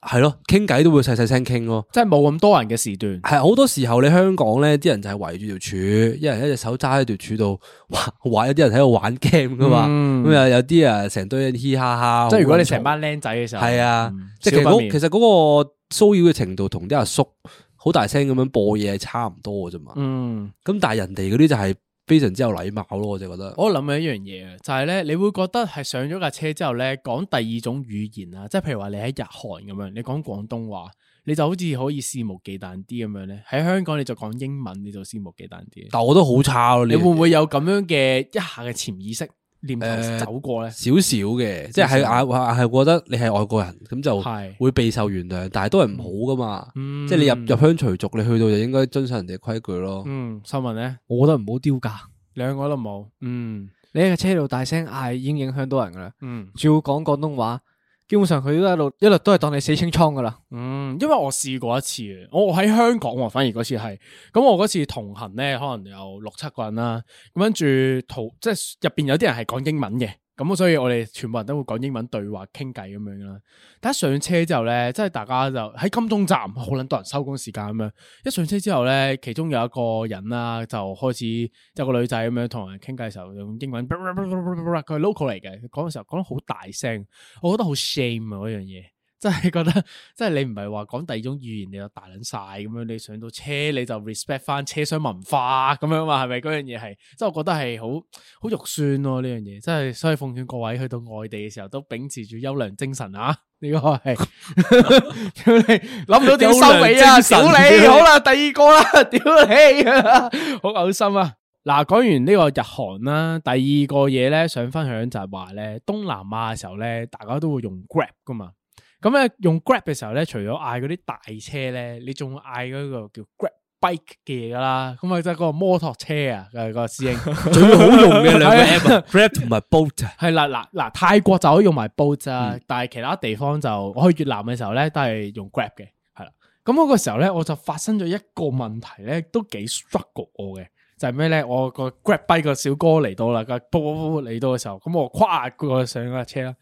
Speaker 6: 係咯，傾偈都會細細聲傾咯。
Speaker 4: 即係冇咁多人嘅時段，
Speaker 6: 係好多時候，你香港咧，啲人就係圍住條柱，一人一隻手揸喺條柱度，哇玩，有啲人喺度玩 game 噶嘛，
Speaker 4: 嗯
Speaker 6: 咁啊有啲啊成堆人嘻哈哈，
Speaker 4: 即係如果你
Speaker 6: 好
Speaker 4: 成
Speaker 6: 嘈
Speaker 4: 班僆仔嘅時候，
Speaker 6: 系啊
Speaker 4: 嗯，
Speaker 6: 即系其實
Speaker 4: 少不
Speaker 6: 嗰
Speaker 4: 免
Speaker 6: 其實嗰個騷擾嘅程度同啲阿叔好大聲咁樣播嘢係差唔多嘅啫嘛。
Speaker 4: 嗯。
Speaker 6: 咁但係人哋嗰啲就係非常之有禮貌咯，我就覺得。哦
Speaker 4: 我諗起一樣嘢啊，就係咧，你會覺得係上咗架車之後咧，講第二種語言啊，即係譬如話你喺日韓咁樣，你講廣東話，你就好似可以肆無忌憚啲咁樣咧。喺香港你就講英文，你就肆無忌憚啲。
Speaker 6: 但我都好差咯，
Speaker 4: 你
Speaker 6: 會
Speaker 4: 會唔會有咁樣嘅一下嘅潛意識念
Speaker 6: 誒
Speaker 4: 頭走過咧？
Speaker 6: 少少嘅？即係
Speaker 4: 少
Speaker 6: 係係覺得你係外國人，咁就
Speaker 4: 係
Speaker 6: 會備受原諒，但係都係唔好噶嘛。
Speaker 4: 嗯
Speaker 6: 即係你入入鄉隨俗，你去到就應該遵守人哋嘅規矩咯。
Speaker 4: 嗯，新聞咧，
Speaker 5: 我覺得唔好丟架，
Speaker 4: 兩個都冇。嗯
Speaker 5: 你喺個車度大聲嗌已經影響到人噶啦，
Speaker 4: 嗯
Speaker 5: 仲要講廣東話，基本上佢都一路一路都係當你死清倉噶啦。
Speaker 4: 嗯，因為我試過一次嘅，我我喺香港喎，反而嗰次係，咁我嗰次同行咧，可能有六七個人啦，咁跟住途即係入邊有啲人係講英文嘅，咁所以我哋全部人都會講英文對話傾偈咁樣啦。但一上車之後咧，即係大家就喺金鐘站好撚多人收工時間咁樣，一上車之後咧，其中有一個人啦就開始有個女仔咁樣同人傾偈嘅時候用英文，佢係 local 嚟嘅，講嘅時候講得好大聲，我覺得好 shame 啊嗰樣嘢。真係覺得， 即係你唔係話講第二種語言你就大撚晒咁樣，你上到車你就 respect 翻車廂文化咁樣嘛，係咪嗰樣嘢係？即係我覺得係好好肉酸咯呢樣嘢，真係所以奉勸各位去到外地嘅時候都秉持住優良精神啊！呢個 係屌你諗唔到點收尾啊！
Speaker 6: 優良
Speaker 4: 屌
Speaker 6: 精神
Speaker 4: 你，好啦，第二個啦， 屌你啊，好嘔心啊！嗱，講完呢個日韓啦，第二個嘢咧想分享就係話咧東南亞嘅時候咧，大家都會用 Grab 噶嘛。咁咧用 Grab 嘅時候咧，除咗嗌嗰啲大車咧，你仲會嗌嗰個叫 Grab Bike 嘅嘢噶啦。咁啊，即係嗰個摩托車啊，誒、嗰個師兄，
Speaker 6: 最好用嘅兩個
Speaker 4: 係啊
Speaker 6: app 啊，Grab 同埋 Bolt 啊。
Speaker 4: 係啦，嗱嗱，泰國就可以用埋 Bolt 啊，但係其他地方就我去越南嘅時候咧，都係用 Grab 嘅，係啦。咁嗰個時候咧，我就發生咗一個問題咧，都幾 struggle 我嘅，就係咩咧？我個 Grab Bike 個小哥嚟到啦，個噗噗噗嚟到嘅時候，咁我跨過上架車啦，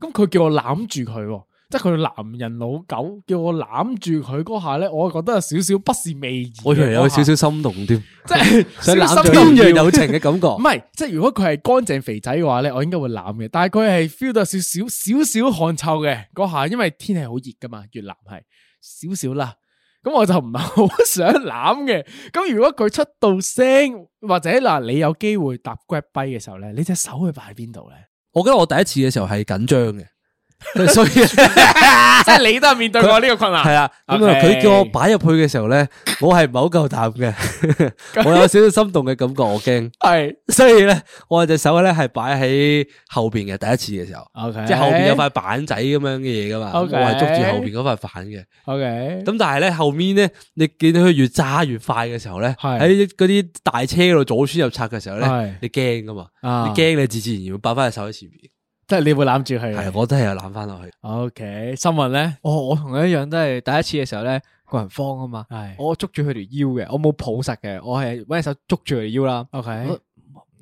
Speaker 4: 咁佢叫我攬住佢喎。即係佢男人老狗叫我攬住佢嗰下咧，我覺得有少少不是味兒嘅嗰下。
Speaker 6: 我以為有少少心動添，
Speaker 4: 即係
Speaker 6: 想
Speaker 4: 少
Speaker 6: 攬
Speaker 4: 少
Speaker 6: 住
Speaker 4: 心動
Speaker 6: 天若有情嘅感覺
Speaker 4: 唔係，即係如果佢係乾淨肥仔嘅話咧，我應該會攬嘅。但係佢係 feel 到有少少少少汗臭嘅嗰下，因為天氣好熱噶嘛，越南係少少啦。咁我就唔係好想攬嘅。咁如果佢出到聲，或者嗱，你有機會搭 Grab bike 嘅時候咧，你隻手去擺喺邊度咧？
Speaker 6: 我記得我第一次嘅時候係緊張嘅，所以
Speaker 4: 即係你都係面對過呢個困難。
Speaker 6: 係啊。咁啊，佢叫我擺入去嘅時候咧，我係唔係好夠膽嘅， 我有少少心動嘅感覺，我驚。
Speaker 4: 係，
Speaker 6: 所以咧，我隻手咧係擺喺後邊嘅，第一次嘅時候
Speaker 4: OK
Speaker 6: 即係後邊有塊板仔咁樣嘅嘢噶嘛
Speaker 4: OK
Speaker 6: 我係捉住後邊嗰塊板嘅。
Speaker 4: OK。
Speaker 6: 咁但係咧後面咧，你見到佢越揸越快嘅時候咧，
Speaker 4: 係
Speaker 6: 喺嗰啲大車嗰度左穿右插嘅時候
Speaker 4: 係
Speaker 6: 咧，你驚噶嘛？
Speaker 4: 啊
Speaker 6: 你驚你自自然然會擺翻隻手喺前面。
Speaker 4: 即係你會攬住佢。
Speaker 6: 係，我都係有攬翻落去。
Speaker 4: OK，新聞咧，
Speaker 5: 哦，我同佢一樣都係第一次嘅時候咧，個人慌啊嘛，我捉住佢條腰嘅，我冇抱實嘅，我係搵隻手捉住佢條腰啦。
Speaker 4: OK，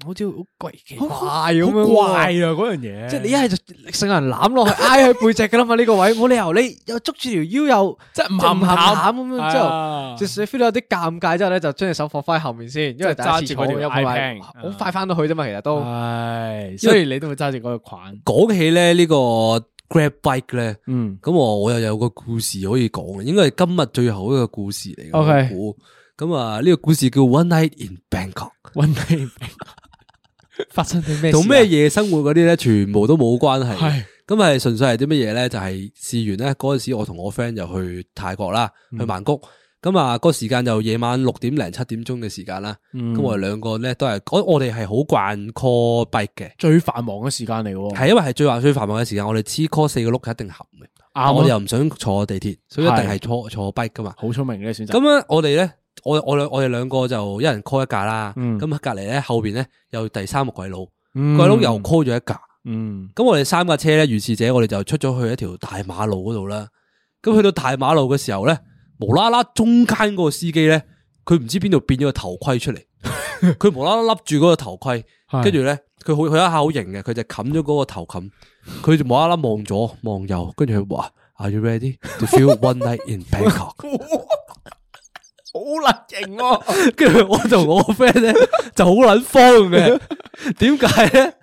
Speaker 5: 好似好鬼奇怪
Speaker 4: 好
Speaker 5: 咁樣，
Speaker 4: 怪啊嗰樣嘢
Speaker 5: 即係你一係就成個人攬落去挨佢背脊噶啦嘛，呢個位冇理由你又捉住條腰又
Speaker 4: 即係唔鹹唔
Speaker 5: 唔鹹
Speaker 4: 鹹
Speaker 5: 咁
Speaker 4: 係
Speaker 5: 樣之
Speaker 4: 啊
Speaker 5: 後，就就 feel 到有啲尷尬之後咧，就將隻手放翻喺後面先，因
Speaker 4: 即
Speaker 5: 為第
Speaker 4: 係揸
Speaker 5: 一次
Speaker 4: 住嗰條
Speaker 5: 坐有冇
Speaker 4: iPad，À,
Speaker 5: 位好快翻到去啫嘛，其實都。
Speaker 4: 係，所以你都會揸住嗰個款。
Speaker 6: 講起咧呢個 Grab Bike 咧，
Speaker 4: 嗯，
Speaker 6: 咁我我又有個故事可以講嘅，應該係今日最後一個故事嚟嘅。
Speaker 4: OK
Speaker 6: 我估咁啊，呢個故事叫 One Night in Bangkok，
Speaker 4: 温馨發生啲咩事啊？
Speaker 6: 同咩夜生活嗰啲咧，全部都冇關係
Speaker 4: 係
Speaker 6: 嘅。咁係純粹係啲乜嘢咧？就係試完咧嗰陣時，我同我 friend 就去泰國啦，
Speaker 4: 嗯
Speaker 6: 去曼谷。咁啊，嗰個時間就夜晚六點零七點鐘嘅時間啦。
Speaker 4: 嗯
Speaker 6: 咁我哋兩個咧都係，我我哋係好慣 call bike 嘅。
Speaker 4: 最繁忙嘅時間嚟喎？
Speaker 6: 係因為係最話最繁忙嘅時間，我哋黐 call 四個碌係一定含嘅，
Speaker 4: 啊
Speaker 6: 我哋又唔想坐地鐵，所以一定係
Speaker 4: 係
Speaker 6: 坐坐 bike 噶嘛。
Speaker 4: 好聰明嘅選擇。
Speaker 6: 咁咧，我哋咧，我我兩我哋兩個就一人 call 一架啦。
Speaker 4: 嗯
Speaker 6: 咁隔離咧後邊咧有第三個鬼佬，
Speaker 4: 嗯
Speaker 6: 鬼佬又 call 咗一架。
Speaker 4: 嗯
Speaker 6: 咁我哋三架車咧，如是者我哋就出咗去一條大馬路嗰度啦。咁去到大馬路嘅時候咧，無啦啦中間嗰個司機咧，佢唔知邊度變咗個頭盔出 嚟，佢無啦啦笠住嗰個頭盔，
Speaker 4: 係
Speaker 6: 跟住咧佢好佢一下好型嘅，佢就冚咗嗰個頭冚，佢就無啦啦望左望右，跟住佢話：Are you ready to feel one night in Bangkok？
Speaker 4: 好撚型 喎！
Speaker 6: 跟住我同我個 friend 咧就好撚慌嘅，點解咧？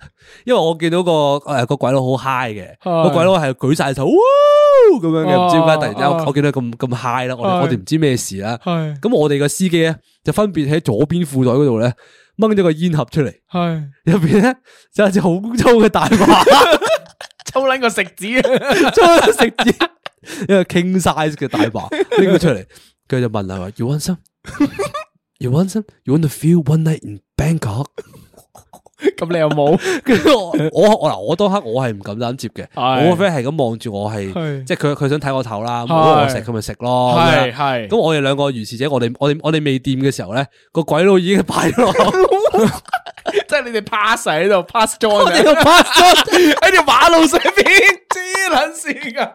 Speaker 6: 因為我見到個誒個鬼佬好 high 嘅，
Speaker 4: 係
Speaker 6: 個鬼佬係舉晒手哇咁樣嘅，唔知點解突然之間
Speaker 4: 哦
Speaker 6: 我見到佢咁咁 high 啦，我哋
Speaker 4: 係
Speaker 6: 我哋唔知咩事啦。
Speaker 4: 係
Speaker 6: 咁我哋個司機咧就分別喺左邊褲袋嗰度咧掹咗個煙盒出嚟，
Speaker 4: 係
Speaker 6: 入邊咧就有隻好粗嘅大麻，
Speaker 4: 抽撚個食指，
Speaker 6: 粗嘅食指，一個 king size 嘅大麻拎咗出嚟，佢就問係話 You want some? You want some? You want to feel one night in Bangkok？
Speaker 4: 咁你有冇？
Speaker 6: 跟住我我我嗱，我當刻我係唔敢膽接嘅，
Speaker 4: 係
Speaker 6: 我個 friend 係咁望住我
Speaker 4: 係
Speaker 6: 係，即係佢佢想睇我頭啦，如
Speaker 4: 係
Speaker 6: 果我食佢咪食咯，咁樣
Speaker 4: 係係
Speaker 6: 咁我哋兩個如是者，我哋我哋我哋未掂嘅時候咧，個鬼佬已經擺咗 落，
Speaker 4: 即係你哋 pass 喺度 pass
Speaker 6: 我
Speaker 4: join
Speaker 6: 哋
Speaker 4: 啊
Speaker 6: 個 pass
Speaker 4: 喺條馬路上邊，黐捻线噶，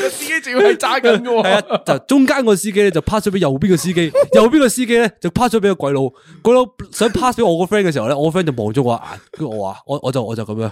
Speaker 4: 個司機仲要係揸緊
Speaker 6: 系啊
Speaker 4: 嘅，，
Speaker 6: 就中間個司機咧就 pass 咗俾右邊個司 機，右邊個司機咧就 pass 咗俾個鬼佬，鬼佬想 pass 俾我個 friend 嘅時候咧，我個 friend 就望咗我一眼，跟住我話我我就我就咁 樣，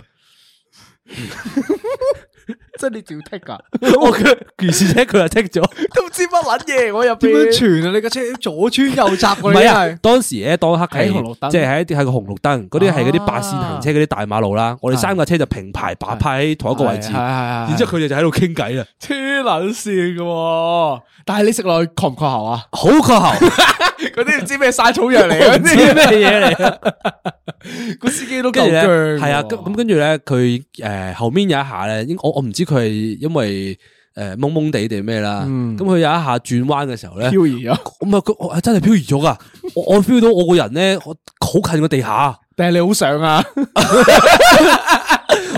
Speaker 4: 真係你照剔噶，
Speaker 6: 我佢於是咧佢就剔 咗。
Speaker 4: 都唔知乜捻嘢我入邊。
Speaker 5: 點樣傳啊？你架車左穿右閘
Speaker 6: 唔
Speaker 5: 喎，
Speaker 6: 係
Speaker 5: 你
Speaker 6: 啊
Speaker 5: 係，
Speaker 6: 當時咧當刻係
Speaker 4: 喺紅綠燈啊
Speaker 6: 即係喺一啲喺個紅綠燈，嗰啲係嗰啲八線行車嗰啲大馬路啦。我哋三架車就平排把派喺同一個位置，
Speaker 4: 係係係係
Speaker 6: 然之後佢哋就喺度傾偈啦。
Speaker 4: 黐捻線嘅，但係你食落去確唔確喉啊？
Speaker 6: 好確喉，
Speaker 4: 嗰啲唔知咩晒草藥 嚟，嗰
Speaker 6: 唔知
Speaker 4: 啲
Speaker 6: 咩嘢嚟啊。
Speaker 4: 個司機都
Speaker 6: 跟
Speaker 4: 夠
Speaker 6: 住咧，
Speaker 4: 僵。
Speaker 6: 係啊，咁咁跟住咧，佢誒後面有一下咧，應我我唔知佢係因為誒懵懵地定咩啦。咁佢有一下轉彎嘅時候咧，
Speaker 4: 漂嗯移啊！
Speaker 6: 咁啊佢我真係漂移咗噶，我我 feel 到我個人咧，我好近個地下。
Speaker 4: 定係你好想啊？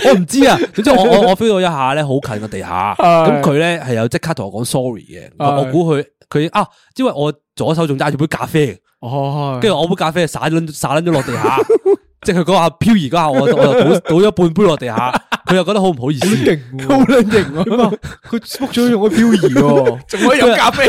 Speaker 6: 我唔知啊，總之我我我 feel 到一下咧，好近個地下， 咁佢咧係有即刻同我講 sorry 嘅，我
Speaker 4: 係
Speaker 6: 估佢佢啊，因為我左手仲揸住杯咖啡，
Speaker 4: 哦，
Speaker 6: 跟住我杯咖啡灑撚灑撚咗落地下， 即係佢嗰下漂移嗰下，我我 就倒倒咗半杯落地下，佢又覺得好唔好意思，
Speaker 4: 好撚型啊！
Speaker 5: 佢 book 咗用個漂移喎，
Speaker 4: 仲可以飲咖啡，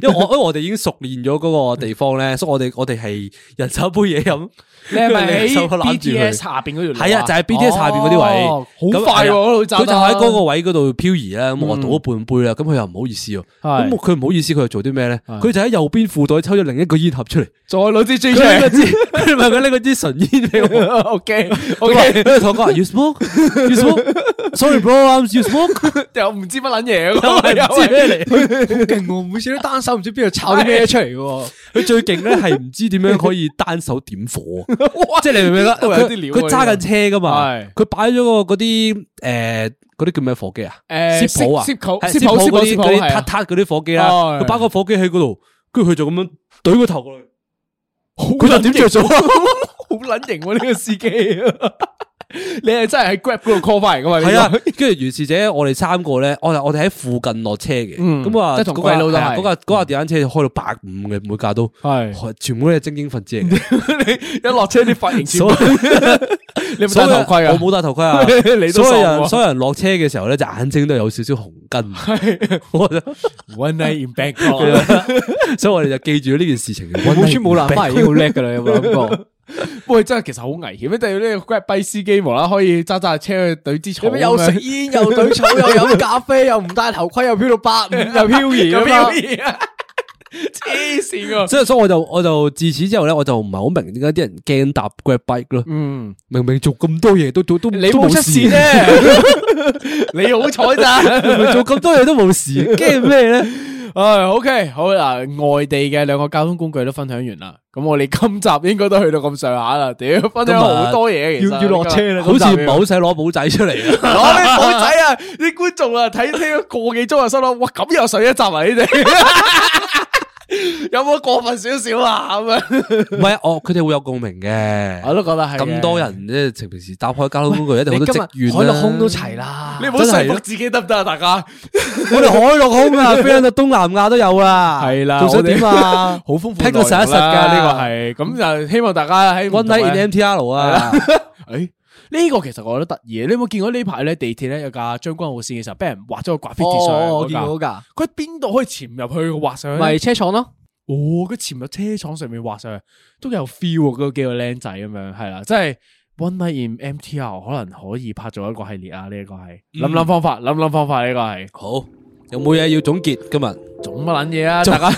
Speaker 6: 因為我因為我哋已經熟練咗嗰個地方咧，所以我哋我哋係人手杯嘢飲，
Speaker 4: 你係 咪
Speaker 6: 跟住
Speaker 4: 喺
Speaker 6: 手攬住
Speaker 4: BTS
Speaker 6: 佢。
Speaker 4: 下邊嗰條路？
Speaker 6: 係啊，就係 BTS 下邊嗰
Speaker 4: 哦
Speaker 6: 啲位，
Speaker 4: 好快喎，
Speaker 6: 咁係啊
Speaker 4: 嗰度
Speaker 6: 佢就喺嗰個位嗰度漂移啦，咁我倒咗半杯啦，咁佢又唔好意思喎，
Speaker 4: 嗯係
Speaker 6: 咁我佢唔好意思，佢又做啲咩咧？佢就喺右邊褲袋抽咗另一個煙盒出嚟，
Speaker 4: 再攞支 J
Speaker 6: 佢呢個
Speaker 4: 出
Speaker 6: 支，佢咪佢呢個支純煙俾我，
Speaker 4: 嚟。OK
Speaker 6: 佢
Speaker 4: OK，
Speaker 6: 話佢同我 講 you smoke，you smoke，sorry bro，I'm you smoke，
Speaker 4: 又唔知乜撚嘢
Speaker 6: 我係唔知
Speaker 4: 喎，
Speaker 6: 咩嚟。
Speaker 5: 好勁喎！每次都單手唔知邊度抄啲咩出嚟嘅喎。
Speaker 6: 佢最勁咧係唔知點樣可以單手點 火，即係你明唔明啊？
Speaker 4: 都有
Speaker 6: 佢
Speaker 4: 啲料啊
Speaker 6: 佢揸緊車噶嘛
Speaker 4: 係，
Speaker 6: 佢擺咗個嗰啲誒嗰啲叫咩火機啊？
Speaker 4: 誒
Speaker 6: 攝普啊，
Speaker 4: 攝攝普
Speaker 6: 係
Speaker 4: 攝普
Speaker 6: 攝普嗰
Speaker 4: 攝
Speaker 6: 啲
Speaker 4: 普
Speaker 6: 嗰
Speaker 4: 係
Speaker 6: 啲撻
Speaker 4: 啊
Speaker 6: 撻嗰啲火機啦，
Speaker 4: 哦
Speaker 6: 佢擺個火機喺嗰度，跟住佢就咁樣懟個頭過去，
Speaker 4: 佢就點着咗，好撚型喎呢個司機。 你係真係喺 Grab 嗰度 call 翻嚟噶嘛？呢個
Speaker 6: 係啊，跟住如是者，我哋三個咧，我哋我哋喺附近落車嘅，
Speaker 4: 嗯
Speaker 6: 咁啊，
Speaker 4: 即係同
Speaker 6: 嗰
Speaker 4: 鬼
Speaker 6: 架
Speaker 4: 佬都
Speaker 6: 係啊
Speaker 4: 係
Speaker 6: 嗰架嗰架電單車開到百五嘅每架都，
Speaker 4: 係
Speaker 6: 全部都係精英分子嚟嘅，
Speaker 4: 你一落車啲髮型 全 部，
Speaker 6: 所以
Speaker 4: 你有冇戴頭盔啊？
Speaker 6: 我冇戴頭盔啊
Speaker 4: 你，都
Speaker 6: 所有
Speaker 4: 傻喎
Speaker 6: 人所有人落車嘅時候咧，隻眼睛都有少少紅筋，我就
Speaker 4: One night in Bangkok，
Speaker 6: 所以我哋就記住呢件事情。
Speaker 5: 冇穿冇爛翻嚟已經好叻㗎啦，有冇諗過？
Speaker 4: 喂，真係其實好危險，啊但係呢個 Grab 司機無啦啦可以揸揸車去懟支草咁
Speaker 5: 你
Speaker 4: 樣，
Speaker 5: 咪又食煙又懟草又飲咖啡又唔戴頭盔又飄到百五又漂移
Speaker 4: 咁
Speaker 5: 咁嘛
Speaker 4: 漂？移啊！黐線㗎！
Speaker 6: 所以所以我就我就自此之後咧，我就唔係好明點解啲人驚搭 Grab bike 咯。
Speaker 4: 嗯，
Speaker 6: 明明做咁多嘢都都都
Speaker 4: 你
Speaker 6: 都
Speaker 4: 冇出事
Speaker 6: 事，
Speaker 4: 啫，你好彩 咋？
Speaker 6: 明明做咁多嘢都冇事， 驚咩咧？
Speaker 4: 唉，OK，好啦，外地嘅兩個交通工具都分享完啦，咁我哋今集應該都去到咁上下啦，屌，分享好多嘢，其實
Speaker 5: 啊要要落車啦
Speaker 6: 好似唔係好使攞簿仔出嚟 啊！
Speaker 4: 攞啲簿仔啊！啲觀眾啊，睇聽咗個幾鐘啊，心諗哇咁又上一集啊！你哋 有冇過分少少啊？咁樣
Speaker 6: 唔係，我佢哋會有共鳴嘅。
Speaker 4: 我都覺得 係嘅
Speaker 6: 咁多，人咧，平平時搭開交通工具一定好
Speaker 5: 你
Speaker 6: 多啊
Speaker 5: 今
Speaker 6: 積
Speaker 5: 日
Speaker 6: 怨啦
Speaker 5: 海陸空都齊啦
Speaker 4: 你，唔好
Speaker 6: 真係
Speaker 4: 說
Speaker 6: 咯
Speaker 4: 服自己得唔得啊？大家
Speaker 6: 我哋海陸空 啊，飛到東南亞都有啦。
Speaker 4: 係啦
Speaker 6: 仲想點啊？
Speaker 4: 好豐富
Speaker 6: 聽到實一實㗎
Speaker 4: 內容啦
Speaker 6: 呢
Speaker 4: 呢個係咁就希望大家喺
Speaker 6: One night in MTR 啊！
Speaker 4: 誒呢個其實我覺得得意嘅，你有冇見過呢排咧地鐵咧有架將軍澳線嘅時候，俾人畫咗個 graffiti 上去
Speaker 5: 哦，我
Speaker 4: 嗰
Speaker 5: 見
Speaker 4: 架嗯
Speaker 5: 到㗎，
Speaker 4: 佢邊度可以潛入去畫上去咧？
Speaker 5: 咪車廠咯。
Speaker 4: 哦，佢潛入車廠上面畫上去，都有 feel 喎嗰幾個僆仔咁樣，係啦，即係 One Night in MTR 可能可以拍做一個系列啊！呢一個係諗諗方法，諗諗方法呢個係
Speaker 6: 好，有冇嘢要總結今日？
Speaker 4: 做乜撚嘢啊？大 家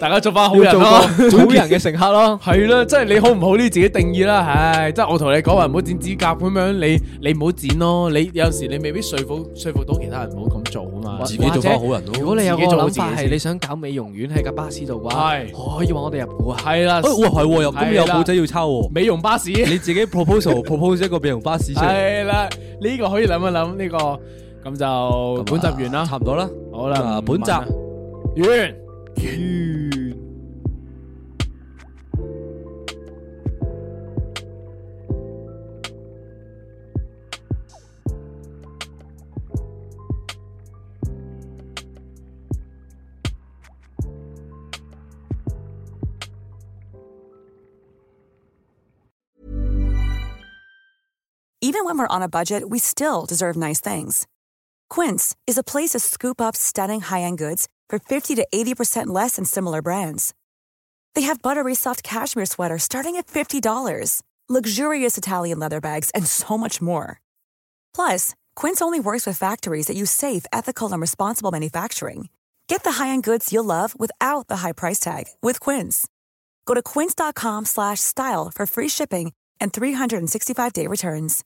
Speaker 4: 大家做翻好人
Speaker 5: 做個
Speaker 4: 咯
Speaker 5: 好。人嘅乘客咯。
Speaker 4: 系啦，即系你好唔好呢？自己定義啦。唉，即系我同你講話唔好剪指甲咁樣，你你唔好剪咯。你有時你未必說服說服到其他人唔好咁做啊 嘛。
Speaker 6: 自己做返好人咯
Speaker 5: 如果你有個
Speaker 4: 自己做好
Speaker 5: 諗
Speaker 4: 自己
Speaker 5: 法係
Speaker 4: 先
Speaker 5: 你想搞美容院喺架巴士度嘅話，
Speaker 4: 係
Speaker 5: 可以話我哋入股啊。
Speaker 4: 係啦，
Speaker 6: 哎，喂，係喎，又咁有簿仔要抄喎。
Speaker 4: 美容 巴士
Speaker 6: 你自己 proposal propose 一個美容巴士出嚟，
Speaker 4: 係啦，呢個可以諗一諗呢個，咁就本集完啦。
Speaker 6: 差唔多啦。
Speaker 4: 好
Speaker 6: 咁啊
Speaker 4: 啦，
Speaker 6: 本集
Speaker 4: 集完。
Speaker 8: Even when we're on a budget, we still deserve nice things. Quince is a place to scoop up stunning high end goods for 50 to 80% less than similar brands. They have buttery soft cashmere sweaters starting at $50, luxurious Italian leather bags, and so much more. Plus, Quince only works with factories that use safe, ethical, and responsible manufacturing. Get the high-end goods you'll love without the high price tag with Quince. Go to quince.com/style for free shipping and 365-day returns.